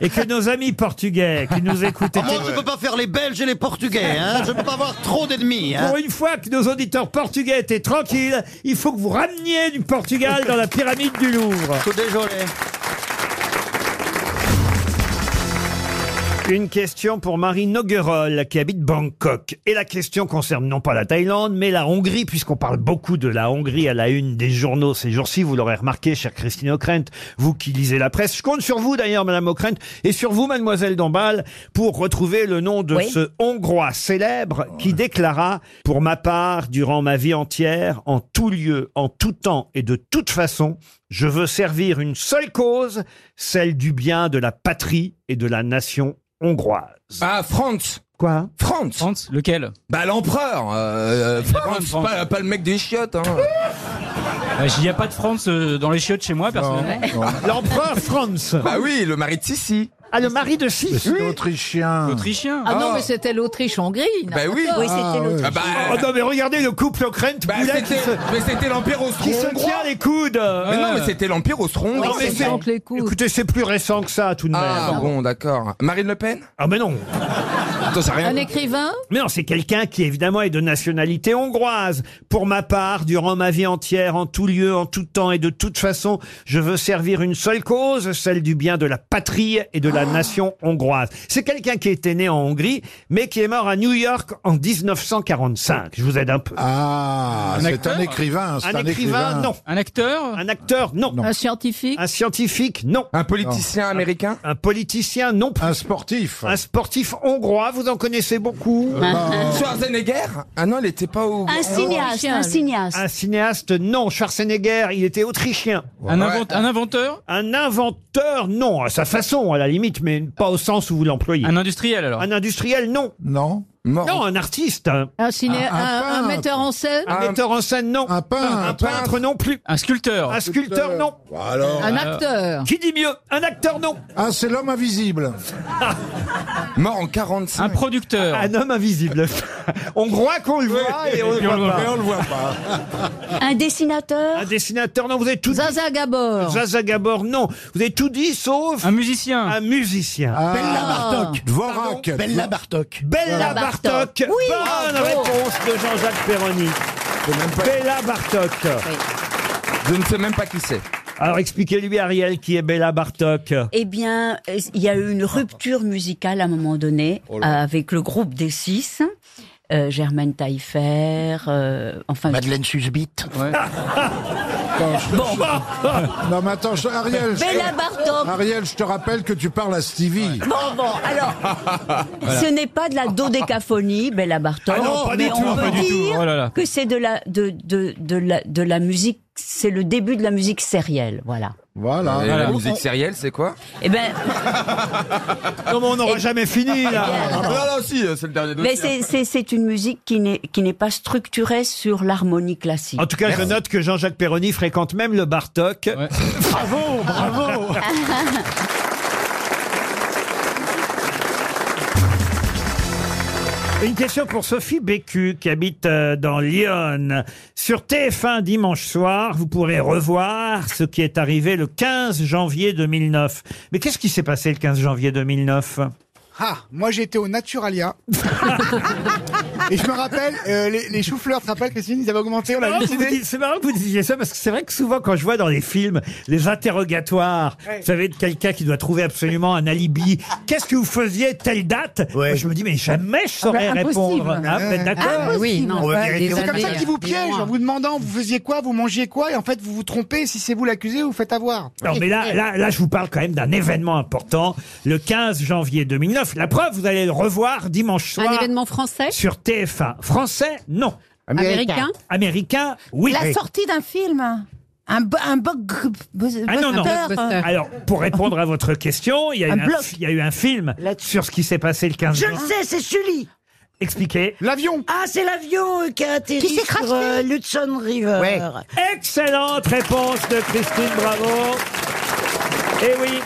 Speaker 5: et que nos amis portugais qui nous écoutent
Speaker 4: Ah, Moi, je ne peux pas faire les Belges et les Portugais. Hein. Je ne peux pas avoir trop d'ennemis. Hein.
Speaker 5: Pour une fois que nos auditeurs portugais étaient tranquilles, il faut que vous rameniez du Portugal dans la pyramide du Louvre.
Speaker 4: Je suis désolé.
Speaker 5: Une question pour Marie Noguerol qui habite Bangkok. Et la question concerne non pas la Thaïlande, mais la Hongrie, puisqu'on parle beaucoup de la Hongrie à la une des journaux ces jours-ci. Vous l'aurez remarqué, chère Christine O'Krent, vous qui lisez la presse. Je compte sur vous d'ailleurs, Madame O'Krent, et sur vous, Mademoiselle Dombal, pour retrouver le nom de
Speaker 15: Oui.
Speaker 5: ce Hongrois célèbre qui déclara « Pour ma part, durant ma vie entière, en tout lieu, en tout temps et de toute façon, je veux servir une seule cause, celle du bien de la patrie et de la nation hongroise.
Speaker 1: Ah, Franz
Speaker 5: Quoi
Speaker 1: Franz Franz
Speaker 12: Lequel
Speaker 1: Bah l'empereur euh, euh, Franz,
Speaker 12: Franz.
Speaker 1: Pas, pas le mec des chiottes hein.
Speaker 12: Il n'y a pas de France euh, dans les chiottes chez moi, personnellement.
Speaker 5: L'empereur Franz
Speaker 1: Bah oui, le mari de Sissi
Speaker 5: Ah, le mari de Sissi
Speaker 1: C'est autrichien
Speaker 12: Autrichien
Speaker 15: Ah non, mais c'était l'Autriche-Hongrie.
Speaker 1: Bah
Speaker 5: Ben
Speaker 1: oui
Speaker 15: n'importe quoi.
Speaker 1: Ah bah,
Speaker 5: Oh non, mais regardez le couple O'Krent
Speaker 1: bah,
Speaker 5: Boulet qui
Speaker 1: c'était-
Speaker 5: se-
Speaker 1: Mais c'était l'empire
Speaker 5: qui se
Speaker 1: austro-hongrois
Speaker 5: tient les coudes
Speaker 2: Ah.
Speaker 5: Euh.
Speaker 1: Mais non, mais c'était l'empire austro-hongrois
Speaker 5: Non, mais c'est- Écoutez, c'est plus récent que ça, tout de même.
Speaker 1: Ah bon, d'accord. Marine Le Pen
Speaker 5: Ah mais non
Speaker 1: Attends, ça a rien
Speaker 15: Un écrivain
Speaker 3: Hein
Speaker 5: Mais non, c'est quelqu'un qui évidemment est de nationalité hongroise. Pour ma part, durant ma vie entière, en tout lieu, en tout temps et de toute façon, je veux servir une seule cause, celle du bien de la patrie et de
Speaker 3: Ah.
Speaker 5: la nation hongroise. C'est quelqu'un qui était né en Hongrie, mais qui est mort à New York en 1945. Je vous aide un peu. Ah,
Speaker 3: Un c'est acteur un écrivain, c'est
Speaker 5: Un,
Speaker 3: un
Speaker 5: écrivain,
Speaker 3: écrivain.
Speaker 5: non. Un acteur Un acteur, non. Un scientifique Un scientifique, non. Un
Speaker 1: politicien
Speaker 5: américain Un politicien, non. Un sportif Un sportif hongrois, vous en connaissez beaucoup. Euh,
Speaker 1: Schwarzenegger Ah non, il était pas au...
Speaker 20: Un cinéaste, un cinéaste.
Speaker 5: Un cinéaste, non. Schwarzenegger, il était autrichien.
Speaker 1: Un invent- Ouais. un
Speaker 5: inventeur Un inventeur, non. À sa façon, à la limite, mais pas au sens où vous l'employez. Un
Speaker 12: industriel, alors
Speaker 5: Un industriel, non. Non. Non, un artiste.
Speaker 15: Un, ciné...
Speaker 2: Ah,
Speaker 5: Un-
Speaker 15: un,
Speaker 5: un
Speaker 15: un
Speaker 5: peintre.
Speaker 15: metteur en scène
Speaker 5: Ah, Un metteur en scène, non. Un peintre, non plus.
Speaker 12: Un sculpteur.
Speaker 5: Un sculpteur, non.
Speaker 22: Oh,
Speaker 3: alors.
Speaker 15: Un
Speaker 22: euh,
Speaker 15: acteur.
Speaker 5: Qui dit mieux Un acteur, non.
Speaker 3: Ah, c'est
Speaker 2: (laughs)
Speaker 3: l'homme invisible.
Speaker 1: Mort en 45.
Speaker 12: Un producteur.
Speaker 5: Un homme invisible. on croit qu'on le voit et on le voit pas.
Speaker 20: Un dessinateur
Speaker 5: Un dessinateur, non, vous avez tout dit.
Speaker 15: Zaza Gabor.
Speaker 5: Zaza Gabor, non. Vous avez tout dit sauf... Un musicien. Un musicien.
Speaker 3: Ah. Bella Bartok. Dvorak.
Speaker 5: Pardon
Speaker 3: Bella Bartok.
Speaker 5: Bella
Speaker 3: Voilà.
Speaker 5: Bartok.
Speaker 3: Oui,
Speaker 5: Bonne
Speaker 3: bravo.
Speaker 5: réponse de Jean-Jacques Perroni. Bella Bartok.
Speaker 1: Je ne sais même pas qui c'est.
Speaker 5: Alors expliquez-lui, Ariel, qui est Bella Bartok.
Speaker 20: Eh bien, euh, il y a eu une
Speaker 2: Ah.
Speaker 20: rupture musicale à un moment donné euh,
Speaker 5: Oh là.
Speaker 20: avec le groupe des six. Euh, Germaine Taillefer, euh, enfin... Madeleine Susbit.
Speaker 3: Bon. Non, mais attends, je- Ariel. je-
Speaker 20: Bella Bartok.
Speaker 3: Ariel, je te rappelle que tu parles à Stevie.
Speaker 20: Bon, bon,
Speaker 3: (laughs)
Speaker 20: alors, ce n'est pas de la dodécaphonie, Bella Bartok,
Speaker 3: Ah non, pas du
Speaker 20: mais
Speaker 3: tout,
Speaker 20: on
Speaker 3: pas
Speaker 20: peut
Speaker 3: du tout.
Speaker 20: dire
Speaker 3: Oh là là.
Speaker 20: que c'est de la, de, de, de la, de la musique, c'est le début de la musique sérielle, voilà.
Speaker 3: Voilà.
Speaker 1: Et
Speaker 3: Voilà.
Speaker 1: la musique sérielle, c'est quoi
Speaker 20: Eh ben,
Speaker 5: Non, mais on n'aura jamais fini, là.
Speaker 1: Non, non, si, euh, c'est le
Speaker 3: Eh ben,
Speaker 1: dernier
Speaker 20: mais
Speaker 1: dossier.
Speaker 20: c'est- c'est c'est une musique qui n'est qui n'est pas structurée sur l'harmonie classique.
Speaker 5: En tout cas, je note que Jean-Jacques Perroni fréquente même le Bartok. (laughs) bravo, bravo Une question pour Sophie Bécu qui habite euh, dans Lyon. Sur TF1 dimanche soir, vous pourrez revoir ce qui est arrivé le 15 janvier 2009. Mais qu'est-ce qui s'est passé le 15 janvier 2009
Speaker 2: Ah, moi j'étais au
Speaker 5: (laughs)
Speaker 2: Naturalia. et je me rappelle, euh, les, les choux-fleurs, tu te rappelles, Christine, ils avaient augmenté, on
Speaker 5: C'est marrant
Speaker 2: a
Speaker 5: que vous
Speaker 2: décidé.
Speaker 5: disiez- C'est marrant que vous disiez ça parce que c'est vrai que souvent quand je vois dans les films les interrogatoires, vous savez, de quelqu'un qui doit trouver absolument un alibi, (laughs) qu'est-ce que vous faisiez telle date Moi, Je me dis mais jamais je saurais
Speaker 2: Ah bah, impossible.
Speaker 5: répondre. Ah, vous êtes d'accord
Speaker 2: Impossible. C'est comme ça
Speaker 5: années,
Speaker 2: qu'ils vous
Speaker 5: hein,
Speaker 2: piègent,
Speaker 5: loin.
Speaker 2: en vous demandant vous faisiez quoi, vous mangez quoi, et en fait vous vous trompez, si c'est vous l'accusé, vous vous faites avoir.
Speaker 5: Non, mais là, là, là, je vous parle quand même d'un événement important, le 15 janvier 2009. La preuve, vous allez le revoir dimanche soir.
Speaker 25: Un événement français
Speaker 5: Sur TF1. Français, non.
Speaker 25: Américain
Speaker 5: Américain, oui.
Speaker 26: La
Speaker 5: Oui.
Speaker 26: sortie d'un film. Un, bo- un bug.
Speaker 5: Ah non, non. Alors, pour répondre à votre question, il y a, eu
Speaker 26: Un
Speaker 5: un,
Speaker 26: bloc.
Speaker 5: il y a eu un film sur ce qui s'est passé le 15
Speaker 26: Je le
Speaker 5: janvier.
Speaker 26: sais, c'est Sully.
Speaker 5: Expliquez. L'avion.
Speaker 15: Ah, c'est l'avion euh, qui a atterri
Speaker 5: Qui s'est
Speaker 15: sur euh, Hudson River.
Speaker 5: Excellente réponse de Christine Bravo. Eh oui.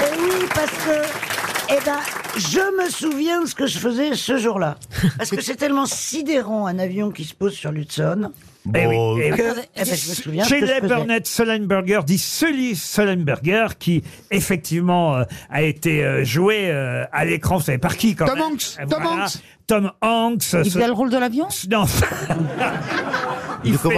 Speaker 15: Eh oui, parce que, eh ben, je me souviens de ce que je faisais ce jour-là. Parce
Speaker 5: (laughs)
Speaker 15: que c'est tellement sidérant un avion qui se pose sur l'Hudson.
Speaker 5: Eh oui, eh oui.
Speaker 15: Que- eh ben, je me souviens. de ce que je
Speaker 5: Shelley
Speaker 15: faisais.
Speaker 5: Burnett Sullenberger dit Sully Sullenberger qui effectivement euh, a été euh, joué euh, à l'écran, vous savez par qui quand
Speaker 2: Tom
Speaker 5: même
Speaker 2: Hanks,
Speaker 5: Euh,
Speaker 2: Tom
Speaker 5: voilà.
Speaker 2: Hanks.
Speaker 5: Tom Hanks
Speaker 2: Il faisait le
Speaker 5: rôle de l'avion Non Il fait,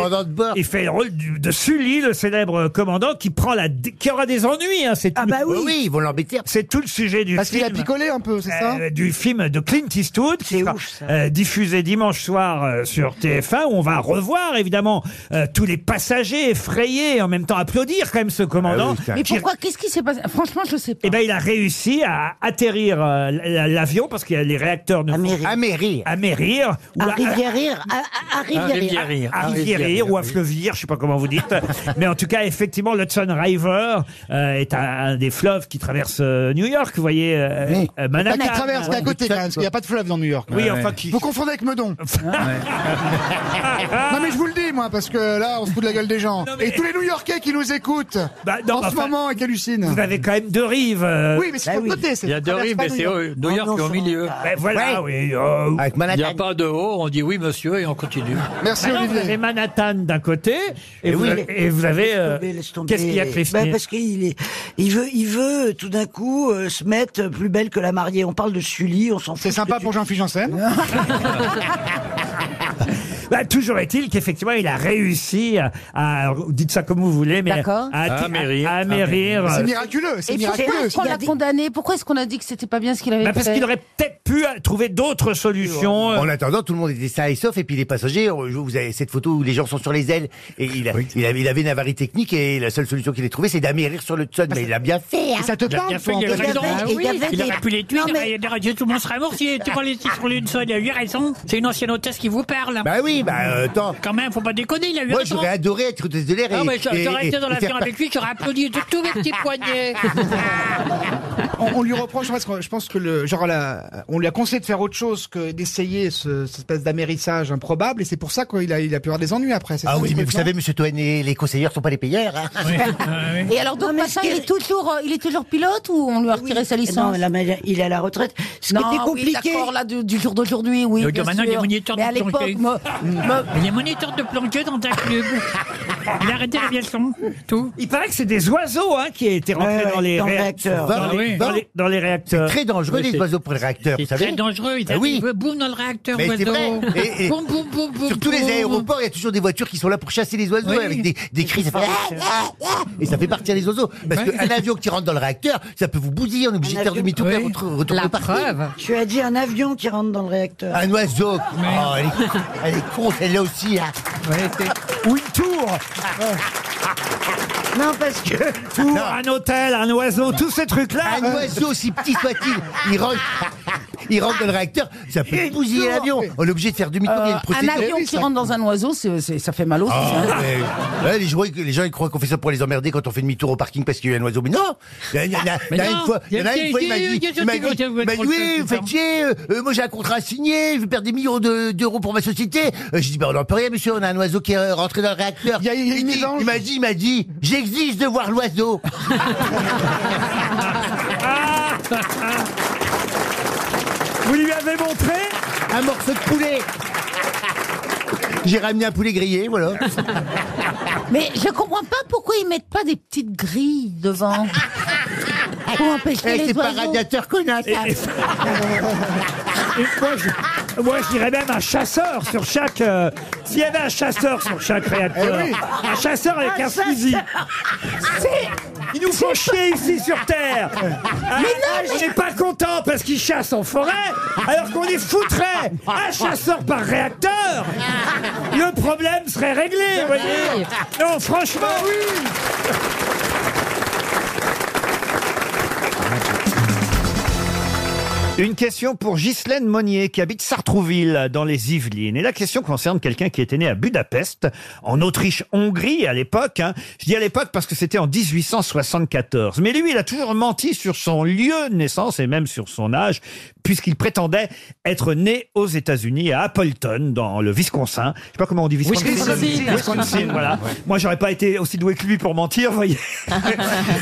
Speaker 5: il fait le rôle du- de Sully, le célèbre commandant qui prend la, dé- qui aura des ennuis. hein, c'est ah bah oui. ils vont l'embêter. C'est tout le sujet du
Speaker 2: Parce qu'il
Speaker 5: film.
Speaker 2: a picolé un peu, c'est ça
Speaker 5: Euh, du film de Clint Eastwood qui sera euh, diffusé dimanche soir euh, sur TF1 où on va revoir évidemment euh, tous les passagers effrayés et en même temps applaudir quand même ce commandant.
Speaker 7: Mais
Speaker 5: qui-
Speaker 7: pourquoi Qu'est-ce qui s'est passé Franchement, je sais pas.
Speaker 5: eh ben, il a réussi à atterrir euh, l- l- l'avion parce que les réacteurs ne amérir, amérir, ou
Speaker 15: À Rivière, à, à-
Speaker 22: Ah,
Speaker 15: à Rivière.
Speaker 5: à, à Rivière Ah, ou à Fleuvière, je sais pas comment
Speaker 22: (laughs)
Speaker 5: vous dites. Mais en tout cas, effectivement, l'Hudson River euh, est un, un des fleuves qui traverse euh, New York, vous voyez, euh, euh,
Speaker 2: Pas
Speaker 5: Manhattan.
Speaker 2: qui traverse, qui est à côté quand même, parce qu'il n'y a pas de fleuve dans New York.
Speaker 5: Oui, Ouais, enfin, ouais. qui-
Speaker 2: Vous confondez avec
Speaker 5: (laughs)
Speaker 2: Meudon. non, mais je vous le dis, moi, parce que là, on se fout de la gueule des gens. Et tous les New Yorkais qui nous écoutent
Speaker 5: bah, non,
Speaker 2: en ce
Speaker 5: enfin,
Speaker 2: moment et qui hallucinent.
Speaker 5: Vous avez quand même deux rives. euh.
Speaker 2: Oui, mais c'est Bah sur le oui. côté, c'est-
Speaker 22: Il y a deux
Speaker 2: traverse
Speaker 22: rives,
Speaker 2: pas
Speaker 22: mais
Speaker 2: New
Speaker 22: c'est
Speaker 2: York.
Speaker 22: euh, New York qui est au milieu.
Speaker 5: Ben voilà, oui. euh,
Speaker 22: Il n'y a pas de haut, on dit oui monsieur et on continue.
Speaker 5: Bah non, Vous avez Manhattan d'un côté et,
Speaker 15: Eh
Speaker 5: vous,
Speaker 15: oui.
Speaker 5: avez- et vous avez.
Speaker 15: Laisse
Speaker 5: euh,
Speaker 15: tomber, laisse tomber.
Speaker 5: Qu'est-ce qu'il y a, Christine
Speaker 15: Ben, Parce qu'il est- il veut, il veut tout d'un coup euh, se mettre plus belle que la mariée. On parle de Sully, on s'en fout. C'est sympa pour
Speaker 2: Jean-Philippe Janssen.
Speaker 15: (laughs)
Speaker 5: Bah, toujours est-il qu'effectivement, il a réussi à, à- dites ça comme vous voulez, mais à,
Speaker 22: À amérir. Ah,
Speaker 5: à amérir. euh,
Speaker 22: C'est
Speaker 2: miraculeux,
Speaker 7: Et pourquoi est-ce qu'on l'a condamné Pourquoi est-ce qu'on a dit que c'était pas bien ce qu'il avait
Speaker 6: Bah,
Speaker 7: fait
Speaker 6: parce qu'il aurait
Speaker 5: peut-être pu trouver d'autres solutions.
Speaker 6: En attendant, tout le monde était sain et sauf. Et puis les passagers, on- vous avez cette photo où les gens sont sur les ailes. Et il, a- il avait, il avait une avarie technique et la seule solution qu'il ait trouvée, c'est d'amérir sur le Hudson. Mais il a bien fait. hein.
Speaker 2: Ça te parle, toi, en fait. Ah oui,
Speaker 22: Il aurait pu les tuer,
Speaker 2: Non,
Speaker 22: il
Speaker 2: mais- Ah.
Speaker 22: aurait- il aurait dit tout le monde serait mort. Si tu prends les titres sur l'Hudson, il a eu raison. C'est une ancienne hôtesse qui vous parle.
Speaker 6: Bah oui, bah euh, attends.
Speaker 22: Quand même, faut pas déconner, il a eu
Speaker 6: Moi,
Speaker 22: raison.
Speaker 6: j'aurais adoré être hôtesse de l'air.
Speaker 22: Non,
Speaker 6: et-
Speaker 22: mais j'a-
Speaker 6: et-
Speaker 22: j'aurais été
Speaker 6: et-
Speaker 22: dans
Speaker 6: et
Speaker 22: l'avion
Speaker 6: faire
Speaker 22: avec lui, j'aurais applaudi de tous mes petits
Speaker 15: (laughs)
Speaker 22: poignets.
Speaker 2: on, on lui reproche parce que je pense que le genre la- on lui a conseillé de faire autre chose que d'essayer ce, cette espèce d'amérissage improbable et c'est pour ça qu'il a il a pu avoir des ennuis après.
Speaker 6: Ah oui, mais vous savez, Monsieur Toen, et les conseillers sont pas les payeurs. hein. (laughs)
Speaker 7: Et alors donc maintenant, il est toujours, euh, il est toujours pilote ou on lui a retiré sa licence
Speaker 15: Non, là, mais il est à la retraite. Ce qui était compliqué.
Speaker 7: d'accord, là du, du jour d'aujourd'hui, oui.
Speaker 22: Donc, euh,
Speaker 7: bien
Speaker 22: maintenant, il est
Speaker 7: sûr.
Speaker 22: moniteur
Speaker 7: Mais à
Speaker 22: de
Speaker 7: l'époque,
Speaker 22: planqué.
Speaker 7: moi-
Speaker 22: Il est moniteur de planqué dans un
Speaker 15: (laughs)
Speaker 22: club. Il a arrêté la aviation, tout.
Speaker 5: Il paraît que c'est des oiseaux hein, qui étaient rentrés
Speaker 22: Ouais, ouais,
Speaker 5: dans les
Speaker 22: dans le réacteur.
Speaker 5: réacteurs. Dans
Speaker 22: Ah
Speaker 5: les-
Speaker 22: oui.
Speaker 5: dans les- dans les réacteurs.
Speaker 22: C'est très dangereux,
Speaker 6: les oiseaux pour les réacteurs, vous
Speaker 22: C'est
Speaker 6: savez.
Speaker 22: très dangereux. Il
Speaker 15: Eh
Speaker 6: Ah
Speaker 22: a
Speaker 6: oui.
Speaker 22: boum dans le réacteur,
Speaker 6: Mais c'est
Speaker 22: oiseau.
Speaker 6: vrai. Et- et-
Speaker 22: Boum, boum, boum, boum,
Speaker 6: Sur tous les
Speaker 22: boum.
Speaker 6: aéroports, il y a toujours des voitures qui sont là pour chasser les oiseaux
Speaker 22: Oui.
Speaker 6: avec des, des cris. Ça fait Ah, ah, ah et ça fait partir les oiseaux. Parce qu'un avion qui rentre dans le réacteur, ça peut vous bousiller. On est obligé de faire demi-tour et retour- Ah. retourner partir.
Speaker 15: Tu as dit un avion qui rentre dans le réacteur.
Speaker 6: Un oiseau. Oh, elle, est, elle est con, celle-là aussi. hein.
Speaker 5: Ou une tour.
Speaker 15: Non, parce
Speaker 6: (laughs)
Speaker 15: que.
Speaker 5: Tour, un hôtel, un oiseau, tous ces trucs-là. euh,
Speaker 6: Un oiseau, aussi petit soit-il, il rentre, il rentre dans le réacteur, ça peut
Speaker 7: Et
Speaker 6: bousiller
Speaker 7: tour.
Speaker 6: l'avion. On est obligé de faire demi-tour. il y a une
Speaker 7: un
Speaker 6: procédure.
Speaker 7: avion qui rentre dans un oiseau, c'est- c'est- ça fait mal aussi.
Speaker 6: Ah,
Speaker 7: hein.
Speaker 6: mais- ouais, les, gens, ils- les gens ils croient qu'on fait ça pour les emmerder quand on fait demi-tour au parking parce qu'il y a eu un oiseau. Mais non Il y en a- il y en a il
Speaker 22: Mais
Speaker 6: y en a
Speaker 22: non,
Speaker 6: une fois, il y en a
Speaker 22: il y a-
Speaker 6: une fois, il m'a
Speaker 22: il y a-
Speaker 6: dit
Speaker 22: il y a-
Speaker 6: il m'a dit-
Speaker 22: il y a- il y a- il y
Speaker 6: il m'a dit,
Speaker 22: a- il y a-
Speaker 6: oui, vous faites chier, euh, euh, moi j'ai un contrat à signer, je vais perdre des millions de- d'euros pour ma société. Euh, J'ai dit, ben on n'en peut rien, monsieur, on a un oiseau qui est euh, rentré dans le réacteur. Il dit- il m'a dit, il m'a dit, j'exige de
Speaker 22: (laughs)
Speaker 6: voir l'oiseau.
Speaker 5: Vous lui avez montré
Speaker 6: Un morceau de poulet. J'ai ramené un poulet grillé, voilà.
Speaker 7: Mais je comprends pas pourquoi ils mettent pas des petites grilles (laughs) devant pour empêcher
Speaker 6: Eh,
Speaker 7: les
Speaker 6: c'est pas
Speaker 7: oiseaux.
Speaker 6: radiateur connasse.
Speaker 7: hein.
Speaker 5: Et moi, je, moi, je dirais même un chasseur sur chaque. euh, S'il y avait un chasseur sur chaque réacteur,
Speaker 22: Eh oui.
Speaker 5: un chasseur avec un,
Speaker 22: Un chasseur.
Speaker 5: fusil. Il nous faut chier ici sur Terre. Ah,
Speaker 22: non,
Speaker 5: on n'est pas content parce qu'il chasse en forêt, alors qu'on les foutrait un chasseur par réacteur. Le problème serait réglé, vous voyez. Non, franchement, Ah oui. Une question pour Ghislaine Monnier qui habite Sartrouville dans les Yvelines. Et la question concerne quelqu'un qui était né à Budapest, en Autriche-Hongrie à l'époque. hein. Je dis à l'époque parce que c'était en 1874. Mais lui, il a toujours menti sur son lieu de naissance et même sur son âge, puisqu'il prétendait être né aux États-Unis à Appleton, dans le Wisconsin. Je sais pas comment on dit Wisconsin.
Speaker 3: Wisconsin.
Speaker 5: Wisconsin, voilà.
Speaker 3: Ouais.
Speaker 5: Moi, j'aurais pas été aussi doué que lui pour
Speaker 3: (laughs)
Speaker 5: mentir, voyez.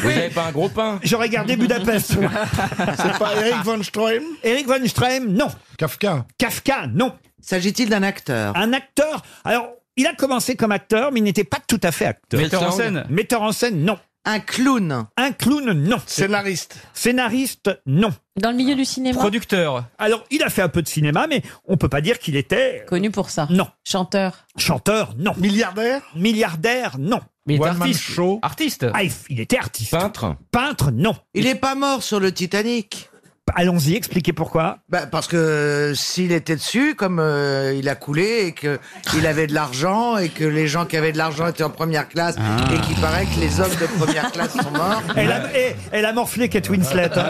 Speaker 3: Vous avez pas un gros pain
Speaker 5: J'aurais gardé Budapest.
Speaker 3: C'est pas Eric
Speaker 5: von Stroheim Eric von Stroheim, non. Kafka Kafka, non. S'agit-il d'un acteur Un acteur Alors, il a commencé comme acteur, mais il n'était pas tout à fait acteur.
Speaker 12: Metteur en scène
Speaker 5: Metteur en scène, non. Un clown Un clown, non. Scénariste Scénariste, non.
Speaker 14: Dans le milieu du cinéma.
Speaker 5: Producteur Alors, il a fait un peu de cinéma, mais on peut pas dire qu'il était... euh,
Speaker 14: Connu pour ça.
Speaker 5: Non.
Speaker 14: Chanteur.
Speaker 5: Chanteur, non. Milliardaire Milliardaire, non.
Speaker 12: Mais il est One man artiste. show. Artiste.
Speaker 5: Ah, il- il était artiste. Peintre Peintre, non. Bah,
Speaker 2: Il n'est pas mort sur le Titanic.
Speaker 5: Allons-y, expliquez pourquoi.
Speaker 2: Bah, parce que euh, s'il était dessus, comme euh, il a coulé et que il avait de l'argent et que les gens qui avaient de l'argent étaient en première classe et qu'il paraît que les hommes de première classe sont morts.
Speaker 5: Elle a, (laughs) eh, elle a morflé Kate Winslet. hein.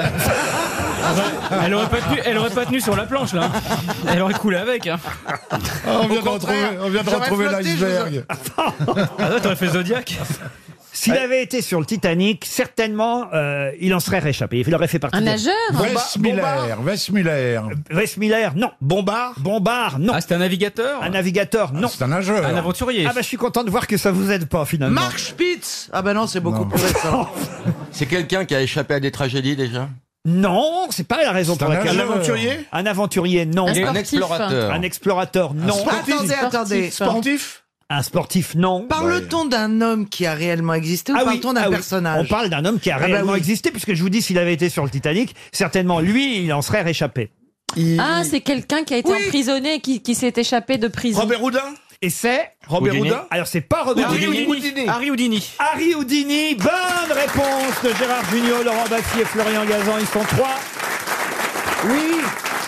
Speaker 12: Ah bah, Elle aurait, pas tenu, elle aurait pas tenu sur la planche, là. Elle aurait coulé avec. hein.
Speaker 27: Ah, on vient de retrouver- on vient de retrouver l'iceberg.
Speaker 12: Ah ouais, t'aurais fait Zodiac
Speaker 5: S'il avait été sur le Titanic, certainement, euh, il en serait réchappé. Il aurait fait partie.
Speaker 14: Un
Speaker 5: de-
Speaker 14: nageur
Speaker 27: Westmiller, Westmiller.
Speaker 5: Westmiller, non. Bombard Bombard, non.
Speaker 12: Ah, c'est un navigateur
Speaker 5: Un navigateur, non.
Speaker 27: C'est un nageur.
Speaker 12: Un aventurier.
Speaker 5: Ah bah je suis content de voir que ça vous aide pas finalement.
Speaker 2: Marc Spitz Ah ben non, c'est beaucoup plus récent.
Speaker 9: C'est quelqu'un qui a échappé à des tragédies déjà
Speaker 5: Non, c'est pas la raison
Speaker 9: C'est
Speaker 5: pour
Speaker 9: un
Speaker 5: laquelle.
Speaker 9: nageur. Un aventurier
Speaker 5: Un aventurier, non.
Speaker 9: Un Un sportif. explorateur.
Speaker 5: Un explorateur, non.
Speaker 2: sportif. Attendez, attendez. Sportif
Speaker 5: Un sportif, non.
Speaker 2: Parle-t-on d'un homme qui a réellement existé ou
Speaker 5: Ah oui,
Speaker 2: parle-t-on d'un
Speaker 5: ah oui.
Speaker 2: personnage
Speaker 5: On parle d'un homme qui a
Speaker 2: Ah bah
Speaker 5: réellement
Speaker 2: oui.
Speaker 5: existé, puisque je vous dis, s'il avait été sur le Titanic, certainement lui, il en serait réchappé.
Speaker 14: Ah, c'est quelqu'un qui a été emprisonné et qui, qui s'est échappé de prison.
Speaker 5: Robert Houdin Et c'est
Speaker 3: Robert Houdini. Houdin
Speaker 5: Alors c'est pas Robert
Speaker 3: Houdini.
Speaker 5: Houdini.
Speaker 12: Harry Houdini.
Speaker 5: Harry Houdini, bonne réponse de Gérard Junior, Laurent Bassi et Florian Gazan. Ils sont trois. Oui.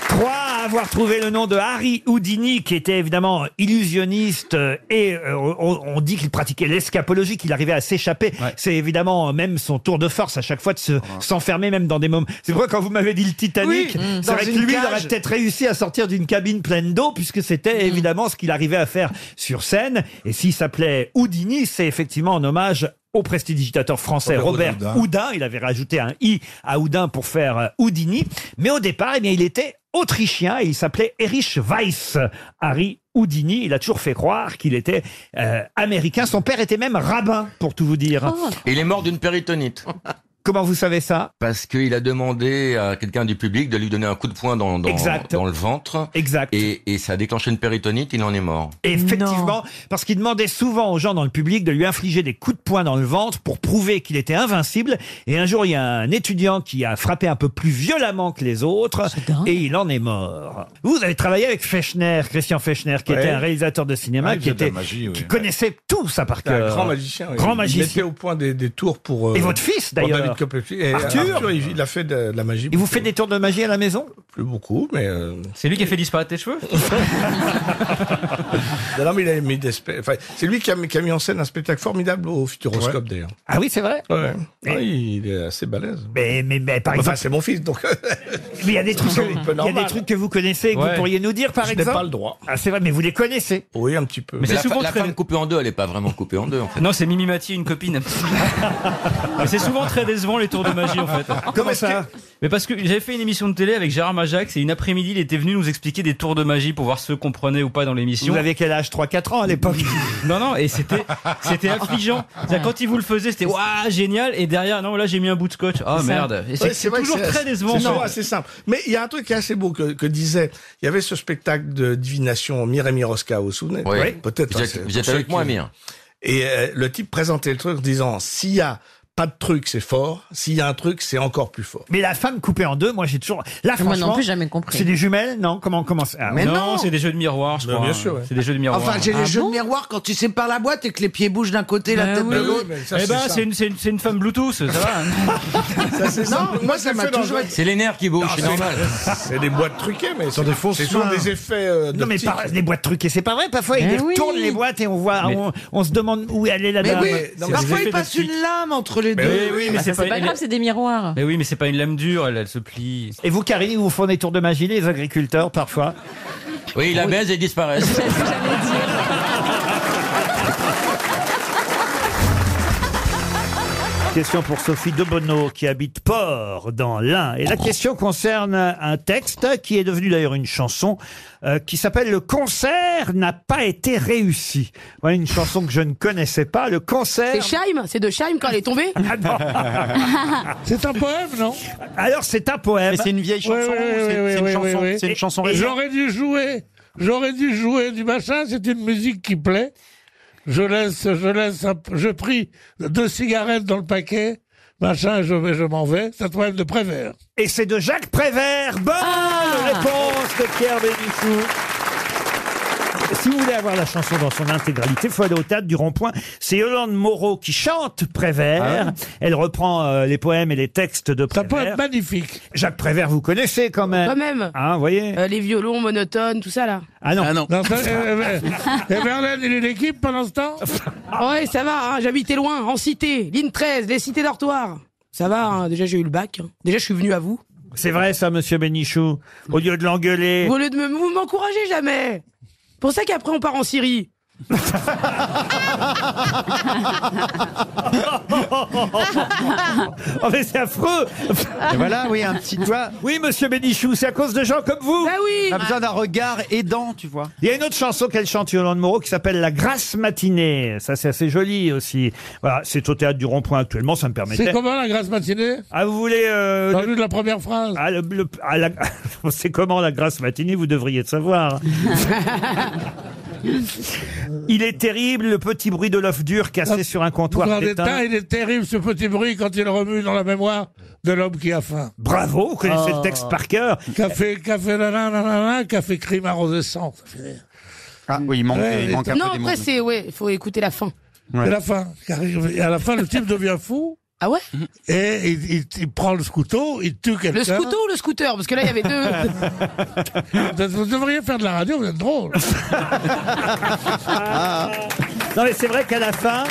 Speaker 5: Trois à avoir trouvé le nom de Harry Houdini, qui était évidemment illusionniste euh, et euh, on, on dit qu'il pratiquait l'escapologie, qu'il arrivait à s'échapper. C'est évidemment euh, même son tour de force à chaque fois de se- s'enfermer, même dans des moments. C'est vrai quand vous m'avez dit le Titanic,
Speaker 28: Oui,
Speaker 5: c'est
Speaker 28: dans
Speaker 5: vrai que
Speaker 28: une
Speaker 5: lui il
Speaker 28: cage.
Speaker 5: aurait peut-être réussi à sortir d'une cabine pleine d'eau, puisque c'était évidemment ce qu'il arrivait à faire sur scène. Et s'il s'appelait Houdini, c'est effectivement en hommage au prestidigitateur français Robert,
Speaker 28: Robert
Speaker 5: Houdin.
Speaker 28: Houdin.
Speaker 5: Il avait rajouté un i à Houdin pour faire euh, Houdini. Mais au départ, eh bien, il était autrichien et il s'appelait Erich Weiss. Harry Houdini, il a toujours fait croire qu'il était euh, américain. Son père était même rabbin, pour tout vous dire.
Speaker 9: Il est mort d'une péritonite.
Speaker 5: Ah. Comment vous savez ça
Speaker 9: Parce qu'il a demandé à quelqu'un du public de lui donner un coup de poing dans, dans,
Speaker 5: Exact.
Speaker 9: dans le ventre.
Speaker 5: Exact.
Speaker 9: Et, et ça a déclenché une péritonite, il en est mort.
Speaker 5: Effectivement, parce qu'il demandait souvent aux gens dans le public de lui infliger des coups de poing dans le ventre pour prouver qu'il était invincible. Et un jour, il y a un étudiant qui a frappé un peu plus violemment que les autres et il en est mort. Vous avez travaillé avec Fechner, Christian Fechner, qui
Speaker 3: Ouais.
Speaker 5: était un réalisateur de cinéma,
Speaker 3: Ouais, il
Speaker 5: qui,
Speaker 3: faisait de la
Speaker 5: était,
Speaker 3: magie, oui.
Speaker 5: qui connaissait tout ça par
Speaker 3: C'était un
Speaker 5: cœur.
Speaker 3: grand magicien. oui.
Speaker 5: Euh, Grand
Speaker 3: Il
Speaker 5: magicien.
Speaker 3: mettait au point des, des tours pour. euh,
Speaker 5: Et votre fils,
Speaker 3: pour
Speaker 5: d'ailleurs.
Speaker 3: David Copperfield. Et
Speaker 5: Arthur.
Speaker 3: Arthur, il, il a fait de, de la magie.
Speaker 5: Il vous fait des tours de magie à la maison
Speaker 3: Plus beaucoup, mais. euh,
Speaker 12: C'est lui qui a fait disparaître tes cheveux
Speaker 3: Non, non, mais il a mis des. spe- Enfin, c'est lui qui a, mis- qui a mis en scène un spectacle formidable au Futuroscope, d'ailleurs.
Speaker 5: Ah oui, c'est vrai
Speaker 3: Ouais. Ouais, il est assez balèze.
Speaker 5: Mais, mais, mais par
Speaker 3: Enfin,
Speaker 5: exemple-
Speaker 3: c'est mon fils, donc.
Speaker 5: (laughs) Mais il y a des trucs,
Speaker 3: C'est un
Speaker 5: que-
Speaker 3: peu
Speaker 5: il y a des
Speaker 3: normal.
Speaker 5: trucs que vous connaissez et que
Speaker 3: Ouais.
Speaker 5: vous pourriez nous dire, par
Speaker 3: Je n'ai
Speaker 5: exemple.
Speaker 3: pas le droit.
Speaker 5: Ah, c'est vrai, mais vous les connaissez.
Speaker 3: Oui, un petit peu.
Speaker 12: Mais c'est
Speaker 9: la, fa-
Speaker 12: souvent
Speaker 9: la
Speaker 12: très-
Speaker 9: femme coupée en deux, elle n'est pas vraiment coupée en deux. En fait.
Speaker 12: Non, c'est Mimi Mati, une copine. Mais c'est souvent très décevant les tours de magie en fait.
Speaker 5: Comment ça
Speaker 12: Mais parce que j'avais fait une émission de télé avec Gérard Majax et une après-midi, il était venu nous expliquer des tours de magie pour voir ceux qu'on prenait ou pas dans l'émission.
Speaker 5: Vous avez quel âge 3-4 ans à l'époque
Speaker 12: Non, non, et c'était, c'était affligeant. C'est-à-dire, Quand il vous le faisait, c'était waouh, génial. Et derrière, non, là, j'ai mis un bout de scotch. Ah
Speaker 3: C'est ça.
Speaker 12: merde. Et c'est,
Speaker 3: Ouais,
Speaker 12: c'est
Speaker 3: vrai que
Speaker 12: toujours très décevant.
Speaker 3: C'est souvent assez simple. Mais il y a un truc qui est assez beau que, que disait. Il y avait ce spectacle de divination Mireille Miroska, vous vous souvenez
Speaker 9: Oui. Oui.
Speaker 3: Peut-être.
Speaker 9: Vous
Speaker 3: hein,
Speaker 9: êtes-
Speaker 3: c'est-
Speaker 9: vous
Speaker 3: pour
Speaker 9: êtes
Speaker 3: ceux
Speaker 9: avec
Speaker 3: qui-
Speaker 9: moi, Amir.
Speaker 3: Et euh, le type présentait le truc en disant s'il y a pas de truc, c'est fort. S'il y a un truc, c'est encore plus fort.
Speaker 5: (laughs) Mais la femme coupée en deux, moi j'ai toujours. Là,
Speaker 3: Moi non
Speaker 5: franchement,
Speaker 3: plus, jamais compris.
Speaker 5: C'est des jumelles, non Comment comment c'est- ah,
Speaker 3: Mais
Speaker 12: non,
Speaker 3: non.
Speaker 12: c'est des jeux de miroir, je
Speaker 3: Mais
Speaker 12: crois.
Speaker 3: bien sûr, ouais.
Speaker 12: C'est des jeux de miroir.
Speaker 2: Enfin, j'ai les jeux de miroir quand tu sépares la boîte et que les pieds bougent d'un côté,
Speaker 5: Bah
Speaker 2: la tête de l'autre.
Speaker 12: eh ben, c'est une, c'est une- c'est une femme Bluetooth, ça va. hein. (laughs)
Speaker 2: Non, moi ça m'a toujours été.
Speaker 9: C'est les nerfs qui bougent,
Speaker 3: Non,
Speaker 9: c'est
Speaker 3: c'est-
Speaker 9: normal.
Speaker 3: C'est des boîtes truquées, mais c'est
Speaker 5: des fausses
Speaker 3: c'est souvent
Speaker 5: mains.
Speaker 3: des effets.
Speaker 5: Non mais par, les boîtes truquées, c'est pas vrai. Parfois ils
Speaker 3: Mais
Speaker 5: les
Speaker 3: oui.
Speaker 5: tournent les boîtes et on voit,
Speaker 3: Mais-
Speaker 5: on, on se demande où elle est la
Speaker 2: Mais
Speaker 5: dame.
Speaker 2: oui, parfois il passe une lame entre
Speaker 29: entre les
Speaker 12: Mais
Speaker 29: deux.
Speaker 12: oui, oui, mais
Speaker 14: Ah,
Speaker 12: c'est
Speaker 14: c'est
Speaker 12: pas-
Speaker 14: pas
Speaker 12: elle-
Speaker 14: grave, c'est des miroirs.
Speaker 12: Mais oui, mais c'est pas une lame dure, elle, elle se plie.
Speaker 30: Et vous, Karine, vous font des tours de magie, les agriculteurs, parfois
Speaker 9: Oui, la baise et disparaissent.
Speaker 5: Question pour Sophie Debonneau qui habite Port dans l'Ain. Et la question concerne un texte qui est devenu d'ailleurs une chanson euh, qui s'appelle Le concert n'a pas été réussi. Voilà une chanson que je ne connaissais pas. Le concert.
Speaker 15: C'est Scheim C'est de Scheim quand elle est tombée
Speaker 5: Ah non.
Speaker 15: (laughs)
Speaker 5: c'est un poème, non Alors c'est un poème.
Speaker 31: Mais c'est une vieille chanson, Ouais, ouais, c'est- ouais, c'est une ouais, chanson- ouais, ouais. c'est une chanson
Speaker 3: Et
Speaker 31: récente.
Speaker 3: J'aurais dû jouer, j'aurais dû jouer du machin. C'est une musique qui plaît. Je laisse, je laisse, un- je prie deux cigarettes dans le paquet, machin. Je vais, je m'en vais. C'est un poème de Prévert. Ah
Speaker 5: Et c'est de Jacques Prévert. Bonne réponse de Pierre Bénichou. Si vous voulez avoir la chanson dans son intégralité, il faut aller au théâtre du Rond-Point. C'est Yolande Moreau qui chante Prévert. Elle reprend euh, les poèmes et les textes de Prévert. C'est un poème
Speaker 3: magnifique.
Speaker 5: Jacques Prévert, vous connaissez quand même.
Speaker 15: Quand même.
Speaker 5: Hein, vous voyez
Speaker 15: Euh, les violons monotones, tout ça là.
Speaker 5: Ah non.
Speaker 3: ça, euh, euh, et Verlaine, il est l'équipe pendant ce
Speaker 5: (laughs)
Speaker 3: temps
Speaker 15: Ouais, ça va, hein, j'habitais loin, en cité, ligne 13, les cités dortoirs. Ça va, hein, déjà j'ai eu le bac. hein. Déjà je suis venu à vous.
Speaker 5: C'est vrai ça, monsieur Bénichou. Au lieu de l'engueuler.
Speaker 15: Vous, au lieu de me, vous m'encouragez jamais. Pour ça qu'après on part en
Speaker 7: (laughs)
Speaker 15: Syrie.
Speaker 5: (laughs) Oh, mais c'est affreux
Speaker 2: Et voilà, oui, un petit doigt.
Speaker 5: Oui, monsieur Bénichou, c'est à cause de gens comme vous.
Speaker 3: Ben
Speaker 15: Bah oui
Speaker 2: a besoin d'un regard aidant, tu vois.
Speaker 5: Il y a une autre chanson qu'elle chante Yolande Moreau qui s'appelle La Grasse Matinée. Ça, c'est assez joli aussi. Voilà, c'est au théâtre du Rond-Point actuellement, ça me permettait.
Speaker 3: C'est comment la grasse matinée
Speaker 5: Ah, vous voulez. Euh,
Speaker 3: le... de la première phrase.
Speaker 5: Ah, le- le- ah, la- (laughs) c'est comment la grasse matinée, vous devriez
Speaker 3: (laughs)
Speaker 5: le savoir. Il est terrible, le petit bruit de l'œuf dur cassé sur un
Speaker 3: Vous Ah, vous
Speaker 5: comptoir.
Speaker 3: rendez
Speaker 5: d'étain.
Speaker 3: tas, il est terrible ce petit bruit quand il remue dans la mémoire de l'homme qui a faim. Ah.
Speaker 5: Bravo, vous connaissez le texte par cœur.
Speaker 3: Café, café, nanana, café, crime arrosé sang. Ça fait-
Speaker 2: Ah oui, il manque,
Speaker 3: Ouais,
Speaker 2: il manque un
Speaker 15: non,
Speaker 2: peu des
Speaker 15: après
Speaker 2: mots.
Speaker 15: c'est, ouais, faut écouter la fin.
Speaker 3: C'est la fin. qui arrive. Et à la fin, le type devient fou.
Speaker 15: Ah ouais
Speaker 3: Et il, il- il prend le scouteau, il tue quelqu'un.
Speaker 15: Le scooter ou le scooter Parce que là il y avait
Speaker 22: (laughs)
Speaker 3: (laughs)
Speaker 15: deux.
Speaker 3: Vous devriez faire de la radio, vous êtes drôle.
Speaker 5: Non mais c'est vrai qu'à la fin,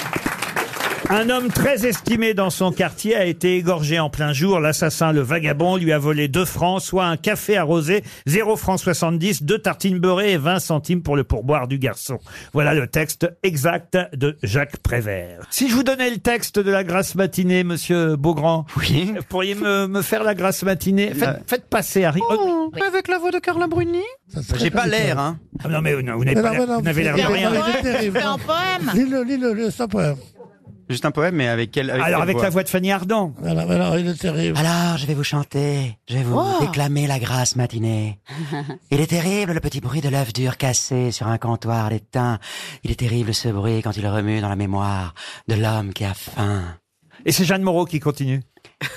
Speaker 5: un homme très estimé dans son quartier a été égorgé en plein jour. L'assassin, le vagabond, lui a volé 2 francs, soit un café arrosé, 0 francs 70, deux tartines beurrées et 20 centimes pour le pourboire du garçon. Voilà le texte exact de Jacques Prévert. Si je vous donnais le texte de la grasse matinée, monsieur Beaugrand, vous pourriez me, me faire la grasse matinée Faites, faites passer, Harry. Oh,
Speaker 32: Avec la voix de Carla Bruni
Speaker 5: J'ai pas l'air, hein Non mais euh, non, vous n'avez pas l'air- vous n'avez l'air de rien.
Speaker 3: poème. Lis-le, lis-le, lis-le, c'est un poème.
Speaker 2: Juste un poème, mais avec quelle avec
Speaker 5: Alors
Speaker 2: quelle
Speaker 5: avec la voix de Fanny Ardant.
Speaker 3: Alors, alors, il est terrible.
Speaker 4: Alors, je vais vous chanter,
Speaker 5: (laughs)
Speaker 4: je vais vous
Speaker 3: Oh.
Speaker 4: déclamer la grâce matinée. Il est terrible le petit bruit de l'œuf dur cassé sur un comptoir d'étain. Il est terrible ce bruit quand il remue dans la mémoire de l'homme qui a faim.
Speaker 5: Et c'est Jeanne Moreau qui continue.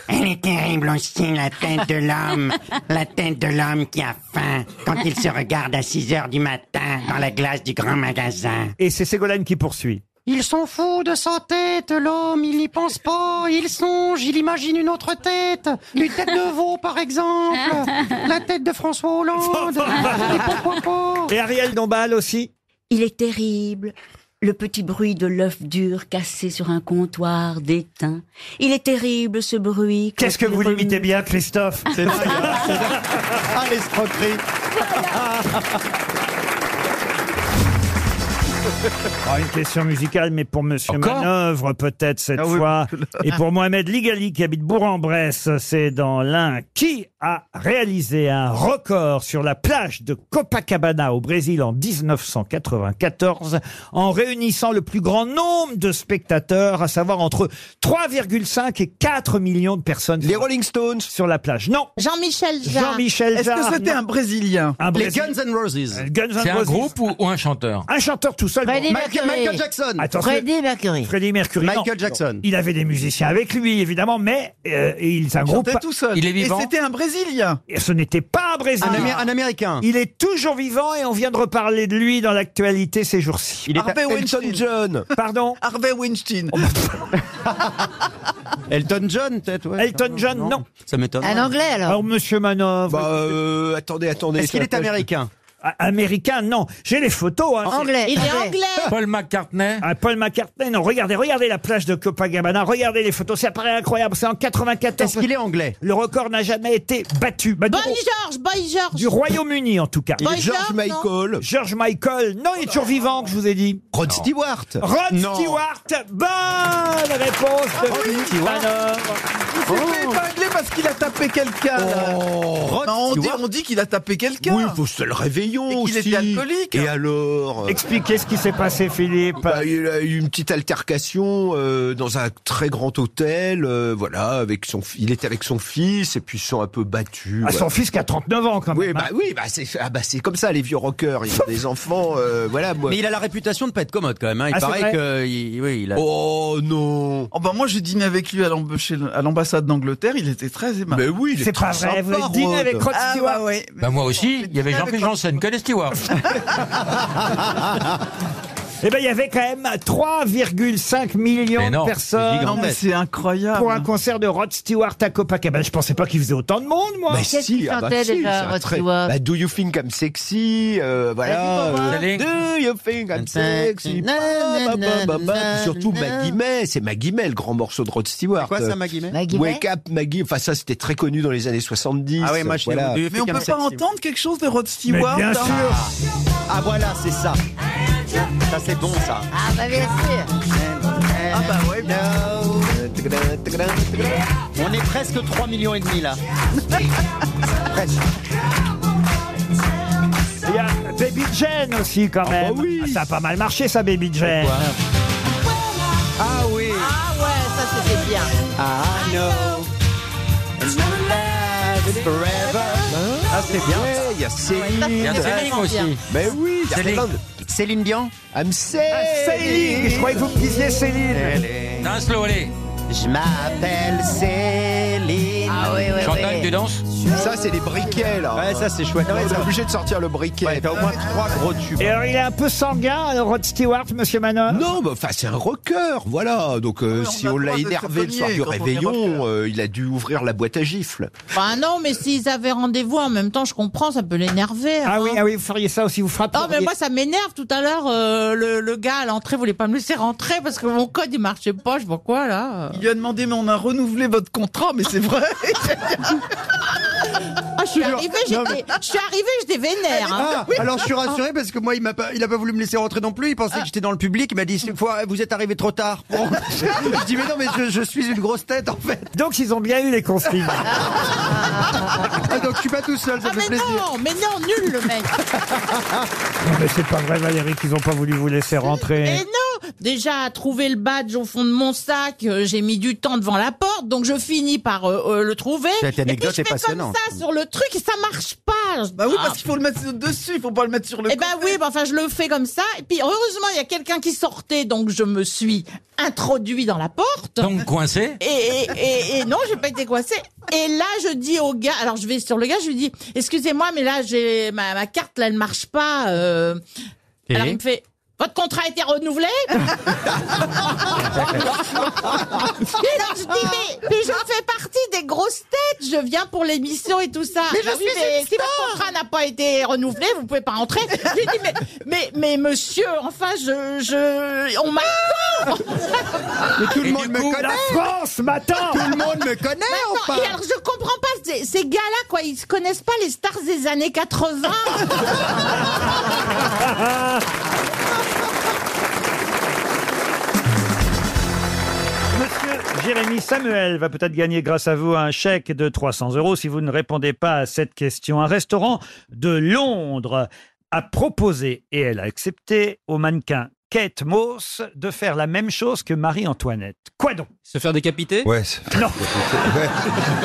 Speaker 4: Elle est terrible aussi, la tête de l'homme, la tête de l'homme qui a faim quand il se regarde à 6 heures du matin dans la glace du grand magasin.
Speaker 5: Et c'est Ségolène qui poursuit.
Speaker 4: Ils sont fous de sa tête, l'homme, il n'y pense pas, il songe, il imagine une autre tête, une tête de veau par exemple, la tête de François
Speaker 3: Oh,
Speaker 4: Hollande.
Speaker 5: Et Ariel Dombal aussi
Speaker 20: (laughs) Il est terrible. Le petit bruit de l'œuf dur cassé sur un comptoir d'étain. Il est terrible ce bruit.
Speaker 5: Qu'est-ce que vous l'imitez bien, Christophe (laughs)
Speaker 20: C'est dingue,
Speaker 2: Ah, l'escroquerie
Speaker 5: (laughs) Ah, une question musicale, mais pour Monsieur Manœuvre, peut-être cette
Speaker 2: Ah oui. (laughs)
Speaker 5: fois. Et pour Mohamed Ligali, qui habite Bourg-en-Bresse, c'est dans l'un. Qui a réalisé un record sur la plage de Copacabana au Brésil en 1994 en réunissant le plus grand nombre de spectateurs, à savoir entre 3,5 et 4 millions de personnes. Les Rolling Stones Sur la plage. Non.
Speaker 33: Jean-Michel Jarre.
Speaker 5: Jean-Michel Jarre. non.
Speaker 2: Brésilien
Speaker 5: Un
Speaker 2: Les
Speaker 5: Brésil- Euh,
Speaker 2: Guns N' Roses.
Speaker 5: Guns N'
Speaker 9: C'est un
Speaker 5: Roses.
Speaker 9: groupe ou, ou un chanteur
Speaker 5: Un chanteur tout seul.
Speaker 9: Freddie
Speaker 2: Michael- Mercury. Michael Jackson.
Speaker 5: Attention.
Speaker 2: Freddie
Speaker 5: Mercury. Freddie Mercury. non.
Speaker 2: Michael Jackson.
Speaker 5: Il avait des musiciens avec lui, évidemment, mais euh, il c'est un groupe.
Speaker 2: chantait tout seul. Et c'était un Brésilien.
Speaker 5: Et ce n'était pas un Brésilien.
Speaker 2: Un Amé- un Américain.
Speaker 5: Il est toujours vivant et on vient de reparler de lui dans l'actualité ces jours-ci.
Speaker 2: Il est Harvey à- Weinstein. Elton John.
Speaker 5: Pardon Oh,
Speaker 2: Harvey Weinstein. (laughs) Elton John, peut-être, ouais.
Speaker 5: Elton John, non.
Speaker 2: Ça m'étonne.
Speaker 5: Alors, monsieur Manov.
Speaker 34: Bah, euh, attendez, attendez.
Speaker 2: Est-ce qu'il est américain
Speaker 5: a- Ah, américain, non. J'ai les photos. hein.
Speaker 15: Anglais. Il est anglais.
Speaker 5: Paul McCartney. Ah, Paul McCartney, non. Regardez, regardez la plage de Copacabana. Regardez les photos. Ça paraît incroyable. C'est en 94. Est-ce qu'il est anglais Le record n'a jamais été battu. Bah, du-
Speaker 15: Boy George, Boy George.
Speaker 5: du Royaume-Uni, en tout cas.
Speaker 20: Bah,
Speaker 15: Il est Boy George George, non
Speaker 5: Michael. George Michael. Non, il est toujours vivant, que je vous ai dit. Rod
Speaker 4: Stewart.
Speaker 5: Rod
Speaker 4: Non.
Speaker 5: Stewart. Bonne réponse de Philippe Manœuvre.
Speaker 2: Ah Il s'est fait épingler parce qu'il a tapé quelqu'un. là. Non, Oh. Bah, on, dit, on dit qu'il a tapé quelqu'un. Oui, faut se le réveillons Et qu'il était alcoolique. Et alors euh, Bah,
Speaker 5: Expliquez ce qui s'est passé, Philippe.
Speaker 2: il a eu une petite altercation euh, dans un très grand hôtel. euh, voilà, avec son, fi- il était avec son fils et puis ils se sont un peu battus.
Speaker 5: À
Speaker 2: voilà.
Speaker 5: Ah, son fils qui a 39 ans, quand même. hein.
Speaker 2: Oui, bah oui, bah c'est ah, bah, c'est comme ça les vieux rockers, ils ont des enfants, euh, voilà. moi-
Speaker 4: Mais il a la réputation de pas être commode quand même. hein. Il
Speaker 2: Ah, c'est
Speaker 4: paraît
Speaker 2: vrai
Speaker 4: que, il- oui, il a.
Speaker 2: Oh non
Speaker 20: Oh bah moi j'ai dîné avec lui à l'amb- chez le- à l'ambassade d'Angleterre, il était très aimable.
Speaker 2: Mais oui,
Speaker 9: il est C'est très pas vrai, sympa, vous avez dîné Rod. avec Rod
Speaker 20: Ah
Speaker 9: Stewart.
Speaker 20: bah ouais.
Speaker 9: Bah moi aussi, il y avait
Speaker 20: Avec
Speaker 9: Jean-Pierre Janssen, que les
Speaker 5: (laughs)
Speaker 9: Stewart.
Speaker 5: Eh ben, il y avait quand même 3,5 millions de personnes.
Speaker 20: Non, mais c'est incroyable.
Speaker 5: Pour un concert de Rod Stewart à Copacabana. Je pensais pas qu'il faisait autant de monde, moi.
Speaker 2: Bah si, ah bah si, c'est un très- (laughs) bah, Do you think I'm sexy euh, Voilà.
Speaker 4: Vas-y, pour moi.
Speaker 2: euh, do you think I'm sexy
Speaker 4: Na,
Speaker 2: Ba,
Speaker 4: na,
Speaker 2: ba, ba, ba.
Speaker 4: na,
Speaker 2: Puis Surtout
Speaker 4: na.
Speaker 2: Maggie May, c'est Maggie May, le grand morceau de Rod Stewart. euh,
Speaker 4: C'est quoi ça, Maggie May Maggie May
Speaker 2: Wake up Maggie, enfin ça c'était très connu dans les années 70.
Speaker 4: Ah ouais, moi, je l'ai
Speaker 2: voilà.
Speaker 4: oublié.
Speaker 20: Mais on peut pas entendre quelque chose de Rod Stewart
Speaker 2: bien
Speaker 20: hein
Speaker 2: sûr.
Speaker 4: Ah voilà, c'est ça. Ça c'est bon ça.
Speaker 15: Ah bah bien sûr.
Speaker 4: Ah bah ouais. On est presque 3 millions et demi là.
Speaker 2: Presque.
Speaker 5: Il y a Baby Jane aussi, quand même. Ah, Ça a pas mal marché, ça, Baby Jane.
Speaker 4: Ah oui.
Speaker 15: Ah ouais, ça c'était bien.
Speaker 4: I know. It's gonna last forever. Ah c'est bien.
Speaker 2: Il y a Céline.
Speaker 4: Ah, Il y a Céline aussi.
Speaker 2: Mais Ben oui, il y a
Speaker 4: Céline.
Speaker 2: plein de-
Speaker 4: Céline Dion Ah,
Speaker 2: I'm
Speaker 5: Céline, je croyais que vous me disiez Céline.
Speaker 9: Danse-le, allez.
Speaker 4: Je m'appelle Céline.
Speaker 15: Ah oui, oui,
Speaker 9: Chantal,
Speaker 15: oui.
Speaker 9: tu danses
Speaker 2: Ça, c'est les briquets, là.
Speaker 4: Ouais, ça, c'est chouette.
Speaker 2: Ouais, t'es obligé de sortir le briquet.
Speaker 4: Ouais, t'as au moins trois gros tubes.
Speaker 5: Et alors, il est un peu sanguin, le Rod Stewart, monsieur Manon
Speaker 2: Non, mais enfin, c'est un rocker, voilà. Donc, euh, si on l'a
Speaker 20: droit de
Speaker 2: énervé le
Speaker 20: se
Speaker 2: soir
Speaker 20: cogner
Speaker 2: du
Speaker 20: quand on est
Speaker 2: réveillon, euh, il a dû ouvrir la boîte à gifles.
Speaker 15: Bah non, mais s'ils avaient rendez-vous en même temps, je comprends, ça peut l'énerver. hein.
Speaker 5: Ah oui, ah oui, vous feriez ça aussi, vous frappez.
Speaker 15: Non, mais moi, ça m'énerve. Tout à l'heure, euh, le, le gars à l'entrée voulait pas me laisser rentrer parce que mon code, il marchait pas. Je vois quoi, là
Speaker 20: Il lui a demandé mais on a renouvelé votre contrat, mais c'est vrai.
Speaker 15: (laughs) Ah, je suis arrivée, j'étais, je suis arrivée, j'étais vénère. hein.
Speaker 4: Ah, alors je suis rassuré parce que moi il m'a pas, il a pas voulu me laisser rentrer non plus. Il pensait que j'étais dans le public. Il m'a dit Faut- vous êtes arrivé trop tard. Bon. je dis mais non mais je, je suis une grosse tête en fait.
Speaker 5: Donc, ils ont bien eu les conflits.
Speaker 4: Ah, donc je suis pas tout seul, ça
Speaker 15: Ah,
Speaker 4: fait
Speaker 15: mais
Speaker 4: plaisir.
Speaker 15: non, mais non, nul, le
Speaker 20: (laughs)
Speaker 15: mec.
Speaker 5: Non, mais c'est pas vrai, Valérie, qu'ils ont pas voulu vous laisser
Speaker 15: Mais
Speaker 5: (laughs) rentrer.
Speaker 15: non, déjà à trouver le badge au fond de mon sac, euh, j'ai mis du temps devant la porte, donc je finis par euh, euh, le trouver.
Speaker 4: Cette anecdote
Speaker 15: et
Speaker 4: est
Speaker 15: puis je mets comme
Speaker 4: passionnante.
Speaker 15: ça sur le truc et ça marche pas. Alors, je-
Speaker 20: Bah oui,
Speaker 15: Ah.
Speaker 20: parce qu'il faut le mettre dessus, il faut pas le mettre sur le
Speaker 15: Eh ben oui, ben enfin je le fais comme ça. Et puis heureusement, il y a quelqu'un qui sortait, donc je me suis introduit dans la porte.
Speaker 9: Donc coincé
Speaker 15: Et, et, et, et non, j'ai pas été coincée. Et là, je dis au gars, alors je vais sur le gars, je lui dis, excusez-moi, mais là, j'ai ma, ma carte, là, elle marche pas. euh.
Speaker 9: Et
Speaker 15: Alors il me fait, votre contrat a été renouvelé Et alors je dis, mais, mais je fais partie des grosses têtes, je viens pour l'émission et tout ça.
Speaker 20: Mais
Speaker 15: Ah
Speaker 20: je suis une
Speaker 15: si votre contrat n'a pas été renouvelé, vous pouvez pas entrer. Je lui dis, mais, mais, mais monsieur, enfin, je, je, on m'a...
Speaker 4: Mais tout le monde me connaît.
Speaker 5: La France m'attend
Speaker 4: Tout le monde me connaît
Speaker 15: Attends,
Speaker 4: enfin.
Speaker 15: et alors je comprends pas ces, ces gars-là quoi, ils se connaissent pas les stars des années 80.
Speaker 5: Monsieur Jérémy Samuel va peut-être gagner grâce à vous un chèque de 300 euros si vous ne répondez pas à cette question. Un restaurant de Londres a proposé, et elle a accepté, au mannequin Kate Moss de faire la même chose que Marie-Antoinette. Quoi donc
Speaker 12: Se faire décapiter
Speaker 2: Ouais.
Speaker 5: Non.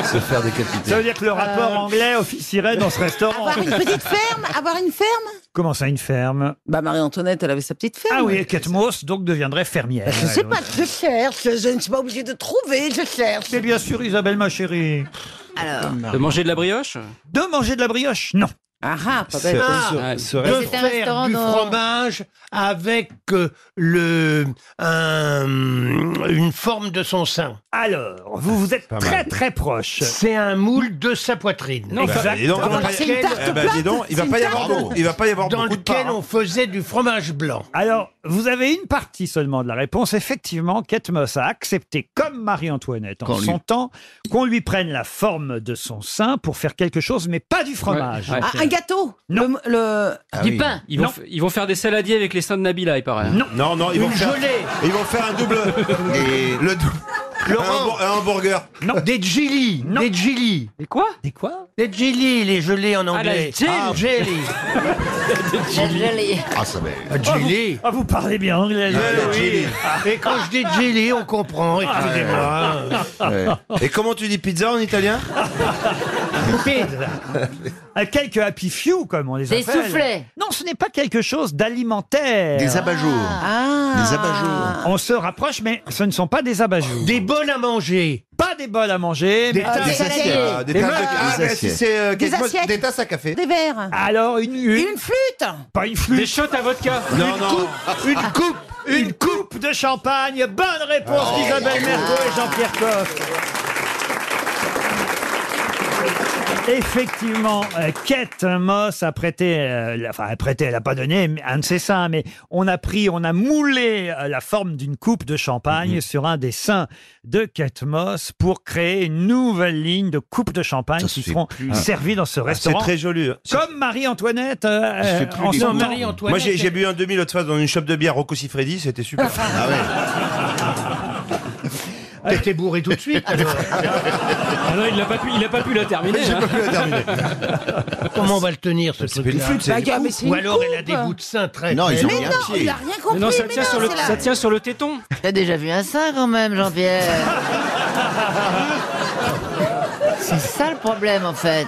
Speaker 2: Se faire décapiter.
Speaker 5: Ça veut dire que le rapport anglais officierait dans ce restaurant.
Speaker 7: Euh. Avoir une petite ferme Avoir une ferme
Speaker 5: Comment ça, une ferme
Speaker 7: Bah Marie-Antoinette, elle avait sa petite ferme.
Speaker 5: Ah oui, et Kate Moss donc deviendrait fermière.
Speaker 7: Bah, Je sais pas, je cherche, je ne suis pas obligée de trouver, je cherche.
Speaker 5: Mais bien sûr, Isabelle, ma chérie.
Speaker 7: Alors,
Speaker 12: De manger de la brioche
Speaker 5: De manger de la brioche Non.
Speaker 7: Ah, ah, pas
Speaker 3: C'est-
Speaker 7: bête.
Speaker 3: Ah,
Speaker 7: Ce- ce
Speaker 3: de
Speaker 7: reste-
Speaker 3: faire du
Speaker 7: dans-
Speaker 3: fromage avec euh, le un- une forme de son sein.
Speaker 5: Alors, vous vous êtes très très proche.
Speaker 3: C'est un moule de sa poitrine.
Speaker 5: Non, Bah, exact. dis donc,
Speaker 3: Dans
Speaker 5: Ah, bah, c'est une
Speaker 3: lequel-
Speaker 5: tarte Eh bah, dis plate. donc, il va C'est pas y une avoir tarte. beaucoup- il va pas y avoir
Speaker 3: dans
Speaker 5: beaucoup de
Speaker 3: lequel
Speaker 5: parts, hein.
Speaker 3: on faisait du fromage blanc.
Speaker 5: Alors, vous avez une partie seulement de la réponse. Effectivement, Kate Moss a accepté, comme Marie-Antoinette en
Speaker 3: Qu'on lui-
Speaker 5: son temps, qu'on lui prenne la forme de son sein pour faire quelque chose, mais pas du fromage.
Speaker 7: Ah, un gâteau Non. Le, le-
Speaker 12: Ah
Speaker 5: Ah
Speaker 12: Ils vont,
Speaker 5: Non.
Speaker 12: f- ils vont faire des saladiers avec les seins de Nabila, il paraît. hein.
Speaker 5: Non,
Speaker 12: non,
Speaker 2: ils vont faire- Ils vont faire un
Speaker 12: (laughs)
Speaker 2: double. le dou-
Speaker 3: Laurent.
Speaker 2: un, hamburger.
Speaker 3: Non. Des jelly. Des jelly. Des quoi
Speaker 5: Des quoi
Speaker 3: Des jelly, les gelées en
Speaker 12: Ah, la
Speaker 3: anglais.
Speaker 12: gel.
Speaker 5: (laughs)
Speaker 3: jelly.
Speaker 2: Ah, ça va.
Speaker 3: Ah, jelly.
Speaker 5: Ah, vous parlez bien anglais.
Speaker 3: Ah,
Speaker 2: le
Speaker 3: oui.
Speaker 2: jelly.
Speaker 3: Et quand je dis jelly, on comprend.
Speaker 5: Ah,
Speaker 3: Excusez-moi. Ah,
Speaker 2: Et comment tu dis pizza en italien
Speaker 5: (laughs) À quelques Euh, happy few, comme on les
Speaker 35: Des
Speaker 5: appelle.
Speaker 35: soufflets.
Speaker 5: Non, ce n'est pas quelque chose d'alimentaire.
Speaker 2: Des abat-jours.
Speaker 35: Ah.
Speaker 2: Des abat-jours.
Speaker 5: On se rapproche, mais ce ne sont pas des abat-jours.
Speaker 3: Des bols à manger.
Speaker 5: Pas des bols à manger.
Speaker 2: Des
Speaker 5: mais-
Speaker 2: tasses. Des assiettes. Ah, des
Speaker 5: Et
Speaker 2: tasses
Speaker 5: ben-
Speaker 2: de- ah,
Speaker 5: des
Speaker 2: bah, si c'est, euh,
Speaker 5: Des
Speaker 2: quelque chose-
Speaker 5: assiettes.
Speaker 2: des tasses à café.
Speaker 7: Des verres.
Speaker 5: Alors, une, Euh, une...
Speaker 7: flûte
Speaker 5: Pas une flûte.
Speaker 12: Des shots à vodka.
Speaker 2: Non,
Speaker 5: une
Speaker 2: non.
Speaker 5: coupe, une coupe, une coupe de champagne. Bonne réponse
Speaker 2: Oh.
Speaker 5: d'Isabelle Mergo et Jean-Pierre Coff. Effectivement, euh, Kate Moss a prêté, euh, la- enfin a prêté, elle n'a pas donné mais un de ses seins, mais on a pris, on a moulé euh, la forme d'une coupe de champagne sur un des seins de Kate Moss pour créer une nouvelle ligne de coupe de champagne qui seront
Speaker 2: plus.
Speaker 5: servies dans ce
Speaker 2: Ah, c'est
Speaker 5: restaurant.
Speaker 2: très joli.
Speaker 5: Comme Marie-Antoinette. euh,
Speaker 2: Je
Speaker 5: euh,
Speaker 2: sais plus
Speaker 5: en
Speaker 2: les
Speaker 5: son
Speaker 2: noms.
Speaker 5: temps.
Speaker 2: Moi, j'ai j'ai bu un demi l'autre fois dans une shop de bière Rocco Siffredi, c'était super. ah ouais.
Speaker 5: (laughs)
Speaker 3: T'étais bourré tout
Speaker 2: (laughs)
Speaker 3: de suite. alors.
Speaker 12: Ah non, il n'a pas, pu- il a pas pu la terminer. hein. (laughs)
Speaker 3: Comment on va le tenir ce
Speaker 12: pas
Speaker 3: truc
Speaker 12: une flûte, c'est une Bah, coupe. mais c'est une
Speaker 3: Ou alors elle a
Speaker 12: coupe.
Speaker 3: des bouts de sein très.
Speaker 12: Non, ils
Speaker 3: très
Speaker 12: ont rien
Speaker 3: larges.
Speaker 12: Non, pied. il a rien compris,
Speaker 3: ça
Speaker 12: mais
Speaker 3: tient
Speaker 12: non,
Speaker 3: sur le
Speaker 12: c'est la-
Speaker 3: ça tient
Speaker 12: Ah, sur le téton.
Speaker 15: T'as déjà vu un sein quand même, Jean-Pierre C'est ça le problème en fait.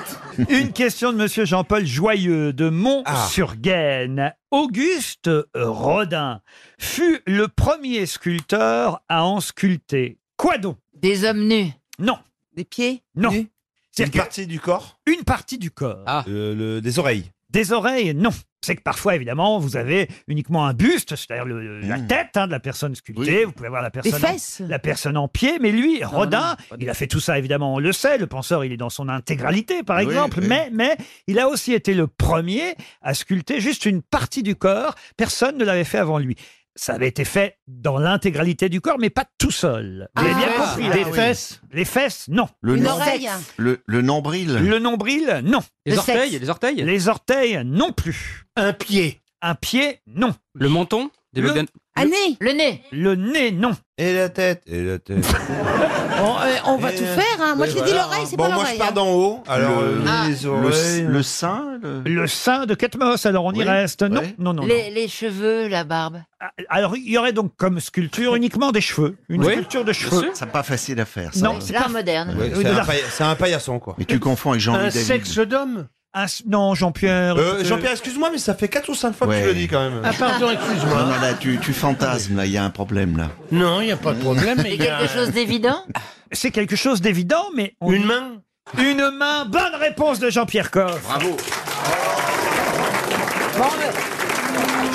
Speaker 5: Une question de Monsieur Jean-Paul Joyeux de Mont-sur-Gaine. Auguste Rodin fut le premier sculpteur à en sculpter. Quoi donc
Speaker 15: Des hommes nus.
Speaker 5: Non.
Speaker 7: Des pieds
Speaker 5: Non.
Speaker 2: C'est
Speaker 5: C'est
Speaker 2: une partie du corps
Speaker 5: Une partie du corps.
Speaker 15: Ah.
Speaker 2: Euh, le- Des oreilles.
Speaker 5: Des oreilles, non. C'est que parfois, évidemment, vous avez uniquement un buste, c'est-à-dire le-
Speaker 2: Hmm.
Speaker 5: la tête hein, de la personne sculptée. Vous pouvez avoir la personne,
Speaker 7: fesses.
Speaker 5: la personne en pied, mais lui, Rodin,
Speaker 7: non,
Speaker 5: il a fait tout ça, évidemment, on le sait. Le penseur, il est dans son intégralité, par
Speaker 2: Oui,
Speaker 5: exemple.
Speaker 2: oui.
Speaker 5: Mais, mais il a aussi été le premier à sculpter juste une partie du corps. Personne ne l'avait fait avant lui. Ça avait été fait dans l'intégralité du corps, mais pas tout seul. Vous avez
Speaker 3: Ah,
Speaker 5: bien
Speaker 3: oui.
Speaker 5: compris.
Speaker 3: Ah,
Speaker 5: Les
Speaker 3: oui.
Speaker 5: fesses Les fesses, non.
Speaker 3: Le Une nom- oreille.
Speaker 5: Le, nombril Le nombril, non.
Speaker 12: Les Le orteils, sexe. les orteils
Speaker 5: Les orteils, non plus.
Speaker 3: Un pied
Speaker 5: Un pied, non.
Speaker 12: Le menton des
Speaker 5: Le-
Speaker 12: Bogdan-
Speaker 7: Un nez
Speaker 15: Le nez
Speaker 5: Le nez, non.
Speaker 2: Et la tête. Et la tête.
Speaker 15: (laughs) On, euh, on va
Speaker 2: Et,
Speaker 15: tout
Speaker 2: euh,
Speaker 15: faire, hein. moi
Speaker 2: oui,
Speaker 15: je t'ai dit
Speaker 2: voilà.
Speaker 15: l'oreille, c'est
Speaker 2: Bon,
Speaker 15: pas
Speaker 2: moi,
Speaker 15: l'oreille.
Speaker 2: je pars
Speaker 15: hein.
Speaker 2: d'en haut. Alors,
Speaker 15: Le-
Speaker 2: euh,
Speaker 15: Ah.
Speaker 2: les
Speaker 15: le-
Speaker 2: oreilles.
Speaker 3: le
Speaker 2: sein
Speaker 5: Le sein de Catmos, alors on y
Speaker 2: Oui,
Speaker 5: reste. Non, non, non.
Speaker 15: Les, les cheveux, la barbe.
Speaker 5: non. Alors, il y aurait donc comme sculpture uniquement des cheveux. Une
Speaker 3: Oui,
Speaker 5: sculpture de cheveux.
Speaker 3: C'est pas facile à faire.
Speaker 5: Non,
Speaker 15: L'art moderne.
Speaker 2: Ouais,
Speaker 5: Oui,
Speaker 2: c'est
Speaker 5: de
Speaker 2: un
Speaker 5: la-
Speaker 2: pailla- c'est un paillasson, quoi.
Speaker 3: Mais tu confonds avec
Speaker 2: Jean-Louis
Speaker 3: Un
Speaker 2: David.
Speaker 3: sexe d'homme
Speaker 5: Un s- non, Jean-Pierre.
Speaker 2: Euh, Jean-Pierre, excuse-moi, mais ça fait 4 ou 5 fois que
Speaker 3: Ouais.
Speaker 2: tu le dis quand même.
Speaker 3: Ah, pardon, excuse-moi.
Speaker 4: Non, non, là, tu, tu fantasmes, là, il y a un problème, là.
Speaker 3: Non, il n'y a pas de problème. mais
Speaker 15: C'est
Speaker 3: il y a-
Speaker 15: quelque chose d'évident
Speaker 5: C'est quelque chose d'évident, mais. Une
Speaker 3: main
Speaker 5: Une main. Bonne réponse de Jean-Pierre Coff.
Speaker 3: Bravo.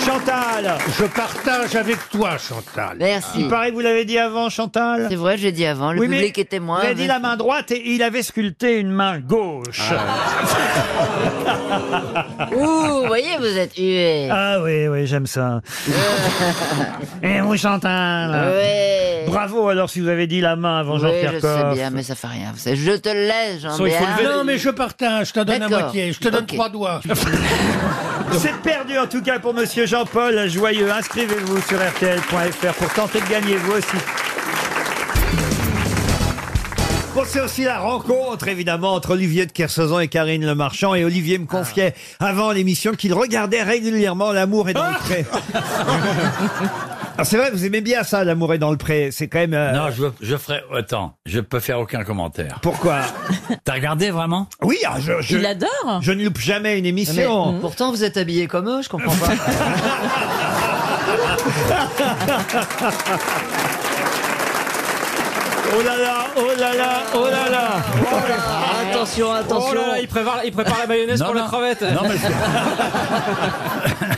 Speaker 5: Chantal
Speaker 3: Je partage avec toi, Chantal.
Speaker 15: Merci.
Speaker 5: Il paraît que vous l'avez dit avant, Chantal.
Speaker 15: C'est vrai, j'ai dit avant, le
Speaker 5: Oui, mais
Speaker 15: public est témoin.
Speaker 5: Il a dit la main droite et il avait sculpté une main gauche.
Speaker 15: Ah, Ouh, vous voyez, vous êtes hué.
Speaker 5: Ah oui, oui, j'aime ça. Et vous,
Speaker 3: Ah.
Speaker 5: Chantal
Speaker 15: Ouais.
Speaker 5: Bravo alors si vous avez dit la main avant
Speaker 15: Oui,
Speaker 5: Jean-Pierre
Speaker 15: je
Speaker 5: Coff.
Speaker 15: sais bien, mais ça fait rien. vous savez. Je te le laisse, Jean-Pierre.
Speaker 3: Non, mais je partage, je te donne à
Speaker 15: D'accord.
Speaker 3: moitié, je te donne
Speaker 15: Ok.
Speaker 3: trois doigts.
Speaker 5: C'est perdu en tout cas pour Monsieur Jean-Paul Joyeux. Inscrivez-vous sur rtl.fr pour tenter de gagner vous aussi. Bon, c'est aussi la rencontre, évidemment, entre Olivier de Kersauzon et Karine Le Marchand. Et Olivier me confiait avant l'émission qu'il regardait régulièrement L'amour est dans le pré. Alors, c'est vrai, vous aimez bien ça, L'amour est dans le pré. C'est quand même. euh,
Speaker 22: Non, je, je ferai. Attends, je peux faire
Speaker 2: (laughs)
Speaker 22: aucun commentaire.
Speaker 5: Pourquoi
Speaker 22: T'as regardé vraiment
Speaker 5: Oui, ah, je, je-
Speaker 22: Il
Speaker 5: adore. Je ne loupe jamais une émission.
Speaker 16: mmh.
Speaker 22: Pourtant, vous êtes habillé comme eux, je comprends pas.
Speaker 5: Oh là là, oh là là, oh là là
Speaker 12: Attention, attention. Oh il prépare, il prépare la mayonnaise pour la crevette. Non,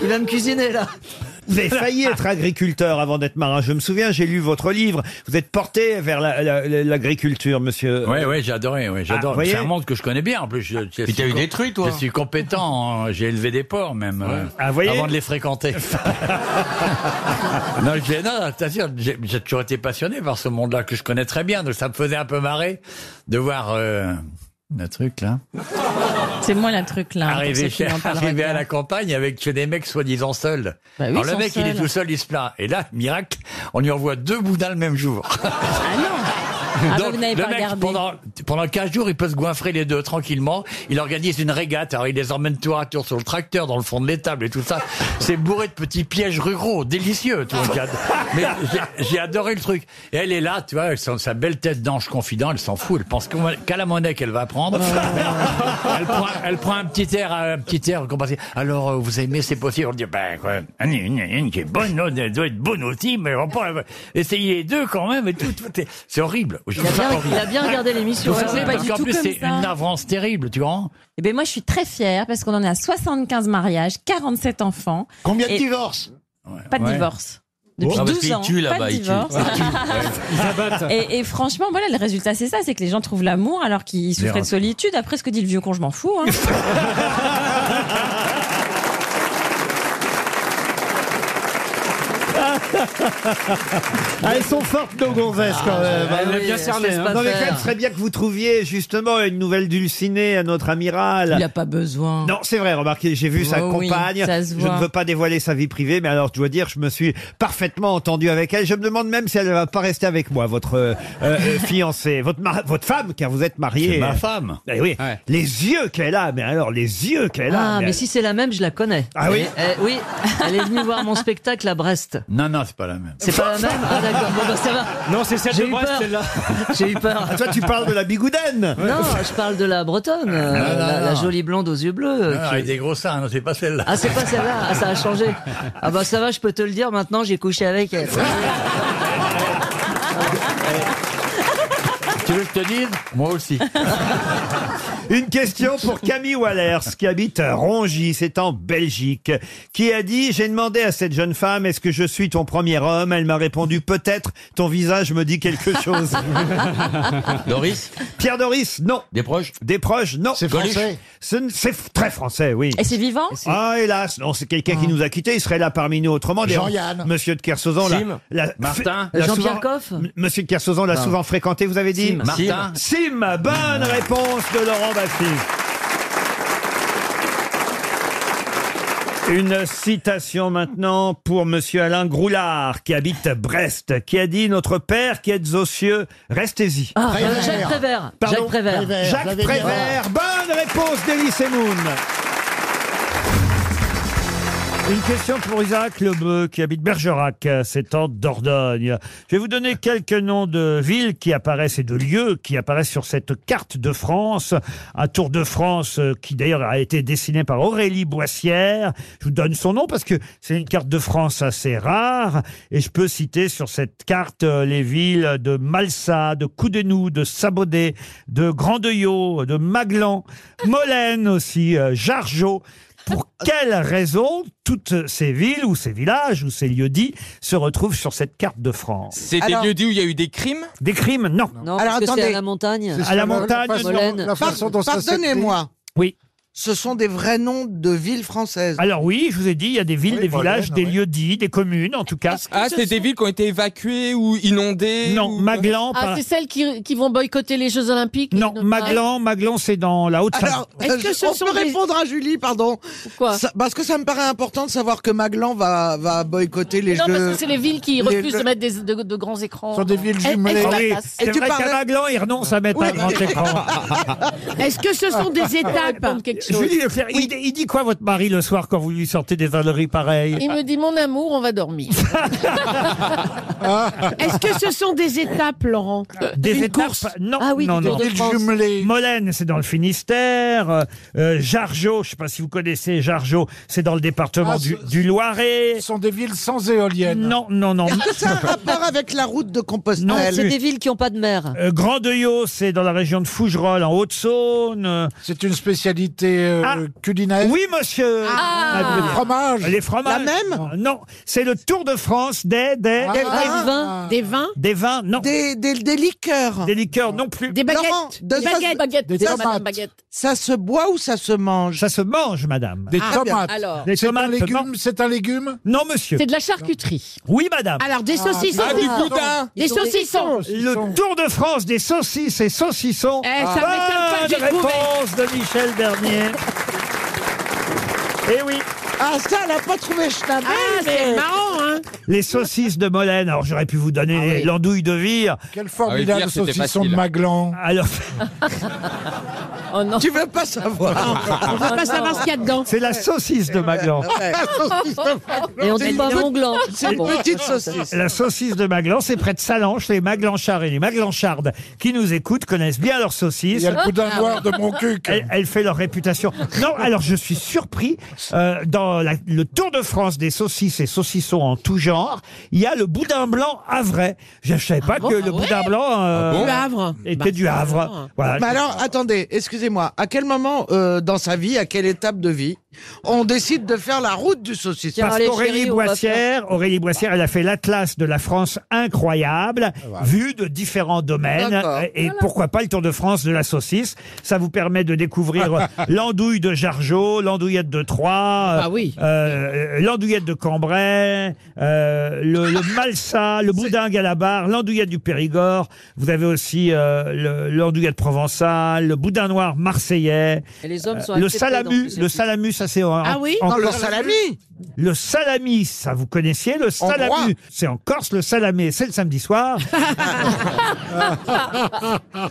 Speaker 5: Il va me cuisiner
Speaker 7: (laughs)
Speaker 5: là. Vous avez failli être agriculteur avant d'être marin. Je me souviens, j'ai lu votre livre. Vous êtes porté vers la- la- la- l'agriculture, monsieur.
Speaker 22: Oui, oui, j'ai adoré, oui,
Speaker 5: Ah, vous
Speaker 22: j'adore.
Speaker 5: voyez
Speaker 22: c'est un monde que je connais bien, en plus. Je, je
Speaker 9: Puis t'as
Speaker 22: suis
Speaker 9: eu
Speaker 22: co-
Speaker 9: des truies, toi.
Speaker 22: Je suis compétent, hein. j'ai élevé des porcs, même, euh,
Speaker 5: Ah, vous voyez
Speaker 22: avant de les fréquenter. non, j'ai, non, c'est-à-dire, j'ai, j'ai toujours été passionné par ce monde-là, que je connais très bien, donc ça me faisait un peu marrer de voir euh, le truc, là.
Speaker 14: C'est moi la truc là. Ah, pour ceux
Speaker 22: Arrivé,
Speaker 14: qui
Speaker 22: chez-
Speaker 5: (laughs)
Speaker 14: n'en parleraient
Speaker 22: arrivé
Speaker 14: pas.
Speaker 22: à la campagne avec que des mecs soi-disant seuls.
Speaker 14: Bah oui,
Speaker 22: Alors
Speaker 14: ils
Speaker 22: le
Speaker 14: sont
Speaker 22: mec, il est
Speaker 14: seuls.
Speaker 22: tout seul, il se plaint. Et là, miracle, on lui envoie deux boudins le même jour.
Speaker 14: Ah, bah,
Speaker 22: Donc,
Speaker 14: vous n'avez
Speaker 22: le
Speaker 14: pas
Speaker 22: mec,
Speaker 14: regardé.
Speaker 22: pendant, pendant 15 jours, il peut se goinfrer les deux tranquillement. Il organise une régate. Alors, il les emmène tour à tour sur le tracteur, dans le fond de l'étable et tout ça. C'est bourré de petits pièges ruraux, délicieux, tu vois. Jade. Mais j'ai- j'ai adoré le truc. Et elle est là, tu vois, elle sent sa belle tête d'ange confident, elle s'en fout. Elle pense qu'on- qu'à la monnaie qu'elle va prendre. elle, prend, elle prend un petit air, euh, un petit air compassé. Alors, euh, vous aimez, c'est possible. On dit, ben, quoi, une, une, une qui est bonne, l'autre, elle doit être bonne aussi, mais on peut essayer les deux quand même et tout. tout est- c'est horrible. Je trouve
Speaker 14: Il a
Speaker 22: ça
Speaker 14: bien-
Speaker 22: horrible.
Speaker 14: il a bien regardé l'émission,
Speaker 22: Vous
Speaker 14: ouais,
Speaker 22: savez,
Speaker 14: ouais, pas
Speaker 22: parce
Speaker 14: du
Speaker 22: qu'en
Speaker 14: tout
Speaker 22: plus,
Speaker 14: comme
Speaker 22: c'est
Speaker 14: ça.
Speaker 22: une avance terrible, tu vois.
Speaker 14: Eh ben moi je suis très fière parce qu'on en est à 75 mariages, 47 enfants.
Speaker 22: Combien de
Speaker 14: Et-
Speaker 22: divorces
Speaker 14: Pas de
Speaker 22: Ouais.
Speaker 14: divorce. Depuis
Speaker 9: Ah, parce
Speaker 14: 12
Speaker 9: qu'ils
Speaker 14: ans,
Speaker 9: tuent
Speaker 14: pas
Speaker 9: là-bas,
Speaker 14: de
Speaker 9: ils tuent.
Speaker 14: divorce.
Speaker 5: (laughs)
Speaker 9: Ils
Speaker 14: (laughs)
Speaker 9: abattent.
Speaker 14: et, et franchement, voilà, le résultat c'est ça, c'est que les gens trouvent l'amour alors qu'ils souffraient de
Speaker 9: raté.
Speaker 14: solitude. Après ce que dit le vieux con, je m'en fous. hein.
Speaker 22: (laughs)
Speaker 5: Ah, elles sont fortes nos gonzesses quand même.
Speaker 10: Ah,
Speaker 5: hein.
Speaker 10: elle l'a bien
Speaker 5: Oui,
Speaker 10: cerné,
Speaker 5: elle se
Speaker 10: hein.
Speaker 5: laisse pas Non mais quand
Speaker 10: faire.
Speaker 5: même, ce serait bien que vous trouviez justement une nouvelle dulcinée à notre amiral.
Speaker 10: Il a
Speaker 5: pas besoin. Non, c'est vrai. Remarquez, j'ai vu sa
Speaker 10: Oh oui,
Speaker 5: compagne.
Speaker 10: ça se
Speaker 5: Je
Speaker 10: voit.
Speaker 5: ne veux pas dévoiler sa vie privée, mais alors je dois dire, je me suis parfaitement entendu avec elle. Je me demande même si elle ne va pas rester avec moi, votre euh, euh, fiancée, votre mari- votre femme, car vous êtes mariée.
Speaker 22: C'est ma femme.
Speaker 5: Eh oui. Les yeux qu'elle a, mais alors les yeux qu'elle a.
Speaker 16: Ah, mais
Speaker 5: elle-
Speaker 16: si c'est la même, je la connais.
Speaker 5: Ah oui
Speaker 16: Eh, eh, Oui, elle est venue voir mon spectacle à Brest.
Speaker 22: Non, non, c'est pas la même.
Speaker 16: C'est pas la
Speaker 14: (laughs)
Speaker 16: même Ah d'accord, bon bah ça va.
Speaker 22: Non, c'est celle
Speaker 16: J'ai
Speaker 22: de
Speaker 16: eu
Speaker 22: Brest,
Speaker 16: peur.
Speaker 22: celle-là.
Speaker 16: (laughs) J'ai eu peur.
Speaker 5: Ah, toi, tu parles de la bigoudaine. Ah,
Speaker 16: Non, je parle de la bretonne, euh,
Speaker 22: Non, non,
Speaker 16: la,
Speaker 22: non.
Speaker 16: la jolie blonde aux yeux bleus. euh,
Speaker 22: Ah,
Speaker 16: qui-
Speaker 22: Avec des gros seins, non, c'est pas celle-là.
Speaker 16: Ah, c'est pas celle-là Ah, ça a changé. Ah bah ça va, je peux te le dire, maintenant j'ai couché avec elle.
Speaker 22: Tu veux que je te dise Moi aussi.
Speaker 5: (laughs) Une question pour Camille Wallers, qui habite à Rongy, c'est en Belgique, qui a dit J'ai demandé à cette jeune femme, est-ce que je suis ton premier homme Elle m'a répondu Peut-être, ton visage me dit quelque chose.
Speaker 9: Doris
Speaker 5: Pierre Doris, non.
Speaker 9: Des proches
Speaker 5: Des proches, non. C'est
Speaker 9: Coluche français
Speaker 5: C'est f- très français, oui.
Speaker 14: Et c'est vivant
Speaker 5: Ah, hélas, non, c'est quelqu'un qui nous a quittés, il serait là parmi nous autrement. Des-
Speaker 9: Jean-Yann.
Speaker 5: Monsieur de Kersauzon, là.
Speaker 9: Sim.
Speaker 5: la-
Speaker 9: Martin.
Speaker 5: la
Speaker 16: Jean-Pierre
Speaker 5: souvent-
Speaker 16: Coff
Speaker 5: M- Monsieur de Kersauzon l'a
Speaker 16: Non.
Speaker 5: souvent fréquenté, vous avez dit
Speaker 16: Sim. Martin.
Speaker 5: Sim, bonne réponse de Laurent Baffie. Une citation maintenant pour monsieur Alain Groulard, qui habite à Brest, qui a dit Notre Père qui êtes aux cieux, restez-y.
Speaker 16: Ah, euh, Jacques Prévert.
Speaker 5: Pardon
Speaker 16: Jacques Prévert.
Speaker 5: Jacques Prévert. Bonne réponse d'Élise Moon. Une question pour Isaac Lebeu qui habite Bergerac, euh, c'est en Dordogne. Je vais vous donner quelques noms de villes qui apparaissent et de lieux qui apparaissent sur cette carte de France. Un Tour de France euh, qui d'ailleurs a été dessiné par Aurélie Boissière. Je vous donne son nom parce que c'est une carte de France assez rare et je peux citer sur cette carte euh, les villes de Malsa, de Coudenou, de Sabaudet, de Grandeuillot, de Maglan, Molène aussi, euh, Jargeau. Pour quelle raison toutes ces villes ou ces villages ou ces lieux-dits se retrouvent sur cette carte de France
Speaker 19: C'est des Alors- lieux-dits
Speaker 5: où il y a eu des crimes Des crimes, non.
Speaker 16: Non, parce que c'est à la montagne.
Speaker 5: À la montagne,
Speaker 16: Molène.
Speaker 36: Pardonnez-moi.
Speaker 5: Oui.
Speaker 36: Ce sont des vrais noms de villes françaises.
Speaker 5: Alors oui, je vous ai dit, il y a des villes, des villages, des lieux-dits, des communes en tout cas.
Speaker 19: Ah, c'est des villes qui ont été évacuées ou inondées
Speaker 5: Non, Maglan,
Speaker 19: Ah,
Speaker 5: par-
Speaker 19: c'est
Speaker 14: celles qui, vont boycotter les Jeux Olympiques
Speaker 5: Non, Maglan, Maglan c'est dans la haute
Speaker 36: Alors,
Speaker 5: Est-ce
Speaker 36: euh, on peut répondre à Julie, pardon.
Speaker 14: Pourquoi
Speaker 36: Parce que ça me paraît important de savoir que Maglan va, va boycotter les
Speaker 37: non,
Speaker 36: jeux.
Speaker 37: parce que c'est les villes qui
Speaker 36: les
Speaker 37: refusent
Speaker 36: jeux-
Speaker 37: de mettre des, de, de grands écrans. Eh,
Speaker 36: Sur des villes
Speaker 37: Est-
Speaker 36: jumelées.
Speaker 37: est-ce que
Speaker 36: Ah oui.
Speaker 37: la place-
Speaker 5: C'est
Speaker 36: Et tu
Speaker 5: vrai qu'à
Speaker 36: parlais-
Speaker 5: Maglan, il renonce à
Speaker 15: (laughs)
Speaker 5: mettre (laughs)
Speaker 37: Oui.
Speaker 5: un grand écran.
Speaker 36: (laughs)
Speaker 37: Est-ce que ce sont des États qui comptent quelque
Speaker 15: chose.
Speaker 5: Julie Leclerc, il, il dit quoi votre mari le soir quand vous lui sortez des valeries pareilles
Speaker 38: Il me dit mon amour, on va
Speaker 15: (laughs)
Speaker 38: dormir.
Speaker 5: Est-ce
Speaker 15: que ce sont des étapes, Laurent
Speaker 5: Des
Speaker 2: Ah,
Speaker 15: Une
Speaker 5: étapes
Speaker 15: course
Speaker 5: Euh, Non,
Speaker 15: Ah oui,
Speaker 5: non,
Speaker 15: du
Speaker 5: non.
Speaker 15: Tour de France.
Speaker 5: Molène, c'est dans le Finistère. Euh, euh, Jargeau, je ne sais pas si vous connaissez Jargeau, c'est dans le département
Speaker 2: Ah,
Speaker 5: du,
Speaker 2: ce-
Speaker 5: du Loiret. Ce
Speaker 2: sont des villes sans éoliennes.
Speaker 5: Non, non, non.
Speaker 2: Est-ce que ça a un rapport avec la route de Compostelle
Speaker 5: Non, c'est des
Speaker 2: villes qui n'ont pas de mer.
Speaker 5: Euh, Grandeuillot, c'est dans la région de Fougerolles, en Haute-Saône. C'est une spécialité euh, culinaire. Oui, monsieur.
Speaker 2: Ah.
Speaker 5: Ah, vous
Speaker 2: Les
Speaker 5: dire.
Speaker 2: fromages.
Speaker 5: Les fromages. Ah,
Speaker 2: La même
Speaker 5: Non, c'est le Tour de France des des
Speaker 2: Ah. Des vins.
Speaker 5: Des vins. Des vins. Non. Des, liqueurs. Des liqueurs non plus. Des
Speaker 2: Laurent, de- ça se-
Speaker 5: Des
Speaker 2: ça se-
Speaker 5: tomates.
Speaker 2: Ça se boit ou ça se mange
Speaker 5: Ça se mange, madame.
Speaker 15: Des Ah, tomates. bien, alors.
Speaker 5: Des
Speaker 15: C'est un
Speaker 5: tomates.
Speaker 15: légume,
Speaker 5: C'est un légume Non, monsieur.
Speaker 15: C'est de la charcuterie.
Speaker 5: Oui, madame.
Speaker 15: Alors, des Ah, saucissons. ah, du boudin. Des saucissons.
Speaker 5: Le Tour de France des saucisses et saucissons.
Speaker 15: Eh, ça m'étonne pas que j'ai
Speaker 5: Bonne réponse de Michel Bernier. Eh oui.
Speaker 2: Ah, ça, elle n'a pas trouvé Schnabel.
Speaker 15: Ah, c'est marrant, hein
Speaker 5: Les saucisses de Molène. Alors, j'aurais pu vous donner
Speaker 15: Ah
Speaker 5: l'andouille de vire. Quelle
Speaker 3: formidable Ah oui, Vire, c'était saucisson facile. de
Speaker 5: Maglan. Alors. (laughs)
Speaker 2: Oh non. Oh Tu veux pas savoir.
Speaker 5: On veut pas savoir ce qu'il y a dedans. C'est la saucisse
Speaker 15: (laughs)
Speaker 5: de Maglan.
Speaker 2: (laughs) Et on dit pas mon gland.
Speaker 5: Ah
Speaker 2: C'est une petite saucisse.
Speaker 5: La saucisse de Maglan, c'est près de Salanches. Les Maglanchards et les Maglanchardes qui nous écoutent connaissent bien leurs saucisses.
Speaker 3: Il y a le boudin noir de mon cul.
Speaker 5: Elle, elle fait leur réputation. Non, alors je suis surpris. euh, dans la- le Tour de France des saucisses et saucissons en tout genre, il y a le boudin blanc havrais. Je ne savais pas
Speaker 2: bon,
Speaker 5: que
Speaker 2: ah
Speaker 5: le
Speaker 2: ouais
Speaker 5: boudin blanc euh,
Speaker 2: Du Havre.
Speaker 5: était
Speaker 2: Bah,
Speaker 5: du Havre.
Speaker 2: alors.
Speaker 5: Voilà.
Speaker 2: Mais alors, attendez, excusez-moi, à quel moment euh, dans sa vie, à quelle étape de vie, on décide de faire la route du saucisson
Speaker 5: Parce qu'Aurélie Boissière, Aurélie Boissière, elle a fait l'atlas de la France
Speaker 39: Ah,
Speaker 5: incroyable, vu de différents domaines.
Speaker 2: D'accord.
Speaker 5: Et pourquoi pas le Tour de France de la saucisse Ça vous permet
Speaker 39: (laughs)
Speaker 5: de découvrir l'andouille de Jargeau, l'andouillette de Troyes,
Speaker 39: Ah
Speaker 5: euh, euh, l'andouillette de Cambrai, euh, le,
Speaker 39: Ah.
Speaker 5: le malsa, le boudin galabar, l'andouillette du Périgord. Vous avez aussi euh, le- l'andouillette provençale, le boudin noir marseillais, Euh,
Speaker 39: Et les hommes sont
Speaker 5: le
Speaker 39: acceptés dans
Speaker 5: salamu,
Speaker 39: tous ces
Speaker 5: le
Speaker 39: types.
Speaker 5: salamu, ça c'est en-
Speaker 39: Ah oui
Speaker 5: en-
Speaker 39: Non, le
Speaker 5: en-
Speaker 39: salami.
Speaker 5: le salami, ça vous connaissiez le
Speaker 2: Hongrois.
Speaker 5: salami. C'est en Corse le salamé, c'est le
Speaker 1: (laughs)
Speaker 5: samedi soir.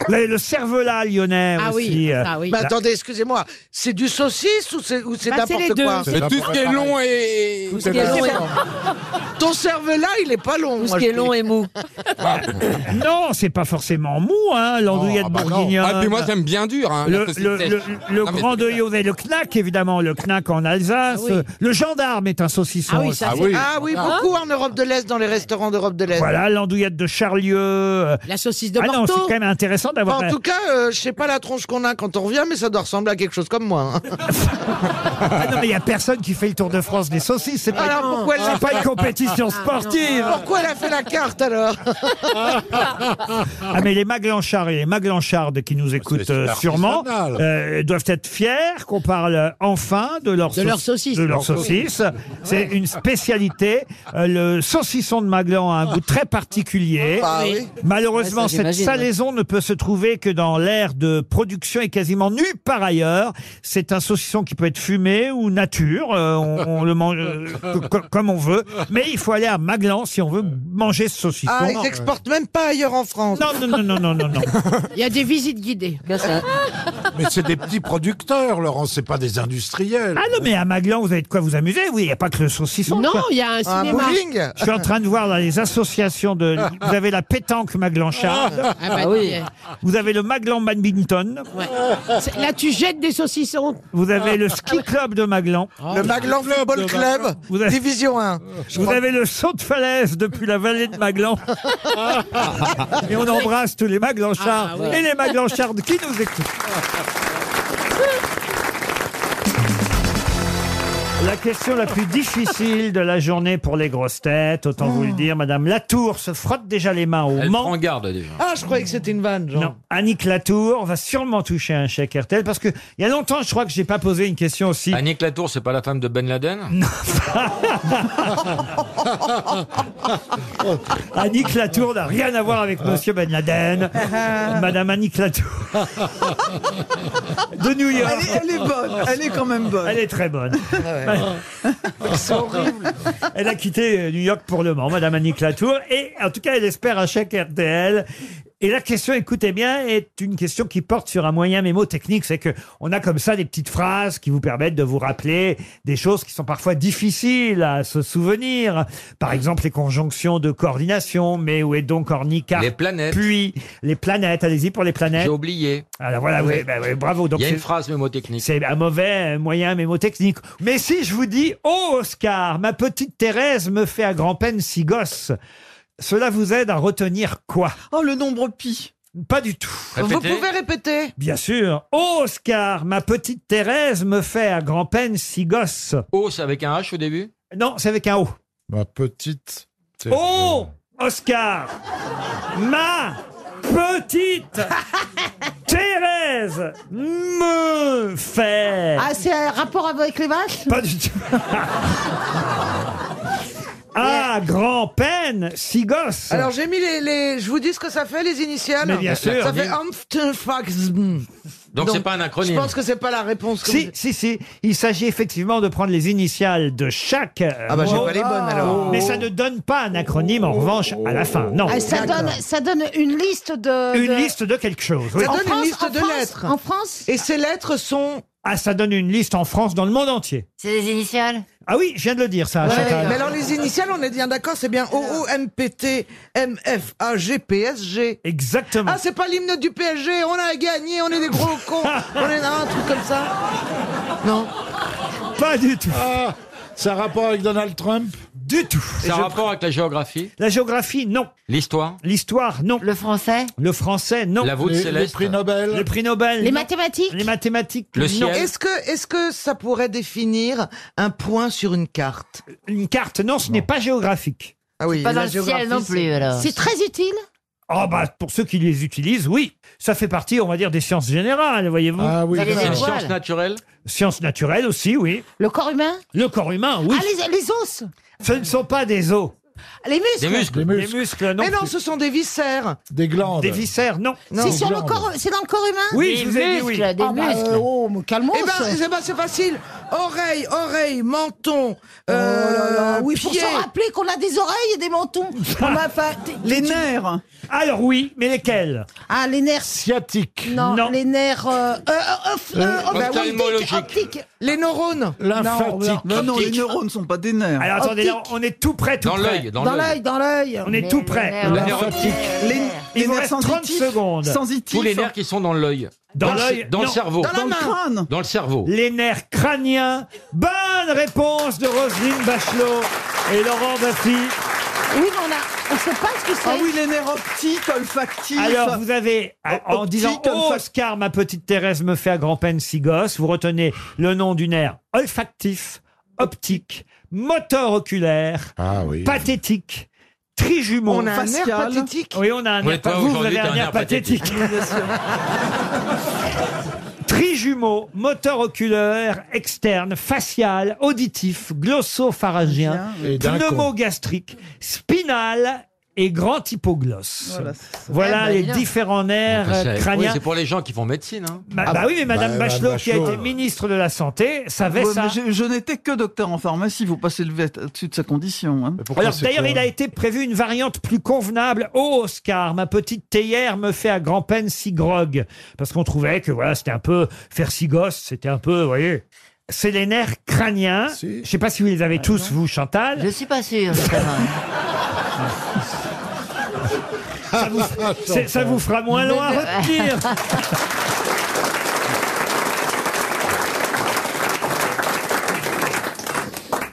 Speaker 5: Vous avez le cervelas lyonnais
Speaker 2: Ah
Speaker 5: aussi.
Speaker 2: oui,
Speaker 5: euh,
Speaker 2: ah oui.
Speaker 5: la-
Speaker 2: Mais attendez, excusez-moi, c'est du saucisse ou c'est ou c'est
Speaker 5: Bah, c'est les
Speaker 2: n'importe
Speaker 5: deux.
Speaker 2: quoi
Speaker 5: C'est Mais tout ce qui est long
Speaker 2: et...
Speaker 5: Tout ce qui est long et-
Speaker 2: Ton cerveau-là, il est pas long. Tout ce qui est long et mou.
Speaker 5: Non, c'est pas forcément mou, hein, l'andouillette
Speaker 1: Oh, bah non.
Speaker 5: bourguignonne.
Speaker 1: Ah, puis moi, j'aime bien dur, hein, la
Speaker 5: le
Speaker 1: saucisse
Speaker 5: le,
Speaker 1: sèche.
Speaker 5: le, le
Speaker 1: Non, mais
Speaker 5: grand
Speaker 1: c'est
Speaker 5: deuil, vous avez le knack, évidemment, le knack en Alsace.
Speaker 2: Ah oui.
Speaker 5: Le gendarme est un saucisson.
Speaker 2: Ah oui,
Speaker 5: aussi.
Speaker 2: ça, c'est- ah oui, beaucoup en Europe de l'Est, dans les restaurants d'Europe de l'Est.
Speaker 5: Voilà, l'andouillette de Charlieu. euh,
Speaker 2: La saucisse de
Speaker 5: Ah non,
Speaker 2: Morteau.
Speaker 5: c'est quand même intéressant d'avoir.
Speaker 2: Enfin, en tout cas, euh, je sais pas la tronche qu'on a quand on revient, mais ça doit ressembler à quelque chose comme
Speaker 5: (laughs)
Speaker 2: moi. hein.
Speaker 5: Ah non, mais il n'y a personne qui fait le Tour de France des saucisses. C'est pas,
Speaker 2: Alors pourquoi elle
Speaker 5: c'est
Speaker 2: l'a
Speaker 5: pas
Speaker 2: fait
Speaker 5: une compétition sportive.
Speaker 2: Ah Pourquoi elle a fait la carte alors
Speaker 5: (laughs) Ah mais les Maglanchards et les Maglanchardes qui nous écoutent euh, sûrement
Speaker 2: artisanal.
Speaker 5: euh, doivent être fiers qu'on parle euh, enfin de leur,
Speaker 15: De leur saucisse.
Speaker 5: de leur
Speaker 15: Leur
Speaker 5: saucisse. C'est une spécialité. Euh, le saucisson de Maglan a un goût très particulier.
Speaker 2: Ah oui.
Speaker 5: Malheureusement,
Speaker 2: Ouais, ça,
Speaker 5: cette
Speaker 2: j'imagine,
Speaker 5: salaison ne peut se trouver que dans l'aire de production et quasiment nulle par ailleurs. C'est un saucisson qui peut être fumé ou nature. Euh, on, on le mange euh, co- co- comme on veut. Mais il faut aller à Maglan si on veut manger ce saucisson.
Speaker 2: Ah, ils s'exportent même pas ailleurs en France.
Speaker 5: Non, non, non, non,
Speaker 2: (laughs)
Speaker 5: non, non, non.
Speaker 15: Il y a des visites guidées.
Speaker 3: (laughs) Mais c'est des petits producteurs, Laurent, c'est pas des industriels.
Speaker 5: Ah non, mais à Maglan, vous avez de quoi vous amuser. Oui, il n'y a pas que le saucisson.
Speaker 15: Non,
Speaker 5: quoi.
Speaker 15: il y a un Un cinéma. bowling
Speaker 5: Je suis en train de voir là, les associations de... Vous avez la pétanque Maglanchard.
Speaker 15: Ah, bah, Ah oui. tiens.
Speaker 5: Vous avez le Maglan Badminton.
Speaker 15: Ouais. C'est- Là, tu jettes des saucissons.
Speaker 5: Vous avez le ski club de Maglan.
Speaker 15: Ah. Le Maglan Football Club,
Speaker 5: Vous avez-
Speaker 2: Division 1.
Speaker 5: Vous avez le saut de falaise depuis la vallée de
Speaker 15: (laughs)
Speaker 5: Maglan. Et on embrasse tous les Maglanchards
Speaker 2: Ah, ouais.
Speaker 5: et les Maglanchardes qui nous écoutent. La question la plus difficile de la journée pour les grosses têtes, autant vous le
Speaker 15: Ah.
Speaker 5: dire, Madame Latour se frotte déjà les mains au Mans.
Speaker 9: Prends garde déjà.
Speaker 2: Ah, je croyais que c'était une vanne, genre.
Speaker 5: Non, Annick Latour va sûrement toucher un chèque RTL parce que il y a longtemps, je crois que j'ai pas posé une
Speaker 9: (laughs)
Speaker 5: question aussi.
Speaker 9: Annick Latour, c'est pas la femme de Ben
Speaker 5: (laughs)
Speaker 9: Laden
Speaker 5: Annick Latour n'a rien à voir avec Monsieur Ben Laden. Madame Annick Latour de New York.
Speaker 3: Elle est- elle est bonne, elle est quand même bonne. Ah
Speaker 5: Elle est très bonne.
Speaker 3: C'est horrible.
Speaker 5: Elle a quitté euh, New York pour le Mans, Madame Annick Latour, et en tout cas, elle espère un chèque RTL. Et la question, écoutez bien, est une question qui porte sur un moyen mémotechnique. C'est que on a comme ça des petites phrases qui vous permettent de vous rappeler des choses qui sont parfois difficiles à se souvenir. Par exemple, les conjonctions de coordination. Mais où est donc Ornica
Speaker 9: Les planètes.
Speaker 5: Puis les planètes. Allez-y pour les planètes.
Speaker 9: J'ai oublié.
Speaker 5: Alors voilà, oui, bah oui, bravo. Donc
Speaker 9: Il y a une
Speaker 5: c'est-
Speaker 9: phrase mémotechnique.
Speaker 5: c'est un mauvais moyen mémotechnique. Mais si je vous dis, oh Oscar, ma petite Thérèse me fait à grand-peine six gosses, cela vous aide à retenir quoi
Speaker 4: Oh, le nombre pi.
Speaker 5: Pas du tout.
Speaker 4: Vous pouvez répéter
Speaker 5: Bien sûr. Oh Oscar, ma petite Thérèse me fait à grand-peine six gosses.
Speaker 9: Oh, c'est avec un H au début
Speaker 5: Non, c'est avec un O.
Speaker 40: Ma petite. Thérèse.
Speaker 5: Oh Oscar, ma
Speaker 40: (laughs)
Speaker 5: petite Thérèse me fait.
Speaker 41: Ah, c'est un rapport avec les vaches
Speaker 5: Pas du tout. Ah, grand-peine, six gosses.
Speaker 2: Alors j'ai mis les, les- Je vous dis ce que ça fait, les initiales
Speaker 5: Mais bien sûr.
Speaker 2: Ça fait Amftfaxbm.
Speaker 9: Donc, c'est pas un acronyme.
Speaker 2: Je pense que c'est pas la réponse. que
Speaker 5: Si,
Speaker 2: vous-
Speaker 5: si, si. Il s'agit effectivement de prendre les initiales de chaque. Ah
Speaker 2: bah, j'ai pas les bonnes, alors.
Speaker 5: Mais ça ne donne pas un acronyme en revanche à la fin. Non.
Speaker 7: Ah, ça, donne, ça donne une liste de.
Speaker 5: Une
Speaker 7: de-
Speaker 5: liste de quelque chose. oui.
Speaker 2: Ça donne
Speaker 7: France,
Speaker 2: une liste
Speaker 7: en
Speaker 2: de
Speaker 7: France,
Speaker 2: lettres.
Speaker 7: en France
Speaker 2: Et ces lettres sont.
Speaker 5: Ah, ça donne une liste en France, dans le monde entier.
Speaker 15: C'est les initiales
Speaker 5: Ah oui, je viens de le dire ça. à chaque-
Speaker 2: Mais alors les initiales, on est bien d'accord, c'est bien OOMPT, MFA, GPSG.
Speaker 5: Exactement.
Speaker 2: Ah, c'est pas l'hymne du PSG, on a gagné, on est des
Speaker 5: (laughs)
Speaker 2: gros cons, on est un truc comme ça. Non.
Speaker 5: Pas du tout.
Speaker 40: Ah, ça a rapport avec Donald Trump
Speaker 5: Du tout.
Speaker 9: C'est un rapport avec la géographie
Speaker 5: La géographie, non.
Speaker 9: L'histoire
Speaker 5: L'histoire, non.
Speaker 15: Le français
Speaker 5: Le français, non.
Speaker 9: La voûte Les- céleste. les prix
Speaker 40: Nobel
Speaker 5: Les prix Nobel.
Speaker 7: Les
Speaker 5: non.
Speaker 7: mathématiques
Speaker 5: Les mathématiques.
Speaker 9: Le
Speaker 5: non.
Speaker 9: ciel.
Speaker 2: Est-ce que, est-ce que ça pourrait définir un point sur une carte
Speaker 5: Une carte, non, ce n'est pas géographique.
Speaker 2: Ah oui,
Speaker 15: Pas dans
Speaker 2: la
Speaker 15: le ciel
Speaker 2: géographie,
Speaker 15: non
Speaker 2: c'est-
Speaker 15: plus, alors.
Speaker 7: C'est très utile.
Speaker 5: Ah bah, pour ceux qui les utilisent, oui. Ça fait partie, on va dire, des sciences générales, voyez-vous.
Speaker 40: Ah oui,
Speaker 15: Ça les
Speaker 40: d'accord.
Speaker 15: étoiles.
Speaker 9: Sciences naturelles
Speaker 5: Sciences naturelles aussi, oui.
Speaker 7: Le corps humain
Speaker 5: Le corps humain, oui.
Speaker 7: Ah, les, les os
Speaker 5: Ce ne sont pas des os.
Speaker 2: Les muscles.
Speaker 9: Des muscles
Speaker 40: Des
Speaker 5: Des
Speaker 40: muscles,
Speaker 5: muscles, non.
Speaker 2: Mais non, ce sont des viscères.
Speaker 40: des glandes.
Speaker 5: Des viscères, non.
Speaker 7: C'est
Speaker 2: Non.
Speaker 7: sur le
Speaker 40: viande.
Speaker 7: corps, c'est dans le corps humain
Speaker 5: Oui,
Speaker 15: Des
Speaker 5: je vous ai dit oui.
Speaker 15: muscles, des
Speaker 7: Ah bah,
Speaker 15: muscles.
Speaker 7: euh, oh, mais calmons
Speaker 2: Eh ben, c'est- ben, c'est facile. Oreille, oreille, menton, euh,
Speaker 7: Oh oui,
Speaker 2: pied.
Speaker 7: pour se rappeler qu'on a des oreilles et des
Speaker 5: (laughs)
Speaker 7: mentons. On a pas- t'es-
Speaker 4: Les nerfs.
Speaker 5: Alors oui, mais lesquels
Speaker 7: Ah, les nerfs.
Speaker 40: Sciatique.
Speaker 7: Non,
Speaker 5: Non.
Speaker 7: les nerfs. Euh, euh, euh, off-
Speaker 4: oh,
Speaker 7: euh,
Speaker 40: Euh,
Speaker 4: bah
Speaker 7: optiques,
Speaker 9: ophtalmologiques.
Speaker 7: optiques.
Speaker 2: Les neurones.
Speaker 40: Lymphatique.
Speaker 4: Non, non, les neurones sont pas des nerfs.
Speaker 5: Alors attendez, là, on est tout près, tout
Speaker 9: Dans
Speaker 5: près.
Speaker 9: l'œil, dans
Speaker 7: Dans
Speaker 9: l'œil.
Speaker 7: l'œil, dans l'œil.
Speaker 5: On est tout près.
Speaker 15: Les nerfs.
Speaker 40: Lymphatique.
Speaker 4: les,
Speaker 5: Il
Speaker 4: les
Speaker 5: vous
Speaker 4: nerfs
Speaker 5: reste 30
Speaker 4: sensitifs.
Speaker 5: secondes.
Speaker 4: Sensitifs.
Speaker 9: Tous les nerfs qui sont dans l'œil.
Speaker 5: Dans
Speaker 9: le-
Speaker 5: l'œil,
Speaker 9: Dans le
Speaker 5: non.
Speaker 9: cerveau.
Speaker 4: Dans le crâne.
Speaker 9: Dans le cerveau.
Speaker 5: Les nerfs crâniens. Bonne réponse de Roselyne Bachelot et Laurent Baffy.
Speaker 7: Oui, mais on a, on sait pas ce que c'est.
Speaker 4: Ah oui, les nerfs optiques, olfactifs.
Speaker 5: Alors vous avez,
Speaker 4: Optique,
Speaker 5: en disant
Speaker 4: comme
Speaker 5: oh,
Speaker 4: ça.
Speaker 5: Oscar, ma petite Thérèse me fait à grand-peine six gosses, vous retenez le nom du nerf olfactif, optique, moteur oculaire,
Speaker 40: Ah oui.
Speaker 5: pathétique, trijumeau.
Speaker 2: On a un nerf
Speaker 4: Facial.
Speaker 2: pathétique.
Speaker 5: Oui, on a un
Speaker 9: Oui,
Speaker 5: nerf
Speaker 9: toi,
Speaker 5: pathétique. Vous, vous
Speaker 9: aujourd'hui,
Speaker 5: avez
Speaker 9: t'as
Speaker 5: un nerf pathétique. (laughs) Trijumeau, moteur oculaire, externe, facial, auditif, glossopharyngien,
Speaker 40: Et d'un con.
Speaker 5: pneumogastrique, spinal et grand hypogloss. Voilà,
Speaker 15: Eh
Speaker 4: Voilà, c'est
Speaker 15: ben,
Speaker 5: les
Speaker 15: dis donc.
Speaker 5: différents nerfs
Speaker 9: Enfin,
Speaker 5: euh,
Speaker 9: Ah, bah, c'est- oui,
Speaker 5: crâniens.
Speaker 9: c'est pour les gens qui font médecine. hein.
Speaker 5: Ma- bah, oui, mais Madame
Speaker 40: Bah,
Speaker 5: Bachelot,
Speaker 40: Madame
Speaker 5: qui a
Speaker 40: Bachelot.
Speaker 5: été ministre de la Santé,
Speaker 2: Ah,
Speaker 5: savait
Speaker 4: Ouais,
Speaker 5: ça.
Speaker 4: mais Je, je n'étais que docteur en pharmacie, vous passez le vet- au-dessus de sa condition. hein.
Speaker 40: Pourquoi
Speaker 5: Alors
Speaker 40: c'est
Speaker 5: d'ailleurs,
Speaker 40: quoi
Speaker 5: il a été prévu une variante plus convenable. Oh Oscar, ma petite théière me fait à grand peine si grog. Parce qu'on trouvait que voilà, c'était un peu faire si gosse, c'était un peu, vous voyez. C'est les nerfs crâniens.
Speaker 40: Si.
Speaker 5: Je sais pas si vous les avez tous, vous,
Speaker 15: Ah Je
Speaker 5: Chantal.
Speaker 15: suis pas sûr. quand même.
Speaker 40: Ah,
Speaker 15: (laughs)
Speaker 5: C'est- Ça vous fera moins long à retenir.